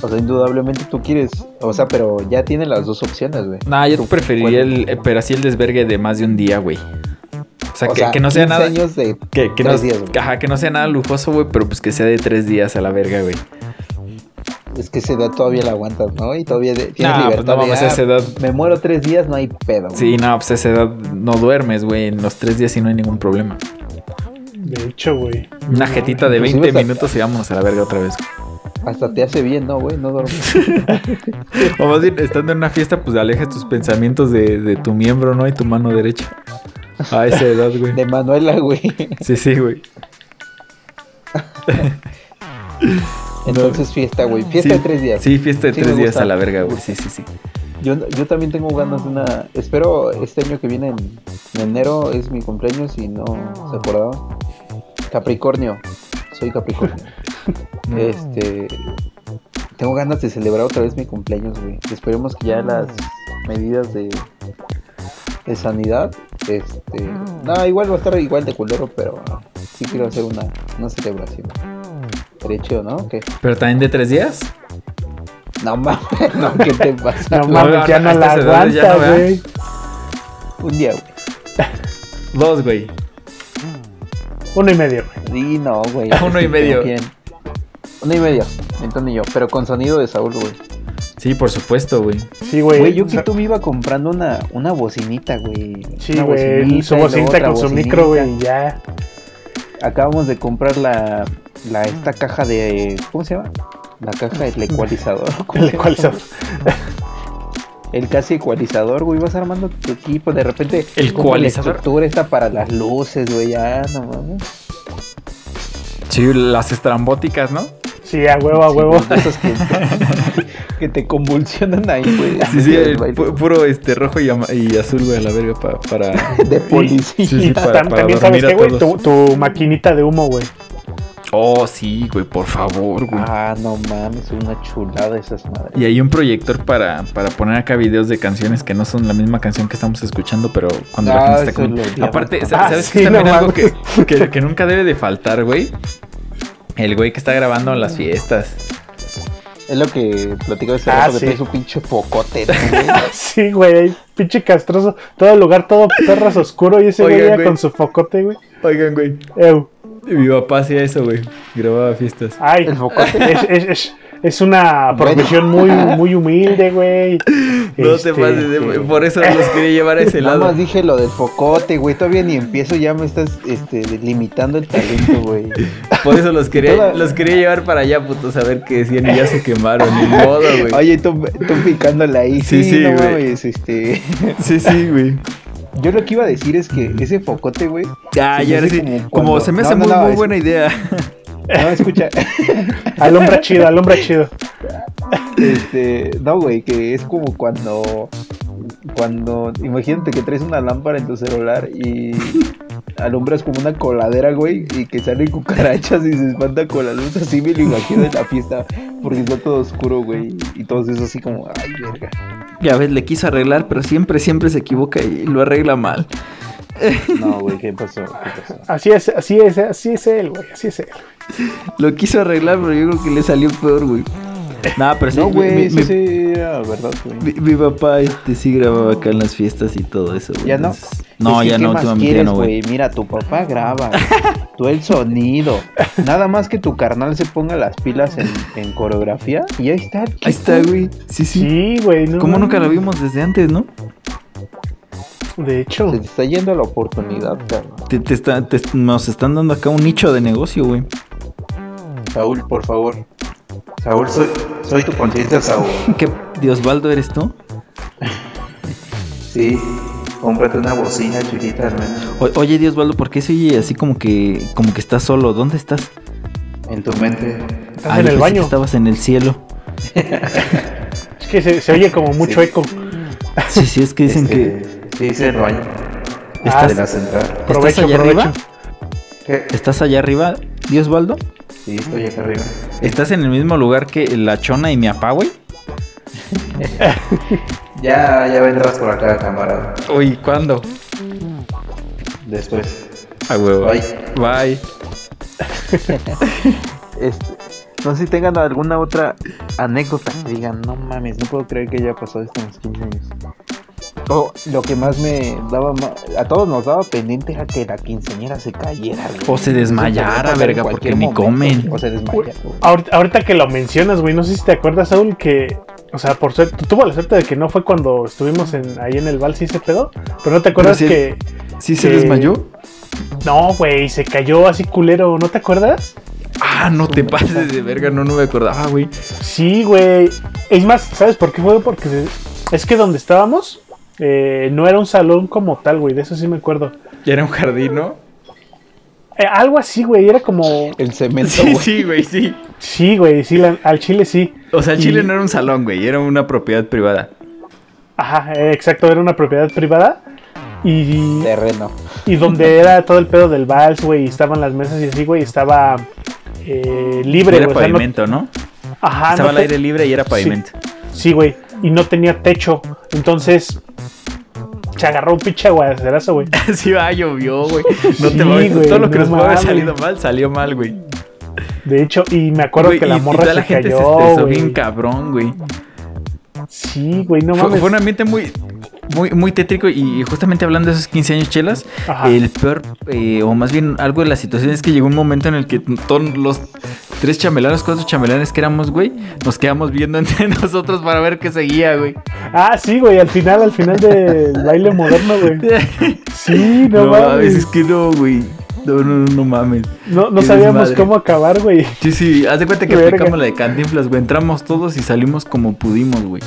Speaker 3: O sea, indudablemente tú quieres. O sea, pero ya tiene las dos opciones, güey.
Speaker 1: Nah, yo
Speaker 3: Tú-
Speaker 1: preferiría
Speaker 3: bueno,
Speaker 1: el, eh, pero así el desvergue de más de un día, güey. O sea,
Speaker 3: o
Speaker 1: que, que no sea
Speaker 3: 15
Speaker 1: nada.
Speaker 3: años de
Speaker 1: Que, que no,
Speaker 3: tres días, güey.
Speaker 1: ajá, que no sea nada lujoso, güey, pero pues que sea de tres días a la verga, güey.
Speaker 3: Es que esa edad todavía la aguantas, ¿no? Y todavía de- tienes
Speaker 1: Nah, pues
Speaker 3: libertad.
Speaker 1: no
Speaker 3: de,
Speaker 1: mames,
Speaker 3: "Ah,
Speaker 1: a esa edad.
Speaker 3: Me muero tres días, no hay pedo. güey".
Speaker 1: Sí, no, pues a esa edad no duermes, güey. En los tres días sí no hay ningún problema.
Speaker 2: De hecho, güey.
Speaker 1: Una jetita de
Speaker 3: Inclusive
Speaker 1: 20
Speaker 3: hasta-
Speaker 1: minutos y vámonos a la verga otra vez.
Speaker 3: Hasta te hace bien, ¿no, güey? No dormir.
Speaker 1: O más bien, estando en una fiesta, pues alejas tus pensamientos de, de tu miembro, ¿no? Y tu mano derecha. A esa edad, güey.
Speaker 3: De Manuela, güey.
Speaker 1: Sí, sí, güey.
Speaker 3: Entonces fiesta, güey. Fiesta
Speaker 1: Sí,
Speaker 3: de tres días.
Speaker 1: Sí, fiesta de
Speaker 3: Sí, me
Speaker 1: tres días
Speaker 3: gusta.
Speaker 1: a la verga, güey. Sí, sí, sí.
Speaker 3: Yo, yo también tengo ganas de una... Espero este año que viene, en, en enero, es mi cumpleaños y no se acordaba. Capricornio. Soy Capricornio.
Speaker 2: Mm.
Speaker 3: este... Tengo ganas de celebrar otra vez mi cumpleaños, güey. Esperemos que ya las medidas de, de sanidad... Este...
Speaker 2: Mm.
Speaker 3: No, igual va a estar igual de culero, pero sí quiero hacer una, una celebración.
Speaker 2: Mm.
Speaker 3: Sería chido, ¿no? ¿Qué?
Speaker 1: Pero también de tres días.
Speaker 3: No mames, no, ¿qué te pasa?
Speaker 2: No mames, ya no
Speaker 1: a
Speaker 2: la
Speaker 1: estas edades ya no,
Speaker 2: aguanta,
Speaker 1: ¿verdad?
Speaker 2: güey.
Speaker 3: Un día, güey.
Speaker 1: Dos, güey.
Speaker 2: Uno y medio, güey.
Speaker 3: Sí, no, güey.
Speaker 1: Uno y
Speaker 3: Sí,
Speaker 1: medio.
Speaker 3: como quieren. Uno y medio, Antonio y yo, pero con sonido de Saúl, güey.
Speaker 1: Sí, por supuesto, güey.
Speaker 2: Sí, güey.
Speaker 3: Güey, yo
Speaker 2: Pues, O sea,
Speaker 3: que tú me iba comprando una, una bocinita, güey.
Speaker 2: Sí,
Speaker 3: Una
Speaker 2: güey.
Speaker 3: bocinita
Speaker 2: Su
Speaker 3: y luego
Speaker 2: bocinita
Speaker 3: otra
Speaker 2: con su
Speaker 3: bocinita.
Speaker 2: micro, güey. y Ya.
Speaker 3: Acabamos de comprar la,
Speaker 1: Mm.
Speaker 3: la esta caja de. ¿Cómo se llama? La caja del ecualizador. ¿Cómo
Speaker 2: El
Speaker 3: se llama?
Speaker 2: ecualizador.
Speaker 3: El casi ecualizador, güey. Vas armando tu equipo. De repente.
Speaker 1: ¿El
Speaker 3: como
Speaker 1: ecualizador?
Speaker 3: La estructura está para las luces, güey. Ya, no mames.
Speaker 1: Sí, las estrambóticas, ¿no?
Speaker 2: Sí, a huevo, a
Speaker 3: Sí,
Speaker 2: huevo.
Speaker 3: güey, de esas que, que te convulsionan ahí, güey.
Speaker 1: Sí, sí,
Speaker 3: Del
Speaker 1: el
Speaker 3: baile.
Speaker 1: pu- puro este rojo y, ama- y azul, güey, a la verga pa- para.
Speaker 3: de
Speaker 1: Sí,
Speaker 3: policía.
Speaker 1: sí, para-
Speaker 2: Tam-
Speaker 1: para dormir
Speaker 2: También sabes
Speaker 1: a
Speaker 2: qué, güey. Tu,
Speaker 1: todos.
Speaker 2: tu maquinita de humo, güey.
Speaker 1: Oh, sí, güey, por favor, güey.
Speaker 3: Ah, no mames, una chulada esas madres.
Speaker 1: Y hay un proyector para, para poner acá videos de canciones que no son la misma canción que estamos escuchando, pero cuando la
Speaker 3: Ah,
Speaker 1: gente está
Speaker 3: eso lo
Speaker 1: con...
Speaker 3: odiaba.
Speaker 1: Aparte, sa-
Speaker 2: Ah,
Speaker 1: ¿sabes
Speaker 2: sí,
Speaker 1: qué es
Speaker 2: no
Speaker 1: también algo
Speaker 2: mames.
Speaker 1: que, que- que nunca debe de faltar, güey? El güey que está grabando en las fiestas.
Speaker 3: Es lo que platicaba ese
Speaker 2: Ah,
Speaker 3: rato que
Speaker 2: sí.
Speaker 3: trae su pinche focote. ¿no, güey?
Speaker 2: Sí, güey. Pinche castroso. Todo el lugar, todo perras oscuro. Y ese güey
Speaker 1: Oigan,
Speaker 2: ya
Speaker 1: güey.
Speaker 2: con su focote, güey.
Speaker 1: Oigan, güey.
Speaker 2: Ew.
Speaker 1: Mi papá hacía eso, güey. Grababa fiestas.
Speaker 2: Ay.
Speaker 3: El focote.
Speaker 2: Es, es, es, es una
Speaker 3: Bueno.
Speaker 2: profesión muy, muy humilde, güey.
Speaker 1: No
Speaker 2: Este,
Speaker 1: te pases, de-
Speaker 2: eh,
Speaker 1: por eso los quería llevar a ese
Speaker 3: Nada
Speaker 1: lado.
Speaker 3: más dije lo del focote, güey. Todavía ni empiezo, ya me estás este, limitando el talento, güey.
Speaker 1: Por eso los quería,
Speaker 3: Toda-
Speaker 1: los quería llevar para allá, putos, a ver qué decían y ya se quemaron. Ni modo, güey.
Speaker 3: Oye, tú, tú picándola ahí.
Speaker 1: Sí,
Speaker 3: Sí,
Speaker 1: sí,
Speaker 3: no
Speaker 1: güey.
Speaker 3: mames, este.
Speaker 1: Sí, sí, güey.
Speaker 3: Yo lo que iba a decir es que ese focote, güey.
Speaker 1: Ya,
Speaker 3: Se me
Speaker 1: ya,
Speaker 3: hace
Speaker 1: sí.
Speaker 3: como
Speaker 1: Como
Speaker 3: cuando-
Speaker 1: se me
Speaker 3: No,
Speaker 1: hace
Speaker 3: no,
Speaker 1: muy,
Speaker 3: no,
Speaker 1: muy
Speaker 3: es-
Speaker 1: buena idea.
Speaker 3: No, escucha.
Speaker 2: Alumbra chido, alumbra chido.
Speaker 3: Este, no, güey, que es como cuando, cuando, imagínate que traes una lámpara en tu celular y alumbras como una coladera, güey, y que salen cucarachas y se espanta con la luz, así me lo imagino en la fiesta, porque está todo oscuro, güey, y todo eso así como, ay, verga.
Speaker 1: Ya ves, le quiso arreglar, pero siempre, siempre se equivoca y lo arregla mal.
Speaker 3: No, güey, ¿qué pasó? ¿Qué pasó?
Speaker 2: Así es, así es, así es él, güey. Así es él.
Speaker 1: Lo quiso arreglar, pero yo creo que le salió peor, güey. No, pero sí,
Speaker 3: No,
Speaker 1: mi,
Speaker 3: güey,
Speaker 1: mi-
Speaker 3: eso sí era verdad, güey.
Speaker 1: mi- mi papá este, sí grababa acá en las fiestas y todo eso, güey.
Speaker 3: ¿Ya no?
Speaker 1: entonces- No,
Speaker 3: Es que,
Speaker 1: ya
Speaker 3: ¿qué
Speaker 1: no,
Speaker 3: más
Speaker 1: últimamente ya
Speaker 3: quieres,
Speaker 1: no, güey.
Speaker 3: Mira, tu papá graba, güey. tú el sonido. Nada más que tu carnal se ponga las pilas en, en coreografía y ahí está. el
Speaker 1: Ahí está,
Speaker 3: chico.
Speaker 1: güey. Sí, sí.
Speaker 2: Sí, güey. No,
Speaker 1: ¿Cómo nunca lo vimos desde antes, no?
Speaker 2: De hecho,
Speaker 3: Se te está yendo la oportunidad, cabrón.
Speaker 1: Te, te está- te- nos están dando acá un nicho de negocio, güey.
Speaker 4: Saúl, por favor. Saúl, soy, soy tu conciencia, Saúl.
Speaker 1: ¿Qué Diosbaldo eres tú?
Speaker 4: Sí, Cómprate una bocina chulita al menos.
Speaker 1: O- oye, Dios Valdo, ¿por qué se oye así como que, como que estás solo? ¿Dónde estás?
Speaker 4: En tu mente.
Speaker 2: Estás
Speaker 1: Ah,
Speaker 2: en
Speaker 1: yo pensé que
Speaker 2: el baño.
Speaker 1: Estabas en el cielo.
Speaker 2: Es que se, se oye como mucho
Speaker 4: Sí.
Speaker 2: eco.
Speaker 1: Sí, sí, es que dicen que
Speaker 4: Este, Sí, dice el baño.
Speaker 2: Ah,
Speaker 4: de
Speaker 1: estás,
Speaker 4: la central.
Speaker 1: ¿estás
Speaker 2: Provecho,
Speaker 1: allá arriba.
Speaker 2: provecho.
Speaker 4: ¿Qué?
Speaker 1: ¿Estás allá arriba, Dios Valdo?
Speaker 4: Sí, estoy acá arriba.
Speaker 1: ¿Estás en el mismo lugar que la chona y mi apá, güey?
Speaker 4: Ya, ya vendrás por acá, camarada.
Speaker 1: Uy, ¿cuándo?
Speaker 4: Después.
Speaker 1: Ah, huevo.
Speaker 4: Bye.
Speaker 1: Bye.
Speaker 3: Este, no sé si tengan alguna otra anécdota que digan, no mames, no puedo creer que ya pasó esto en los 15 años. O lo que más me daba, ma- a todos nos daba pendiente era que la quinceañera se cayera. güey.
Speaker 1: O se desmayara,
Speaker 3: Eso podría pasar
Speaker 1: verga,
Speaker 3: en
Speaker 1: porque
Speaker 3: cualquier
Speaker 1: ni comen.
Speaker 3: O se desmayara. güey.
Speaker 2: Ahorita, ahorita que lo mencionas, güey, no sé si te acuerdas, Saúl, que. O sea, por suerte, tuvo la suerte de que no fue cuando estuvimos en, ahí en el vals y se pedo. Pero no te acuerdas
Speaker 1: sí-
Speaker 2: que.
Speaker 1: ¿Sí se
Speaker 2: Eh,
Speaker 1: desmayó?
Speaker 2: No, güey, se cayó así culero, ¿no te acuerdas?
Speaker 1: Ah, no te pases de verga, no, no me acordaba, ah, güey.
Speaker 2: Sí, güey. Es más, ¿sabes por qué fue? Porque se- es que donde estábamos eh, no era un salón como tal, güey, de eso sí me acuerdo.
Speaker 1: Ya era un jardín, ¿no?
Speaker 2: Eh, algo así, güey, era como.
Speaker 3: El cemento,
Speaker 1: Sí,
Speaker 3: güey.
Speaker 1: sí, güey, sí.
Speaker 2: Sí, güey, sí, la- al chile sí.
Speaker 1: O sea, el chile
Speaker 2: Y-
Speaker 1: no era un salón, güey, era una propiedad privada.
Speaker 2: Ajá, eh, exacto, era una propiedad privada. Y,
Speaker 3: Terreno.
Speaker 2: y donde era todo el pedo del vals, güey, y estaban las mesas y así, güey, estaba eh, libre,
Speaker 1: era
Speaker 2: güey. o sea, no-
Speaker 1: pavimento, ¿no?
Speaker 2: ajá,
Speaker 1: Estaba al
Speaker 2: no te-
Speaker 1: aire libre y era pavimento.
Speaker 2: Sí, güey, y no tenía techo. Entonces, se agarró un pinche aguacerazo, güey.
Speaker 1: Así va, llovió, güey. No
Speaker 2: Sí,
Speaker 1: te mames,
Speaker 2: güey,
Speaker 1: todo lo que
Speaker 2: no
Speaker 1: nos puede haber
Speaker 2: mames.
Speaker 1: salido mal, salió mal, güey.
Speaker 2: De hecho, y me acuerdo
Speaker 1: Güey,
Speaker 2: que
Speaker 1: y-
Speaker 2: la
Speaker 1: y
Speaker 2: morra
Speaker 1: toda
Speaker 2: se
Speaker 1: la gente se
Speaker 2: cayó,
Speaker 1: estresó
Speaker 2: güey.
Speaker 1: bien cabrón, güey.
Speaker 2: Sí, güey, no
Speaker 1: fue,
Speaker 2: mames.
Speaker 1: fue un ambiente muy, muy, muy tétrico y justamente hablando de esos 15 años chelas,
Speaker 2: Ajá.
Speaker 1: el peor, eh, o más bien algo de la situación es que llegó un momento en el que todos los tres chambelanes, cuatro chambelanes que éramos, güey, nos quedamos viendo entre nosotros para ver qué seguía, güey.
Speaker 2: Ah, sí, güey, al final, al final del baile moderno, güey. Sí, no, mames.
Speaker 1: es que no, güey. No, no, no, no mames.
Speaker 2: No, no
Speaker 1: qué
Speaker 2: sabíamos
Speaker 1: desmadre.
Speaker 2: cómo acabar, güey.
Speaker 1: Sí, sí, haz de cuenta que
Speaker 2: Verga.
Speaker 1: aplicamos la de Cantinflas, güey. Entramos todos y salimos como pudimos, güey.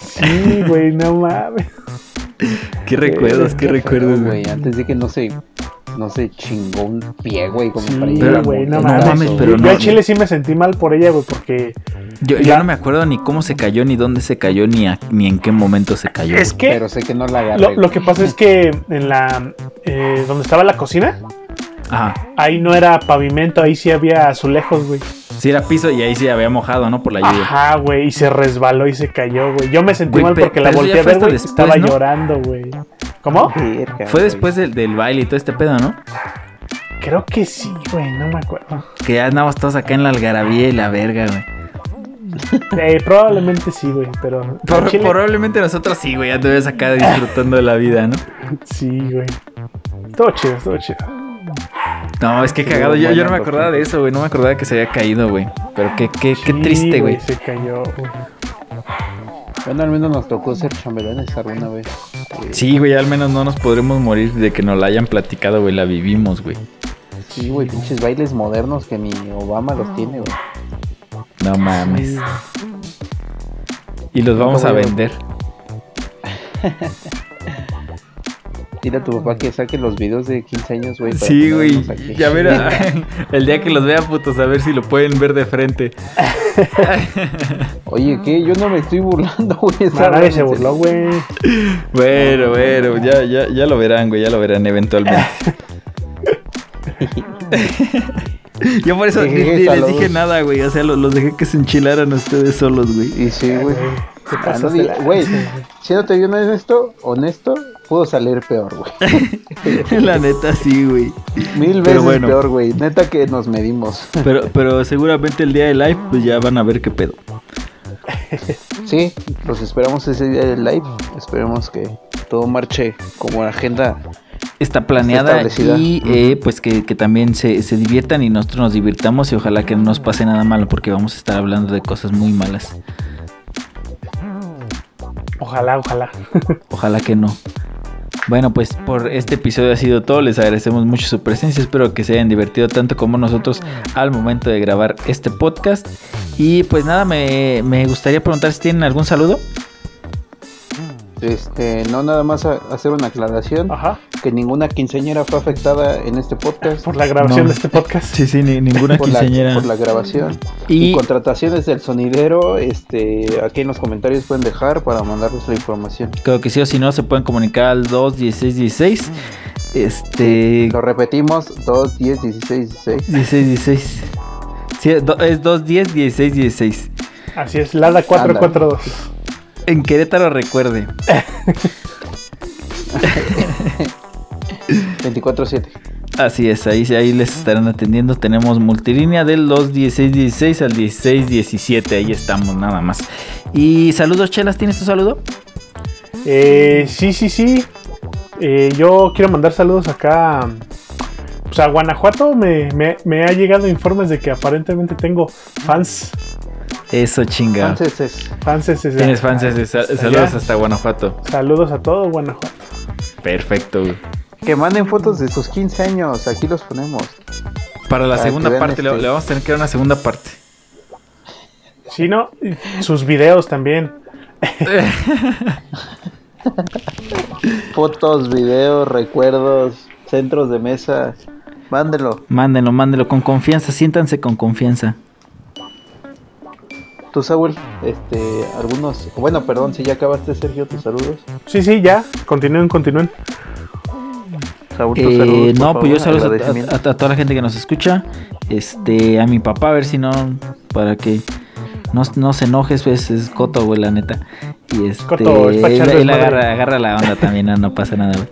Speaker 2: Sí, güey, no mames.
Speaker 1: Qué recuerdos, qué
Speaker 3: Qué
Speaker 1: recuerdos,
Speaker 3: feo,
Speaker 1: güey.
Speaker 3: Antes de que no se, no se chingó un pie, güey, como
Speaker 2: Sí,
Speaker 3: para
Speaker 1: Pero-
Speaker 3: llegar al
Speaker 2: güey, no
Speaker 3: momento.
Speaker 2: mames.
Speaker 1: pero
Speaker 2: yo
Speaker 1: no-
Speaker 2: al chile sí me sentí mal por ella, güey, porque
Speaker 1: Yo, yo
Speaker 2: Ya.
Speaker 1: no me acuerdo ni cómo se cayó, ni dónde se cayó, ni, a- ni en qué momento se cayó.
Speaker 2: es que
Speaker 3: Pero sé que no la agarré.
Speaker 2: lo, lo
Speaker 3: güey.
Speaker 2: que pasa es que en la eh, donde estaba la cocina,
Speaker 1: Ajá.
Speaker 2: ahí no era pavimento, ahí sí había azulejos, güey.
Speaker 1: Sí, era piso y ahí sí había mojado, ¿no? Por la lluvia.
Speaker 2: Ajá, güey, y se resbaló y se cayó, güey. Yo me sentí
Speaker 1: Güey,
Speaker 2: mal
Speaker 1: pe-
Speaker 2: porque la
Speaker 1: pero eso
Speaker 2: volteé
Speaker 1: ya
Speaker 2: a
Speaker 1: fue
Speaker 2: ver,
Speaker 1: hasta
Speaker 2: güey,
Speaker 1: después,
Speaker 2: estaba
Speaker 1: ¿no?
Speaker 2: llorando, güey. ¿Cómo?
Speaker 3: Verga,
Speaker 1: Fue
Speaker 3: güey.
Speaker 1: después del, del baile y todo este pedo, ¿no?
Speaker 2: Creo que sí, güey, no me acuerdo.
Speaker 1: Que ya andábamos todos acá en la algarabía y la verga, güey.
Speaker 2: Eh, probablemente sí, güey, pero...
Speaker 1: Por-
Speaker 2: al chile-
Speaker 1: probablemente nosotros sí, güey. Ya te ves acá disfrutando de la vida, ¿no?
Speaker 2: Sí, güey. Todo chido, todo chido.
Speaker 1: No, es que cagado. Yo, yo no me acordaba de eso, güey. No me acordaba que se había caído, güey. Pero qué, qué, qué
Speaker 2: Sí,
Speaker 1: triste, güey.
Speaker 2: Se cayó, güey.
Speaker 3: Bueno, al menos nos tocó ser chambelanes alguna vez.
Speaker 1: Sí, güey. Al menos no nos podremos morir de que nos la hayan platicado, güey. La vivimos, güey.
Speaker 3: Sí, güey, pinches bailes modernos que ni Obama los tiene, güey.
Speaker 1: No
Speaker 2: Pues,
Speaker 1: mames. Y los vamos a vender.
Speaker 3: Dile a tu papá que saque los videos de 15 años, güey. para
Speaker 1: Sí, güey.
Speaker 3: ponernos aquí.
Speaker 1: Ya verá. El día que los vea, putos, a ver si lo pueden ver de frente.
Speaker 3: Oye, ¿qué? Yo no me estoy burlando, güey.
Speaker 2: No,
Speaker 3: está
Speaker 2: nadie se
Speaker 3: hablando en
Speaker 2: burló,
Speaker 3: serio.
Speaker 2: güey.
Speaker 1: Bueno, bueno, ya, ya, ya lo verán, güey. Ya lo verán eventualmente. Yo por eso ni,
Speaker 3: Jejeje,
Speaker 1: ni les
Speaker 3: saludos.
Speaker 1: dije nada, güey. O sea, lo- los, dejé que se enchilaran ustedes solos, güey.
Speaker 3: Y sí, güey.
Speaker 2: ¿Qué
Speaker 3: Ah,
Speaker 2: pasa?
Speaker 3: no diga- Güey, siéndote bien honesto, honesto, pudo salir peor, güey.
Speaker 1: La neta, sí, güey.
Speaker 3: Mil
Speaker 1: Pero
Speaker 3: veces
Speaker 1: bueno.
Speaker 3: peor, güey. Neta que nos medimos.
Speaker 1: Pero, pero seguramente el día de live, pues ya van a ver qué pedo.
Speaker 3: Sí, los esperamos ese día del live. Esperemos que todo marche como la agenda.
Speaker 1: está planeada
Speaker 3: establecida.
Speaker 1: y eh, pues que, que también se, se diviertan y nosotros nos divirtamos y ojalá que no nos pase nada malo porque vamos a estar hablando de cosas muy malas.
Speaker 2: Ojalá, ojalá.
Speaker 1: Ojalá que no. Bueno, pues por este episodio ha sido todo. Les agradecemos mucho su presencia. Espero que se hayan divertido tanto como nosotros al momento de grabar este podcast. Y pues nada, me, me gustaría preguntar si tienen algún saludo.
Speaker 3: este, no nada más a- hacer una aclaración,
Speaker 2: Ajá.
Speaker 3: que ninguna quinceañera fue afectada en este podcast.
Speaker 2: Por la grabación
Speaker 1: No.
Speaker 2: de este podcast.
Speaker 1: Sí, sí, ni- ninguna
Speaker 3: por la,
Speaker 1: quinceañera.
Speaker 3: por la grabación. Y,
Speaker 5: Y
Speaker 3: contrataciones del sonidero, este, aquí en los comentarios pueden dejar para mandarles la información.
Speaker 1: Creo que sí o si no se pueden comunicar al 21616. Este.
Speaker 3: Lo repetimos, 2, 10, 16, 16.
Speaker 1: 1616. Sí, es do- es 2101616.
Speaker 2: Así es, Lada 442.
Speaker 1: En Querétaro recuerde.
Speaker 3: 24, 7.
Speaker 1: Así es, ahí, ahí les estarán atendiendo. Tenemos multilínea del 21616 al 1617. Ahí estamos nada más. Y saludos, Chelas, ¿tienes tu saludo?
Speaker 2: Eh, sí, sí, sí. Eh, yo quiero mandar saludos acá. Pues a Guanajuato me, me- me ha llegado informes de que aparentemente tengo fans.
Speaker 1: Eso chinga.
Speaker 3: Entonces es
Speaker 2: Fans es- es-
Speaker 5: tienes fans, es- sal-
Speaker 2: Allá.
Speaker 5: saludos hasta Guanajuato.
Speaker 2: Saludos a todo Guanajuato.
Speaker 5: Perfecto, güey.
Speaker 3: que manden fotos de sus 15 años, aquí los ponemos.
Speaker 5: Para la
Speaker 3: Para que
Speaker 5: segunda
Speaker 3: vean
Speaker 5: parte, le-
Speaker 3: este-
Speaker 5: le vamos a tener que dar una segunda parte.
Speaker 2: Sí, ¿no? Y Sus videos también.
Speaker 3: Fotos, videos, recuerdos, centros de mesa. Mándelo.
Speaker 1: Mándenlo, mándenlo con confianza. Siéntanse con confianza.
Speaker 3: Tú, Saúl, este, algunos. Bueno, perdón, si ya acabaste, Sergio, tus saludos.
Speaker 2: Sí, sí, ya. Continúen, continúen.
Speaker 3: Saúl, tus
Speaker 1: Eh,
Speaker 3: saludos. por
Speaker 1: no, pues yo
Speaker 3: favor,
Speaker 1: saludos a-
Speaker 3: agradecimiento.
Speaker 1: a, a toda la gente que nos escucha. Este, a mi papá, a ver si no, para que no, no se enojes, pues es Coto, güey, la neta. Y este,
Speaker 2: Coto, está
Speaker 1: él,
Speaker 2: echando
Speaker 1: él
Speaker 2: desmadre.
Speaker 1: agarra, agarra la onda también, no, no pasa nada, güey.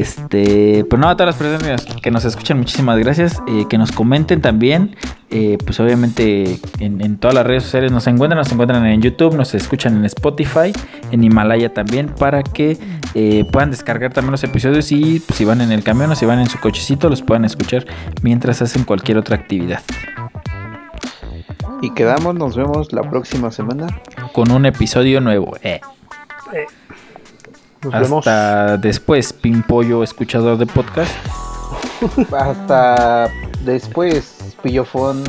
Speaker 1: Este, pero no, a todas las personas que nos escuchan, muchísimas gracias. eh, que nos comenten también. eh, pues obviamente en, en todas las redes sociales nos encuentran, nos encuentran en YouTube, nos escuchan en Spotify, en Himalaya también, para que eh, puedan descargar también los episodios y pues, si van en el camión o si van en su cochecito, los puedan escuchar mientras hacen cualquier otra actividad.
Speaker 3: Y quedamos, nos vemos la próxima semana.
Speaker 1: Con un episodio nuevo. eh.
Speaker 2: Nos vemos.
Speaker 1: Hasta después, Pimpollo, escuchador de podcast.
Speaker 3: Hasta después, pillofón.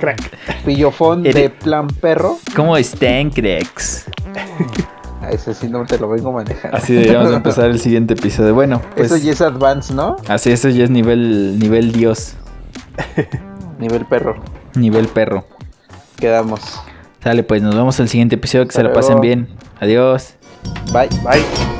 Speaker 2: Crack.
Speaker 3: Pillofón de
Speaker 1: Eres-
Speaker 3: plan perro.
Speaker 1: ¿Cómo están, Crex?
Speaker 3: A ese sí no te lo vengo manejando.
Speaker 1: Así deberíamos empezar el siguiente episodio. Bueno, pues,
Speaker 3: Eso ya es advance, ¿no?
Speaker 1: así eso ya es nivel, nivel dios,
Speaker 3: Nivel perro.
Speaker 1: nivel perro.
Speaker 3: Quedamos.
Speaker 1: Sale, pues nos vemos el siguiente episodio, que
Speaker 3: Hasta
Speaker 1: se la pasen
Speaker 3: luego.
Speaker 1: bien. Adiós.
Speaker 3: Bye.
Speaker 2: Bye.